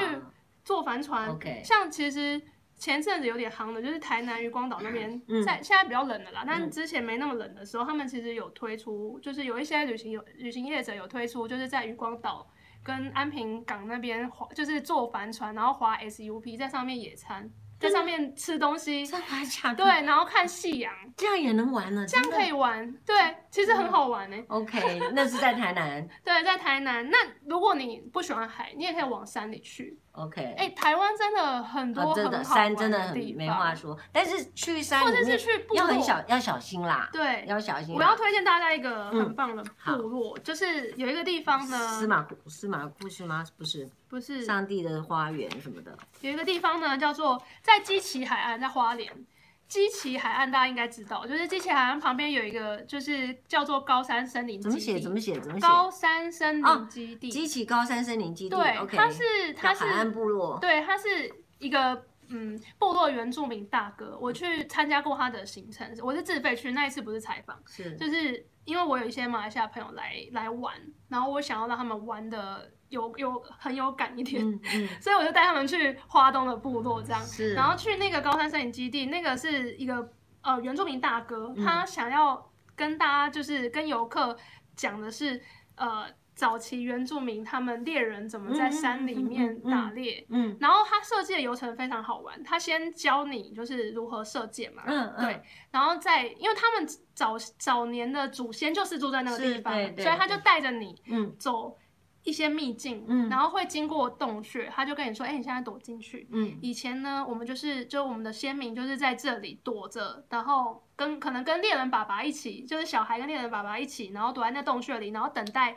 B: 坐帆船。
A: OK
B: 像其实前阵子有点夯的，就是台南渔光岛那边，
A: 嗯
B: 在现在比较冷了啦，但
A: 嗯
B: 之前没那么冷的时候，他们其实有推出，就是有一些旅行有旅行业者有推出，就是在渔光岛。跟安平港那边划，就是坐帆船，然后划 SUP，在上面野餐，在上面吃东西，
A: 真的还假的？
B: 对，，然后看夕阳，
A: 这样也能玩呢，
B: 这样
A: 真的
B: 可以玩，对，其实很好玩呢、
A: OK，那是在台
B: <laughs>
A: 南
B: 对，在台南，那如果你不喜欢海，你也可以往山里去。
A: OK，
B: 哎、台湾真的很
A: 啊
B: 多
A: 真的
B: 很好
A: 山
B: 玩
A: 真的
B: 的
A: 很
B: 地方，
A: 没话说，但是去山
B: 或
A: 里
B: 者是
A: 面
B: 去部落，
A: 要很小要小心啦，
B: 对，
A: 要小心
B: 我
A: 啦。
B: 要推荐大家一个很棒的
A: 好
B: 部落，就是有一个地方
A: 司
B: 呢，
A: 马库司马库斯吗？不是，
B: 不是
A: 上帝的花园什么的。
B: 有一个地方呢，叫做在基奇海岸，在花莲。基奇海岸大家应该知道，就是基奇海岸旁边有一个，就是叫做高山森林基地。
A: 怎么写？怎么写？怎么写？
B: 高山森
A: 哦
B: 林基地。
A: 激起高山森林基地。
B: 对，
A: OK，
B: 它是它
A: 叫
B: 是
A: 海岸部落。
B: 对，他是一个嗯部落原住民大哥，我去参加过他的行程，我是自费去，那一次不是采访，
A: 是
B: 就是因为我有一些马来西亚朋友来来玩，然后我想要让他们玩的有有很有感一点，
A: 嗯嗯，
B: <laughs> 所以我就带他们去花东的部落这样，
A: 是。
B: 然后去那个高山森林基地，那个是一个呃原住民大哥，
A: 嗯
B: 他想要跟大家就是跟游客讲的是呃。早期原住民他们猎人怎么在
A: 嗯嗯
B: 山里
A: 嗯嗯
B: 面
A: 嗯
B: 打猎，
A: 嗯
B: 然后他设计的流程非常好玩，他先教你就是如何射箭嘛，
A: 嗯嗯
B: 对，然后再因为他们早早年的祖先就是住在那个
A: 是
B: 地方，
A: 对对
B: 所以他就带着你
A: 嗯
B: 走一些秘境，
A: 嗯
B: 然后会经过洞穴，他就跟你说，哎、你现在躲进去。
A: 嗯
B: 以前呢，我们就是就我们的先民就是在这里躲着，然后跟可能跟猎人爸爸一起，就是小孩跟猎人爸爸一起，然后躲在那洞穴里，然后等待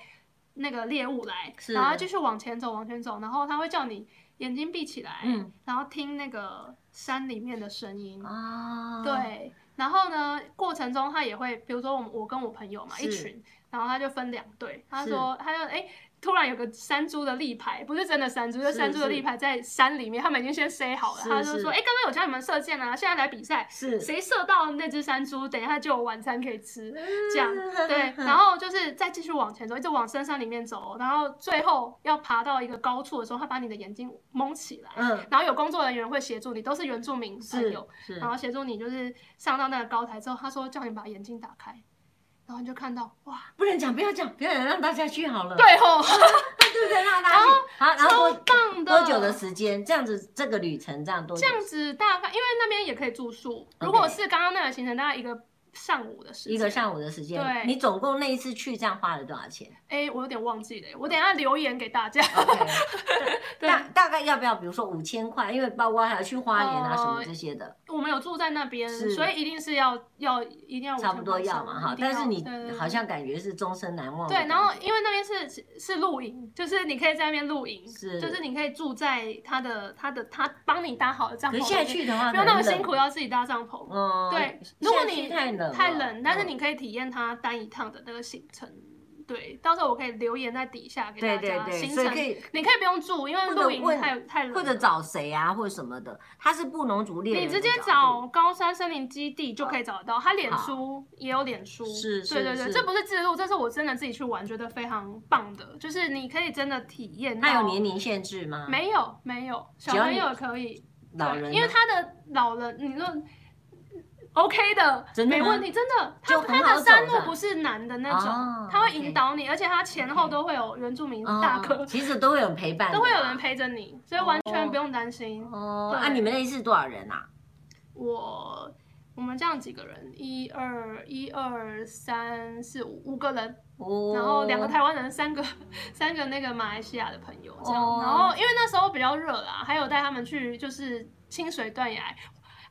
B: 那个猎物来，
A: 是
B: 然后继续往前走，往前走，然后他会叫你眼睛闭起来，
A: 嗯
B: 然后听那个山里面的声音，
A: 啊，，
B: 对。然后呢，过程中他也会，比如说我们我跟我朋友嘛，
A: 是
B: 一群，然后他就分两队，他说他就哎。突然有个山猪的立牌，不是真的山猪，就是
A: 是
B: 山猪的立牌在山里面，他们已经先塞好了。
A: 是
B: 他就是说：“哎、刚刚有教你们射箭啊，现在来比赛，
A: 是
B: 谁射到那只山猪，等一下就有晚餐可以吃。”
A: <laughs>
B: 这样对，然
A: 后
B: 后就是再继续往前走，一直往深山里面走，哦然后最后要爬到一个高处的时候，他把你的眼睛蒙起来，
A: 嗯
B: 然后有工作人员会协助你，都是原住民朋
A: 是
B: 友，
A: 是
B: 然后协助你就是上到那个高台之后，他说叫你把眼睛打开，然后你就看到哇，
A: 不能讲，不要讲，不要讲，让大家去好了。
B: 对吼，
A: 对不对？让大家去。好，然后
B: 超
A: 多
B: 棒的，
A: 多久的时间？这样子，这个旅程这样多久
B: 这？样子大概因为那边也可以住宿，如果
A: OK
B: 是刚刚那个行程，大概一个上午的时间，
A: 一个上午的时间，
B: 对
A: 你总共那一次去这样花了多少钱？
B: <laughs> 哎，我有点忘记了，我等一下留言给大家。
A: OK，
B: 对
A: 大大概要不要，比如说五千块，因为包括还要去花莲啊
B: 哦
A: 什么这些的，
B: <laughs> 我们有住在那边，
A: 是
B: 所以一定是要要一定要
A: 差不多
B: 5000块
A: 要
B: 上
A: 嘛哈
B: 一。定
A: 但是你
B: 对对对
A: 好像感觉是终身难忘的
B: 对，
A: 感觉。
B: 然后因为那边是是露营，就是你可以在那边露营，
A: 是
B: 就是你可以住在他的他的他帮你搭好的帐
A: 可
B: 篷
A: 是
B: 里面，
A: 现在去的话，
B: 不用那么
A: 可能
B: 辛苦，要自己搭帐篷。
A: 冷。嗯，
B: 对
A: 现在去
B: 如果你
A: 太冷了
B: 太冷，但是
A: 嗯
B: 你可以体验它单一趟的那个行程。对，到时候我可以留言在底下给大
A: 对
B: 家
A: 对对，
B: 行
A: 所以
B: 程。
A: 可以
B: 你可以不用住，因为
A: 或者
B: 露营
A: 问
B: 太太冷了，
A: 或者找谁啊，或者什么的，他是布农族猎人
B: 你
A: 的
B: 直接
A: 角度
B: 找高山森林基地就可以找得到，他脸书也有脸书，
A: 是是
B: 对对对，
A: 是
B: 这不是自录，这是我真的自己去玩，觉得非常棒的，就是你可以真的体验到。
A: 他有年龄限制吗？
B: 没有没有，小
A: 只要
B: 朋
A: 你
B: 友也可以，
A: 老
B: 对
A: 人呢，
B: 因为他的老人，你说 OK 的，
A: 真的
B: 没
A: 吗
B: 问题，真的，
A: 就
B: 他
A: 很好
B: 他的
A: 走
B: 山
A: 是
B: 路
A: 吧
B: 不是难的那
A: 哦
B: 种，他会
A: OK
B: 引导你，而且他前后都会有原住民
A: 哦
B: 大哥，
A: 其实都会有人陪伴的啦，
B: <laughs> 都会有人陪着你，所以完
A: 哦
B: 全不用担心。
A: 哦，
B: 对
A: 啊，你们那一次多少人啊？
B: 我我们这样几个人，一二一二三四五五个人，
A: 哦，
B: 然后两个台湾人，三个 <laughs> 三个那个马来西亚的朋友这样。
A: 哦
B: 然后因为那时候比较热啦，还有带他们去就是清水断崖、
A: 哇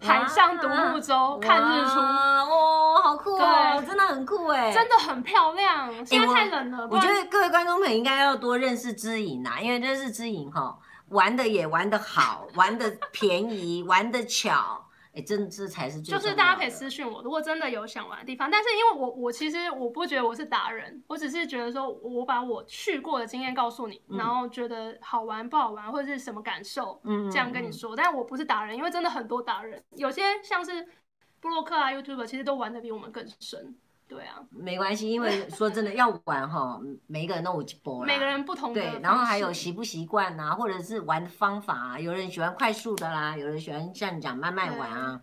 B: 海上独木舟看日出，
A: 啊哇哦，好酷哦，
B: 对
A: 真的很酷哎，
B: 真的很漂亮。现在
A: 我
B: 太冷了，不
A: 哎我觉
B: 然
A: 得各位观众朋友应该要多认识知影啊，因为认识知影哈，玩的也玩得好，玩的便宜，玩的巧，哎，真这才是最
B: 就是
A: 重
B: 大
A: 要
B: 家可以
A: 的
B: 私信我，如果真的有想玩的地方，但是因为我我其实我不觉得我是达人，我只是觉得说我把我去过的经验告诉你，
A: 嗯
B: 然后觉得好玩不好玩或者是什么感受，
A: 嗯
B: 这样跟你
A: 嗯
B: 说。但我不是达人，因为真的很多达人，有些像是布洛克啊、YouTube 其实都玩的比我们更深。对啊，
A: 没关系，因
B: <laughs>
A: 为说真的要玩哈，嗯每一个人都有一波啦，
B: 每个人不同的
A: 对，然后
B: 方
A: 还有
B: 式
A: 习不习惯呐，或者是玩的方法啊，有人喜欢快速的啦，有人喜欢像你讲慢慢玩啊。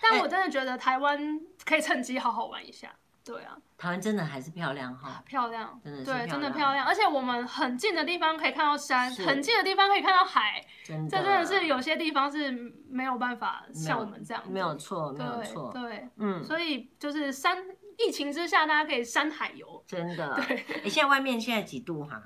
B: 但我真的觉得台湾可以趁机好好玩一下。对啊，
A: 台湾真的还是漂亮哈，
B: 漂亮，
A: 真的是
B: 对，真
A: 漂
B: 的
A: 亮
B: 漂亮。而且我们很近的地方可以看到山，
A: 是
B: 很近的地方可以看到海，
A: 真的，
B: 这真的是有些地方是没有办法像我们这样的
A: 没有错，没有
B: 对
A: 错，
B: 对，
A: 嗯，
B: 所以就是山疫情之下，大家可以山海游。
A: 真的。
B: 对，
A: 哎，现在外面现在几度哈、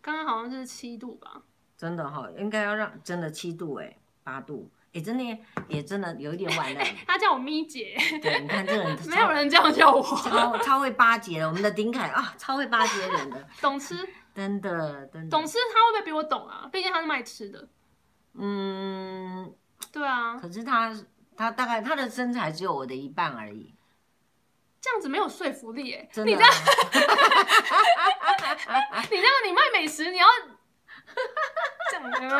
B: 刚刚好像是七度吧，
A: 真的哈、应该要让真的七度哎、八度哎、真的耶也真的有一点晚了。
B: <laughs> 他叫我咪姐，
A: 对，你看这个人
B: 没有
A: 超
B: 人这样叫我，
A: 超超会巴结的，我们的丁凯啊，超会巴结人的，
B: <laughs> 懂吃
A: 真的真的。
B: 懂吃，他会不会比我懂啊？毕竟他是卖吃的，
A: 嗯，
B: 对啊，
A: 可是他他大概他的身材只有我的一半而已，
B: 这样子没有说服力哎、
A: 真
B: 你
A: 的
B: 这
A: 啊、
B: 样你这样你卖美
A: <laughs>
B: 食，你要这样有没有？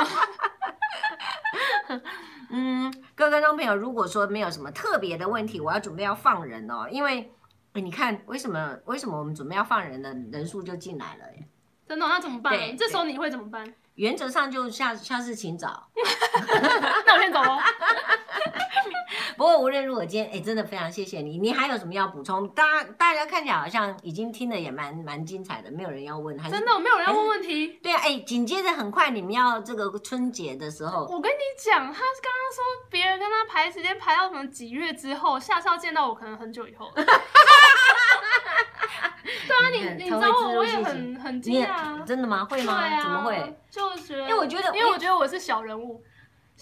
A: <laughs> 嗯，各位观众朋友，如果说没有什么特别的问题，我要准备要放人哦，因为。哎你看，为什么为什么我们准备要放人的人数就进来了耶？
B: 真的，那怎么办
A: 对？
B: 这时候你会怎么办？
A: 原则上就下下次请
B: <laughs>
A: 早，
B: 那我先
A: <laughs>
B: 走喽。
A: 不过无论如何，今天哎、真的非常谢谢你。你还有什么要补充？大家大家看起来好像已经听的也蛮蛮精彩的，没有人要问，还是
B: 真的，没哦有人要问问题。
A: 对啊，哎、紧接着很快你们要这个春节的时候，
B: 我跟你讲，他刚刚说别人跟他排时间排到什么几月之后，下次要见到我可能很久以后。 <laughs> 对啊，
A: 你看
B: 你你
A: 他
B: 找
A: 会自
B: 我，
A: 动
B: 我也
A: 信息
B: 很很
A: 你
B: 惊
A: 也
B: 讶啊。
A: 真的吗？会
B: 对
A: 吗？
B: 啊，
A: 怎么会？？
B: 就是
A: 因
B: 因
A: 为我觉得
B: 因为我觉得我是小人物，
A: 可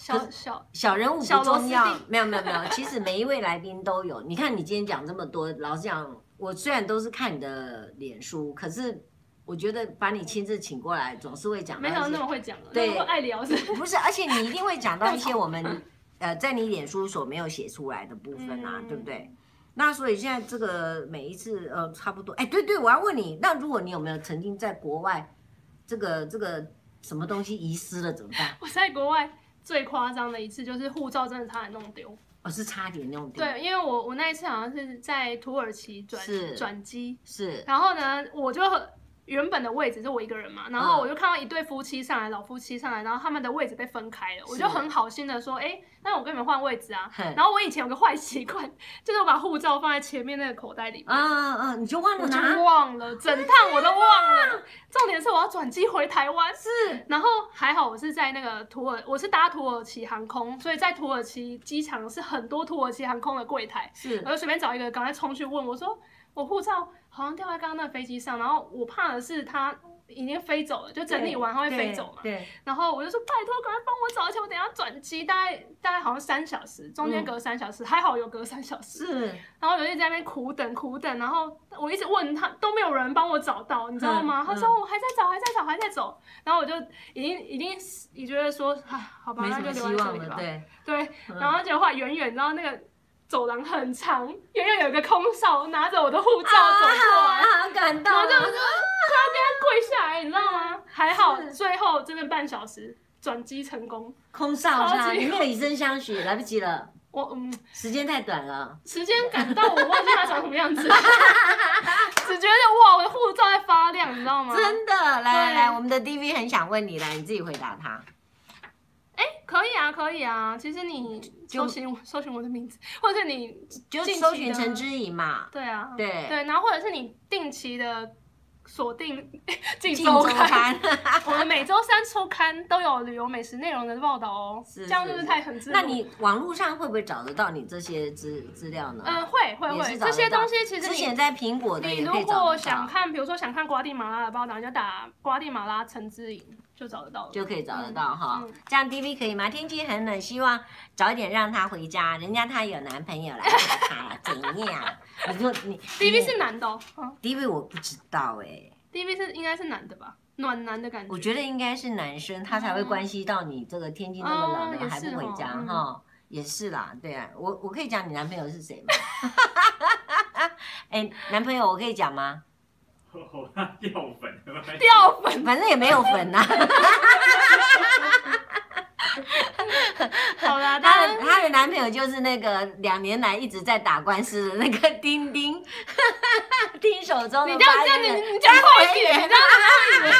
B: 小
A: 是
B: 小
A: 小人物不
B: 小螺
A: 重
B: 丝
A: 要
B: 钉，
A: 没有没有没有，其实每一位来宾都有。你看你今天讲这么多，老实讲，我虽然都是看你的脸书，可是我觉得把你亲自请过来，总是会讲到
B: 没
A: 一
B: 想到
A: 些
B: 那么会讲的，
A: 对嗯
B: 那么爱聊是。
A: 不是，而且你一定会讲到一些我们呃在你脸书所没有写出来的部分啊，
B: 嗯
A: 对不对？那所以现在这个每一次呃差不多，哎，对对，我要问你，那如果你有没有曾经在国外这个这个什么东西遗失了怎么办？
B: 我在国外最夸张的一次就是护照真的差点弄丢。
A: 哦，是差点弄丢，，
B: 对，因为我我那一次好像是在土耳其转
A: 是
B: 转机，
A: 是
B: 然后呢，我就很原本的位置是我一个人嘛，然
A: 嗯
B: 后我就看到一对夫妻上来，老夫妻上来，然后他们的位置被分开了，我就是很好心的说，哎、那我跟你们换位置啊。
A: 很
B: 然后我以前有个坏习惯， <laughs> 就是我把护照放在前面那个口袋里面。
A: 啊啊，啊你就忘了
B: 我就
A: 拿，啊
B: 忘了，整趟我都忘了。重点是我要转机回台湾，
A: 是
B: 然后还好我是在那个土耳，我是搭土耳其航空，所以在土耳其机场是很多土耳其航空的柜台，
A: 是
B: 我就随便找一个，赶快冲去问我说，我护照好像掉在刚刚那个飞机上，然后我怕的是它已经飞走了，就整理完它会飞走嘛。
A: 对，对
B: 然后我就说拜托，赶快帮我找，而且我等一下转机，大概大概好像三小时，中
A: 嗯
B: 间隔三小时，还好有隔三小时。
A: 是
B: 然后我就一直在那边苦等苦等，然后我一直问他，都没有人帮我找到，你知道吗？
A: 嗯
B: 他
A: 嗯
B: 说我哦还在找，还在找，还在找。然后我就已经已经也觉得说，啊，好吧，
A: 没
B: 那
A: 什
B: 就
A: 么希
B: 留在这
A: 望
B: 里
A: 了，
B: 吧。
A: 对，
B: 对，
A: 嗯
B: 然后结果后来远远，然后那个走廊很长，远远有一个空少拿着我的护照走过来，
A: 啊，好感动
B: 然后就
A: 啊
B: 快要。跪下来，你知道吗？还好
A: 是
B: 最后真的半小时转机成功。
A: 空少是吧？
B: 超级
A: 你没有以身相许，来不及了，
B: 我嗯，
A: 时间太短了。
B: 时间赶到，我忘记他长什么样
A: <laughs>
B: 子，只觉得哇，我的护照在发亮，你知道吗？
A: 真的，来来
B: 对
A: 来，我们的 DV 很想问你，来你自己回答他。
B: 哎、可以啊，可以啊。其实你
A: 就
B: 搜寻我搜寻我的名字，或者是你
A: 就
B: 近期
A: 搜寻
B: 的
A: 陈之怡嘛，
B: 对啊，
A: 对
B: 对，然后或者是你定期的锁定 <laughs>
A: 《
B: 进
A: 镜
B: 周
A: 周
B: 刊，
A: 刊》 <laughs>
B: 我们每周三周刊都有旅游美食内容的报道哦。
A: 是
B: 这样
A: 是
B: 是不
A: 是
B: 是太很自
A: 那
B: 如
A: 你网络上会不会找得到你这些资资料呢？
B: 嗯，会会
A: 也是
B: 会，
A: 找得
B: 这些
A: 到
B: 东西其实
A: 之前
B: 你。
A: 在苹果的
B: 你
A: 也
B: 如
A: 可以找
B: 果
A: 得
B: 想
A: 到，
B: 看，比如说想看瓜地马拉的报道，你就打瓜地马拉陈之颖就找得到了。
A: 就可以找得到哈
B: 嗯嗯。
A: 这样 DV 可以吗？天气很冷，希望早一点让她回家，人家她有男朋友了，她了怎样？啊你说
B: <laughs>
A: 你
B: DV 是男的哦、嗯
A: DV 我不知道哎、
B: ，DV 是应该是男的吧，暖男的感觉。
A: 我觉得应该是男生，他才会关系到你这个天气那么冷，
B: 嗯哦
A: 怎么还不回家
B: 也是哦嗯
A: 哈？也是啦，对啊，我我可以讲你男朋友是谁吗？
B: <laughs>
A: 哎、男朋友我可以讲吗？
C: <laughs> 哦，他掉粉 <laughs> 了，
B: 掉粉，
A: 反正也没有粉啊呐、<laughs>
B: 好
A: 她
B: 啦，当
A: 的
B: 然
A: 她的男朋友就是那个两年来一直在打官司的那个丁丁，丁手中
B: 你
A: 的
B: 这样
A: 发
B: 这样，你
A: 言人，
B: 你讲快一点，你这样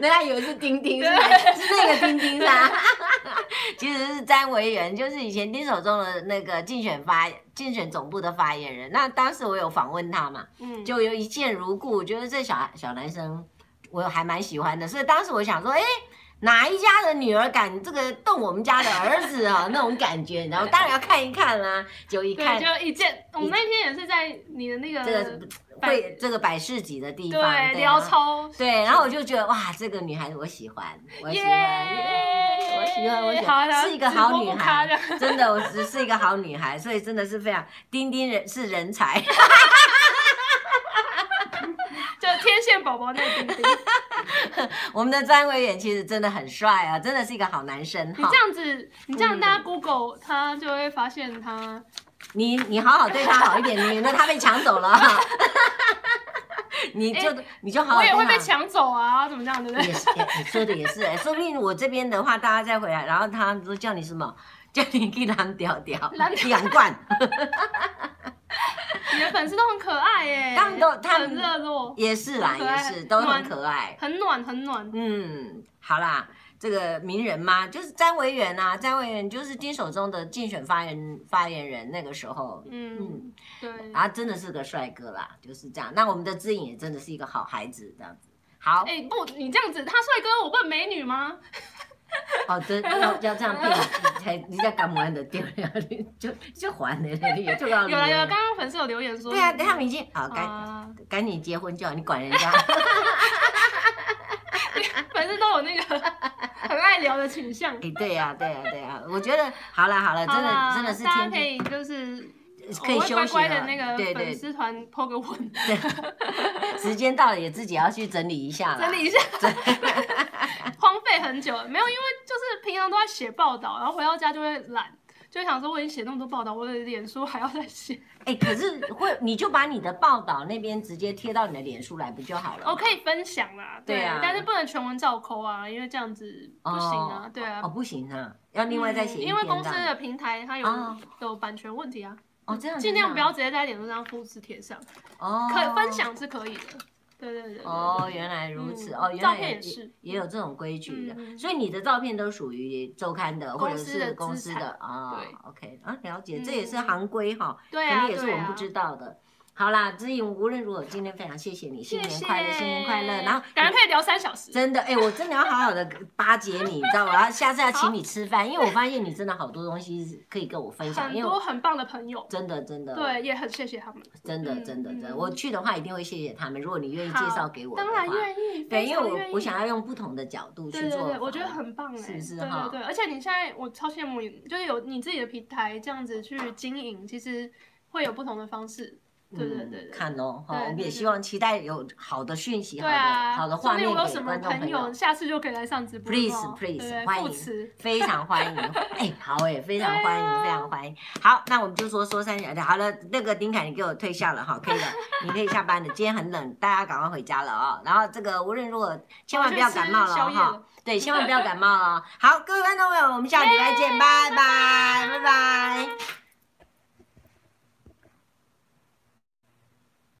A: 人家以为是丁丁是吧？是那个丁丁啦，其实是詹维元，就是以前丁守中的那个竞选发竞选总部的发言人。那当时我有访问他嘛，
B: 嗯，
A: 就有一见如故，我觉得这小小男生我还蛮喜欢的，所以当时我想说，哎。哪一家的女儿敢这个动我们家的儿子啊？ <laughs> 那种感觉，然后当然要看一看啦、就一看
B: 对，就一见，我们那天也是在你的那
A: 这个
B: 个
A: 会这个百事级的地方，啊
B: 对
A: 然
B: 聊
A: 后
B: 超，
A: 对，然后我就觉得哇，这个女孩子我喜欢，我喜欢，耶我喜欢，我喜
B: 好
A: 欢，
B: 的
A: 是一个好
B: 直
A: 女
B: 播不卡
A: 孩
B: 这，
A: 真的，我只是一个好女孩，所以真的是非常丁丁人是人才， <laughs>
B: 就天线宝宝
A: <laughs>
B: 那个丁丁，
A: 我们的詹维远其实真的很帅啊，真的是一个好男生
B: 你
A: 哈
B: 这。样子，你这样大
A: 嗯
B: 家 Google 他就会发现他，
A: 你你好好对他好一点，
B: <laughs>
A: 免得他被抢走了 <laughs> 哈。你就你就好好
B: 哎
A: 对
B: 我也会
A: 他
B: 被。抢走啊，怎么这样，对
A: <laughs>
B: 不
A: 也
B: 对？
A: 是，也你说的也是、哎，说不定我这边的话，大家再回来，然后他说叫你什么， <laughs> 叫你给他们屌屌
B: 蓝调
A: 两罐，
B: 你的粉丝都很可爱耶，
A: 他们都他们
B: 很热络，
A: 也是啦，
B: 很可爱
A: 也是都很可爱。
B: 很暖很暖，
A: 嗯，好啦，这个名人嘛，就是詹维元啊，詹维元就是金手中的竞选发言发言人，那个时候，
B: 嗯，
A: 嗯，
B: 对。
A: 啊，真的是个帅哥啦，就是这样。那我们的志颖也真的是一个好孩子，这样子。好，
B: 哎、不，你这样子，他帅哥，我问美女吗？
A: 哦，真要要这样变，才你在干嘛的掉下去，就就还你了，你也就要
B: 有了有了，刚刚粉丝有留言说，
A: 嗯
B: 嗯
A: 对啊，他们已经啊，赶
B: 啊，
A: 赶紧结婚就好，你管人家
B: 啊粉丝都有
A: <laughs>
B: 那个很爱聊的倾向。
A: 哎，对呀，对呀，对呀。我觉得好啦好啦，真
B: 好啦
A: 的真的是
B: 大家
A: 天
B: 可
A: 天
B: 以就是
A: 可以
B: 我会
A: 休
B: 乖
A: 息
B: 乖的
A: 了
B: 那，个
A: 对
B: 粉
A: 对，
B: 丝团 po 个文，
A: 时间到了也自己要去整理一下啦
B: 整理一下，
A: <laughs>
B: <laughs> 荒废很久了，没有，因为就是平常都在写报道，然后回到家就会懒，就会想说我已经写那么多报道，我的脸书还要再写，
A: 哎、可是会，你就把你的报道那边直接贴到你的脸书来不就好了吗？
B: 哦我可以分享啦，
A: 对啊
B: 但是不能全文照抠啊，因为这样子不行啊，对啊
A: 哦，。不行啊，要另外再写一
B: 嗯
A: 篇这
B: 因为
A: 样、
B: 公司的平台它有、
A: 哦
B: 有版权问题啊，
A: 哦，这样子啊
B: 尽量不要直接在脸书上复制贴上，
A: 哦，
B: 可分享是可以的，对对对对
A: 哦，原来如此、
B: 嗯
A: 哦，原
B: 照
A: 来
B: 片也
A: 也
B: 是
A: 也有这种规矩的、
B: 嗯
A: 所以你的照片都属于周刊的或者
B: 公司的
A: 是公
B: 资
A: 司
B: 产
A: 的啊、
B: 对
A: o k 啊，了解，
B: 嗯
A: 这也是行规哈，
B: 对
A: 肯
B: 啊，
A: 定也是
B: 对
A: 我们不
B: 啊
A: 知道的。好啦，知颖，无论如何，今天非常谢谢你，新
B: 谢
A: 年
B: 谢，
A: 快乐，新年快乐。然后
B: 感觉可以聊三小时。
A: 真的，哎、我真的要好好的巴结你，你知道吗？然后下次要请你吃饭，因为我发现你真的好多东西是可以跟我分享，
B: 很
A: 因为我
B: 多很棒的朋友，
A: 真的真的
B: 对，也很谢谢他们。
A: 真的
B: 嗯
A: 真的真的，
B: 嗯
A: 我去的话一定会谢谢他们。如果你愿意介
B: 好
A: 绍给我的
B: 当然
A: 话，
B: 愿意，
A: 对，
B: 非
A: 因
B: 常
A: 为
B: 愿
A: 我我
B: 意
A: 想要用不同的角度
B: 对
A: 去
B: 对
A: 做访
B: 对，
A: 问，
B: 我觉得很棒哎，
A: 是不是
B: 对
A: 哈
B: 对对，而且你现在我超羡慕你，就是有你自己的平台这样子去经营，其实会有不同的方式。对对对
A: 嗯
B: 对。
A: 看哦，哈，
B: 对
A: 我们
B: 对
A: 也
B: 对
A: 希望期待有好的讯息，
B: 对
A: 好的
B: 啊，
A: 好的
B: 说
A: 画
B: 不
A: 面
B: 定我有
A: 给
B: 什么
A: 观众朋友
B: 友，。下次就可以来上直播了
A: Please,
B: 哦。
A: please，
B: 对
A: 欢
B: 不
A: 迎
B: 辞。
A: 非常欢
B: <laughs>
A: 迎，哎，好哎，非常
B: 对啊
A: 欢迎，非常欢迎。好，那我们就说说三小的。好了，那个丁凯，你给我退下了哈，可以了，你可以下班了。今天很冷，大家赶快回家了哦。然后这个无论如何，千万不要感冒了哦
B: 我去吃宵夜
A: 哈
B: 了。
A: 哦
B: <laughs>
A: 对，千万不要感冒了哦。好，各位观众朋友，我们下个礼拜见，拜拜，拜拜。